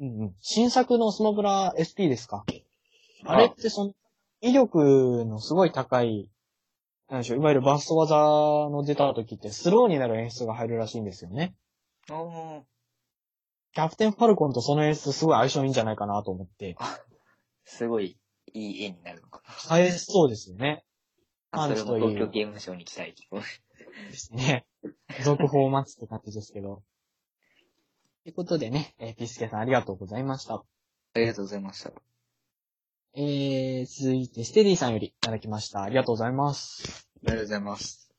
Speaker 1: うんうん、新作のスマブラ SP ですかあれってその、威力のすごい高い、なんでしょう、いわゆるバースト技の出た時ってスローになる演出が入るらしいんですよね。
Speaker 2: ああ、
Speaker 1: キャプテンファルコンとその演出すごい相性いいんじゃないかなと思って、
Speaker 2: すごいいい絵になるのかな。
Speaker 1: 変えそうですよね。
Speaker 2: あ、
Speaker 1: あ
Speaker 2: それも東
Speaker 1: そう
Speaker 2: 京
Speaker 1: いう
Speaker 2: ゲームショウに期待。
Speaker 1: ですね。 続報を待つって感じですけど。ということでね、えーピスケさんありがとうございました。
Speaker 2: ありがとうございました。あ
Speaker 1: えー、続いて、ステディさんよりいただきました。ありがとうございます。
Speaker 2: りがとうございます。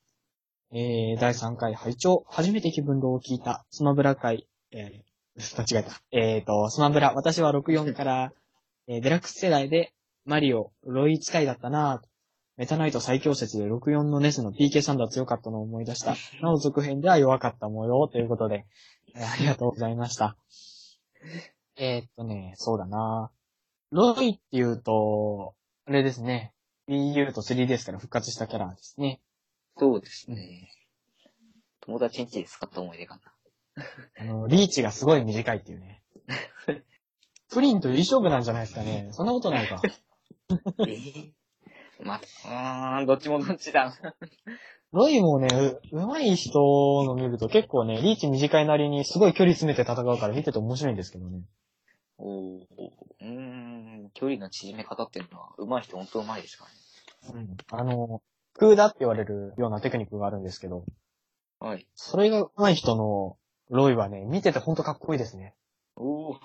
Speaker 1: えー、第3回拝聴初めて気分堂を聞いた、スマブラ会、えー、 間違えた。えーと、スマブラ、私は64から、えーデラックス世代で、マリオ、ロイ使いだったなぁメタナイト最強説で64のネスの PK サンダー強かったのを思い出した。なお続編では弱かった模様ということで、えーありがとうございました。えー、っとね、そうだなぁロイって言うと、あれですね。Wii U と 3DS から復活したキャラですね。
Speaker 2: そうですね。友達ん家で使った思い出か
Speaker 1: あの、リーチがすごい短いっていう ね。プリンといい勝負なんじゃないですかね。そんなことないか。
Speaker 2: な。え えまあ、うーん、どっちもどっちだ。
Speaker 1: ロイもね、う、うまい人の見ると結構ね、リーチ短いなりにすごい距離詰めて戦うから見てて面白いんですけどね。
Speaker 2: おーうーん、距離の縮め方っていうのは、上手い人本当上手いですからね。
Speaker 1: うん。あの、空だって言われるようなテクニックがあるんですけど、
Speaker 2: はい。
Speaker 1: それがうまい人のロイはね、見ててほんとかっこいいですね。
Speaker 2: おー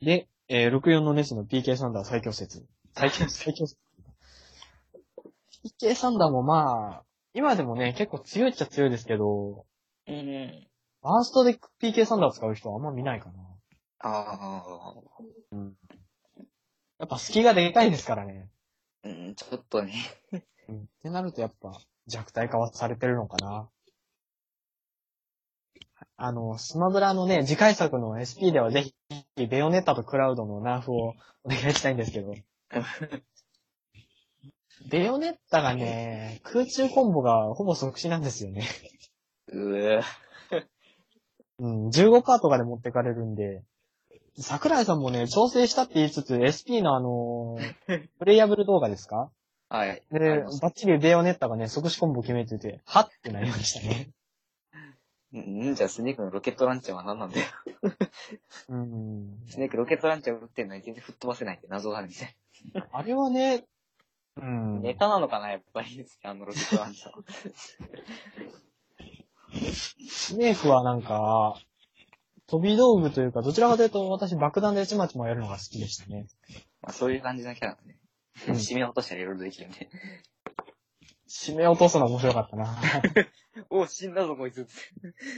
Speaker 1: で、えー、64のネスの PK サンダー最強説。最強、最強説。PK サンダーもまあ、今でもね、結構強いっちゃ強いですけど、
Speaker 2: うん。
Speaker 1: バーストで PK サンダー使う人はあんま見ないかな。
Speaker 2: ああ、
Speaker 1: やっぱ隙がでかいですからね。
Speaker 2: うん、ちょっとね。
Speaker 1: うん。ってなるとやっぱ弱体化はされてるのかな。あの、スマブラのね、次回作の SP ではぜひ、ベヨネッタとクラウドのナーフをお願いしたいんですけど。ベヨネッタがね、空中コンボがほぼ即死なんですよね。
Speaker 2: うー
Speaker 1: うん、15%とかで持ってかれるんで、桜井さんもね、調整したって言いつつ、SP のあのープレイヤブル動画ですか
Speaker 2: はい。
Speaker 1: で、
Speaker 2: あり
Speaker 1: バ
Speaker 2: ます
Speaker 1: ッチリベヨネッタがね、即死コンボ決めてて、はっってなりましたね。
Speaker 2: うん、じゃあスネークのロケットランチャーは何な んだよ。
Speaker 1: うん。
Speaker 2: スネークロケットランチャー撃ってんのに全然吹っ飛ばせないって謎があるみたい
Speaker 1: あれはね、うん。
Speaker 2: な。ネタなのかな、やっぱり。あのロケットラン チャーは。
Speaker 1: スネークはなんか、飛び道具というか、どちらかというと私爆弾でちまちまやるのが好きでしたね。
Speaker 2: まあそういう感じのキャラだね。
Speaker 1: うん
Speaker 2: 締め落としたらいろいろできるんで。
Speaker 1: 締め落とすの面白かったな。
Speaker 2: お、死んだぞこいつ。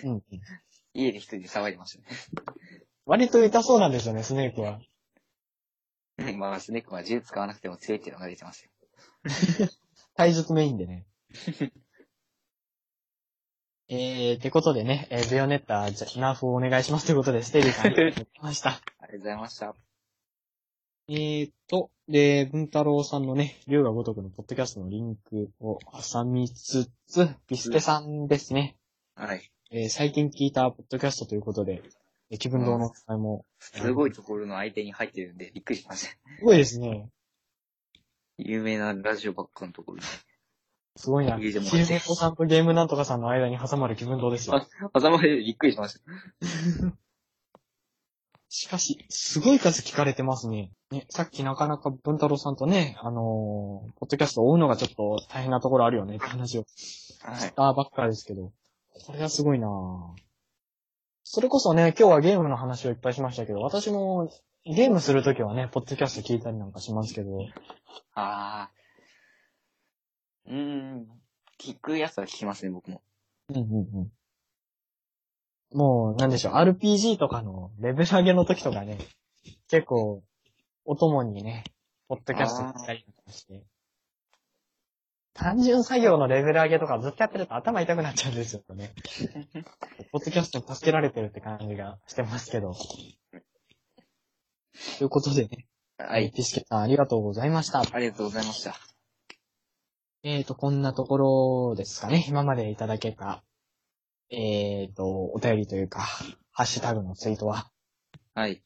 Speaker 1: うん。
Speaker 2: 家で一人で騒いでまし
Speaker 1: 割と痛そうなんですよね、スネークは。
Speaker 2: たね。 まあスネークは銃使わなくても強いっていうのが出 てますよ。
Speaker 1: 体術メインでね。えー、ってことでね、えー、ベヨネッタ、じゃ、ナーフをお願いしますということで、ステージさんにいただきました。
Speaker 2: ありがとうございました。
Speaker 1: えーと、で、文太郎さんのね、龍が如くのポッドキャストのリンクを挟みつつ、ビスケさんですね。
Speaker 2: はい。
Speaker 1: えー最近聞いたポッドキャストということで、気分堂の使いも。
Speaker 2: すごいところの相手に入ってるんで、びっくりしました。
Speaker 1: すごいですね。
Speaker 2: 有名なラジオばっかのところに。
Speaker 1: すごいな。
Speaker 2: い
Speaker 1: シ
Speaker 2: いじゃん
Speaker 1: ルネコさんとゲームなんとかさんの間に挟まる気分堂ですよ。
Speaker 2: 頭までびっくりしました。
Speaker 1: しかし、すごい数聞かれてますね。ね、さっきなかなか文太郎さんとね、あのーポッドキャストを追うのがちょっと大変なところあるよねって話を
Speaker 2: は
Speaker 1: し
Speaker 2: い。
Speaker 1: たばっかですけど、これはすごいなぁそれこそね、今日はゲームの話をいっぱいしましたけど、私もゲームするときはね、ポッドキャスト聞いたりなんかしますけど、
Speaker 2: あー。うーん。聞くやつは聞きますね、僕も。
Speaker 1: うんうんうん。もう、なんでしょう、RPG とかのレベル上げの時とかね、結構、お供にね、ポッドキャスト聞いたりとかして、単純作業のレベル上げとかずっとやってると頭痛くなっちゃうんですよね。ポッドキャストに助けられてるって感じがしてますけど。ということでね、
Speaker 2: は
Speaker 1: えー
Speaker 2: い。
Speaker 1: ピスケさんありがとうございました。
Speaker 2: ありがとうございました。
Speaker 1: えーと、こんなところですかね。今までいただけた、えーと、お便りというか、ハッシュタグのツイートは。
Speaker 2: はい。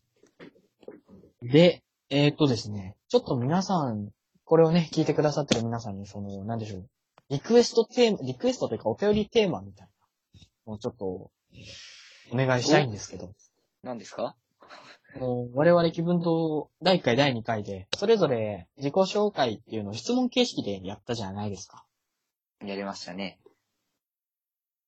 Speaker 1: で、えーとですね、ちょっと皆さん、これをね、聞いてくださってる皆さんに、その、なんでしょう、リクエストテーマ、リクエストというかお便りテーマみたいな、をちょっと、お願いしたいんですけど、
Speaker 2: 何ですか
Speaker 1: もう我々気分と第1回第2回で、それぞれ自己紹介っていうのを質問形式でやったじゃないですか。
Speaker 2: やりましたね。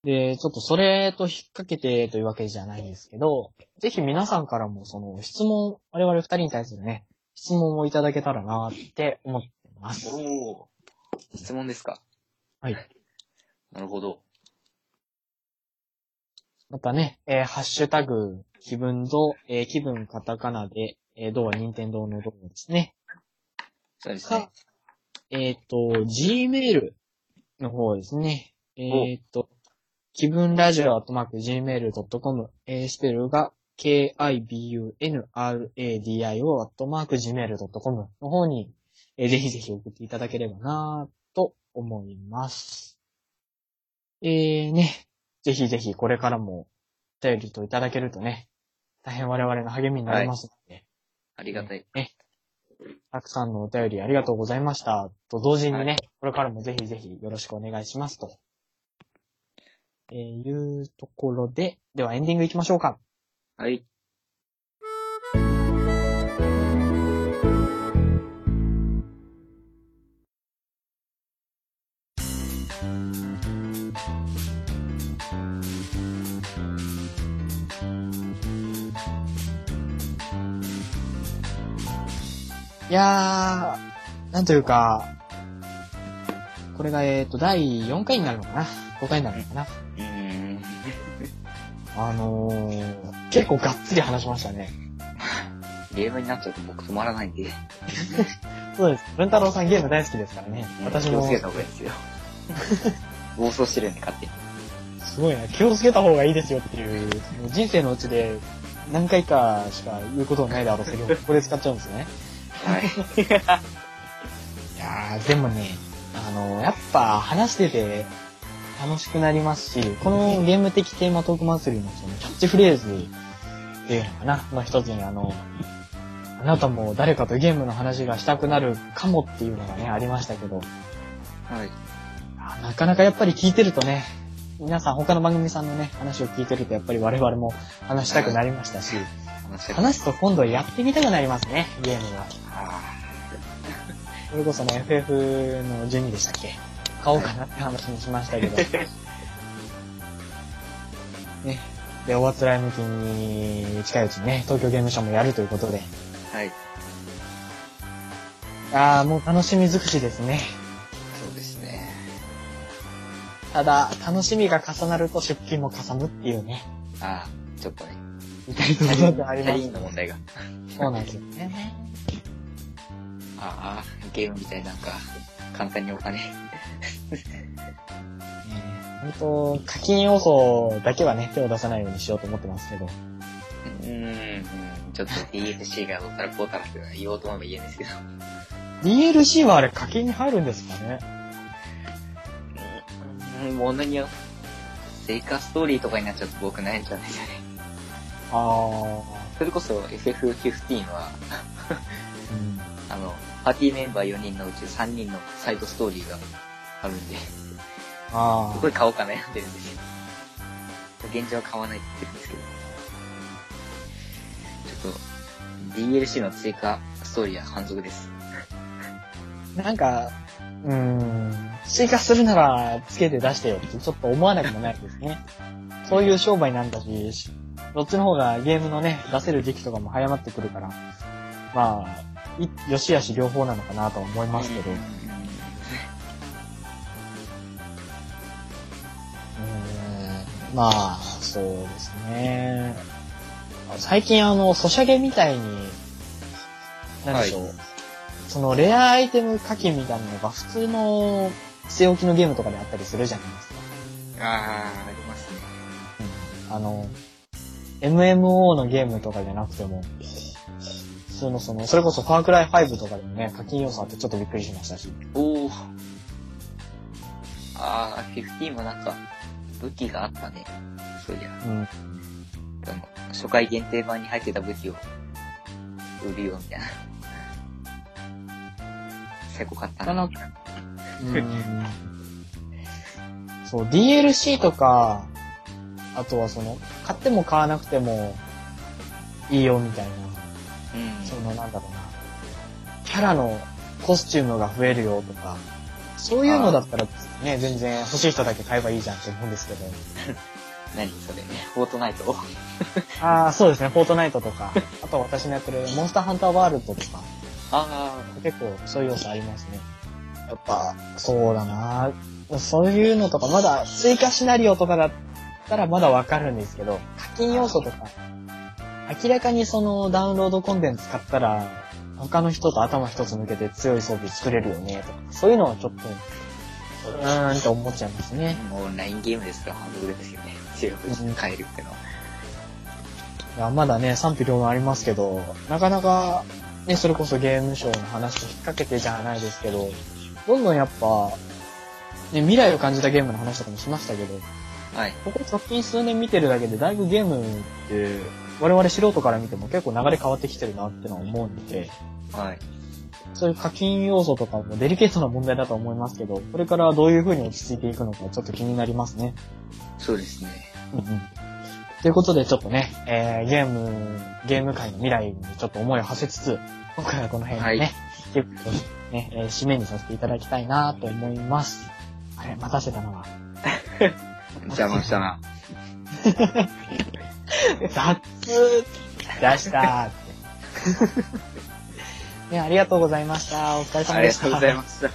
Speaker 1: で、ちょっとそれと引っ掛けてというわけじゃないんですけど、ぜひ皆さんからもその質問、我々二人に対するね、質問をいただけたらなって思ってます。
Speaker 2: おお。質問ですか
Speaker 1: はい。
Speaker 2: なるほど。
Speaker 1: またね、えーハッシュタグ、気分ど、えー気分カタカナで、えー、どうは任天堂のどうですね。
Speaker 2: そうですね。
Speaker 1: えっ、と、Gmail の方ですね。えっ、と、気分ラジオアットマーク Gmail.com、えースペルが kibunradio アットマーク Gmail.com の方に、えーぜひぜひ送っていただければなぁと思います。えー、ね、ぜひぜひこれからもお便りといただけるとね、大変我々の励みになりますので、
Speaker 2: ありがたい。
Speaker 1: たくさんのお便りありがとうございました。と同時にね、これからもぜひぜひよろしくお願いしますと。えーいうところで、ではエンディングいきましょうか。
Speaker 2: はい。
Speaker 1: いやー、なんというか、これがえっ、ー、と、第4回になるのかな ?5 回になるのかな
Speaker 2: うーん。
Speaker 1: あのー、結構がっつり話しましたね。
Speaker 2: ゲームになっちゃうと僕止まらないんで。
Speaker 1: そうです。文太郎さんゲーム大好きですからね。私
Speaker 2: 気を
Speaker 1: も
Speaker 2: つ、けた方がい いですよ。暴走してるんで、勝手に。
Speaker 1: すごいな。気をつけた方がいいですよっていう、もう人生のうちで何回かしか言うことないだろうけど、これ使っちゃうんですね。
Speaker 2: はい。
Speaker 1: いやー、でもね、あのやっぱ話してて楽しくなりますし、このゲーム的テーマトーク祭りのそのキャッチフレーズっていうのかな、の一つにあの、あなたも誰かとゲームの話がしたくなるかもっていうのがね、ありましたけど、
Speaker 2: はい。
Speaker 1: あーなかなかやっぱり聞いてるとね、皆さん他の番組さんのね、話を聞いてるとやっぱり我々も話したくなりましたし、
Speaker 2: 話したくない。
Speaker 1: 話すと今度やってみたくなりますね、ゲームが。
Speaker 2: あ
Speaker 1: それこそね、FF の12でしたっけ買おうかなって話もしましたけど。ね。で、おあつらい向きに、近いうちにね、東京ゲームショウもやるということで。
Speaker 2: ーはい。
Speaker 1: ああ、もう楽しみ尽くしですね。
Speaker 2: そうですね。
Speaker 1: ただ、楽しみが重なると出勤もかさむっていうね、
Speaker 2: ああ、ちょっとね。
Speaker 1: みたいな
Speaker 2: チ
Speaker 1: ことがあ
Speaker 2: ャ
Speaker 1: り
Speaker 2: リ
Speaker 1: ま
Speaker 2: ン
Speaker 1: す。
Speaker 2: の問題が。
Speaker 1: そうなんですよね。
Speaker 2: ああ、ゲームみたいなんか、簡単にお金。
Speaker 1: ね本当課金要素だけはね、手を出さないようにしようと思ってますけど。
Speaker 2: うーん、ちょっと DFC がどうたらこうたらって言おうと思えば言えんですけど。
Speaker 1: DLC はあれ課金に入るんですかね
Speaker 2: うん、もう何よ。成果ストーリーとかになっちゃうと僕悩んじゃうんですよね。
Speaker 1: あ
Speaker 2: それこそ FF15 は、
Speaker 1: ー、うん。
Speaker 2: あの、パーティーメンバー4人のうち3人のサイドストーリーがあるんで、
Speaker 1: あ
Speaker 2: こ
Speaker 1: ー
Speaker 2: れ買おうか悩んでるんですよ。現状は買わないって言ってるんですけど。ちょっと、DLC の追加ストーリーは反則です。
Speaker 1: なんか、うーん、追加するならつけて出してよってちょっと思わなくもないですね。そういう商売なんだし、しどっちの方がゲームのね、出せる時期とかも早まってくるから、まあ、いよしあし両方なのかなとは思いますけど、う
Speaker 2: うん
Speaker 1: ーん、まあ、そうですね。最近あの、ソシャゲみたいに、なんでしょう、
Speaker 2: はい
Speaker 1: そのレアアイテム課金みたいなのが普通の据え置きのゲームとかであったりするじゃないですか。
Speaker 2: あー、ありますね。
Speaker 1: あの、MMO のゲームとかじゃなくても、そのその、それこそファークライ5とかでもね、課金要素あってちょっとびっくりしましたし。
Speaker 2: おお。あー、15もなんか、武器があったね。そういや、
Speaker 1: うん。
Speaker 2: あの、初回限定版に入ってた武器を、売るよ、みたいな。最高かったな。
Speaker 1: の、そう、DLC とか、あとはその、買っても買わなくてもいいよみたいな、
Speaker 2: うん。
Speaker 1: そのなんだろうな、キャラのコスチュームが増えるよとか、そういうのだったらね、全然欲しい人だけ買えばいいじゃんって思うんですけど。
Speaker 2: 何それフォートナイト
Speaker 1: ああ、そうですね、フォートナイトとか、 あと私のやってるモンスターハンターワールドとか、
Speaker 2: あ
Speaker 1: 結構そういう要素ありますね。やっぱ、そうだなそういうのとか、まだ追加シナリオとかだったらまだわかるんですけど、課金要素とか、明らかにそのダウンロードコンテンツ買ったら、他の人と頭一つ抜けて強い装備作れるよね、とか、そういうのはちょっと、うーんって思っちゃいますね。
Speaker 2: あ、もうオンラインゲームですから反則ですよね。強く変えるってのは。
Speaker 1: いや、まだね、賛否両論ありますけど、なかなか、ね、それこそゲームショーの話と引っ掛けてじゃないですけど、どんどんやっぱ、ね、未来を感じたゲームの話とかもしましたけど、
Speaker 2: はい。
Speaker 1: ここ直近数年見てるだけで、だいぶゲームって、我々素人から見ても結構流れ変わってきてるなってのは思うんで、
Speaker 2: はい。
Speaker 1: そういう課金要素とかもデリケートな問題だと思いますけど、これからどういう風に落ち着いていくのかちょっと気になりますね。
Speaker 2: そうですね。
Speaker 1: うんうんということで、ちょっとね、えーゲーム、ゲーム界の未来にちょっと思いを馳せつつ、今回はこの辺で
Speaker 2: はい
Speaker 1: ね、ゲームとしてね、えー締めにさせていただきたいなと思います。あれ、待たせたのは。
Speaker 2: 邪魔したな。
Speaker 1: 雑出したー って。ね、ありがとうございました。お疲れ
Speaker 2: あ
Speaker 1: 様
Speaker 2: り
Speaker 1: で
Speaker 2: が
Speaker 1: した。
Speaker 2: とうございました。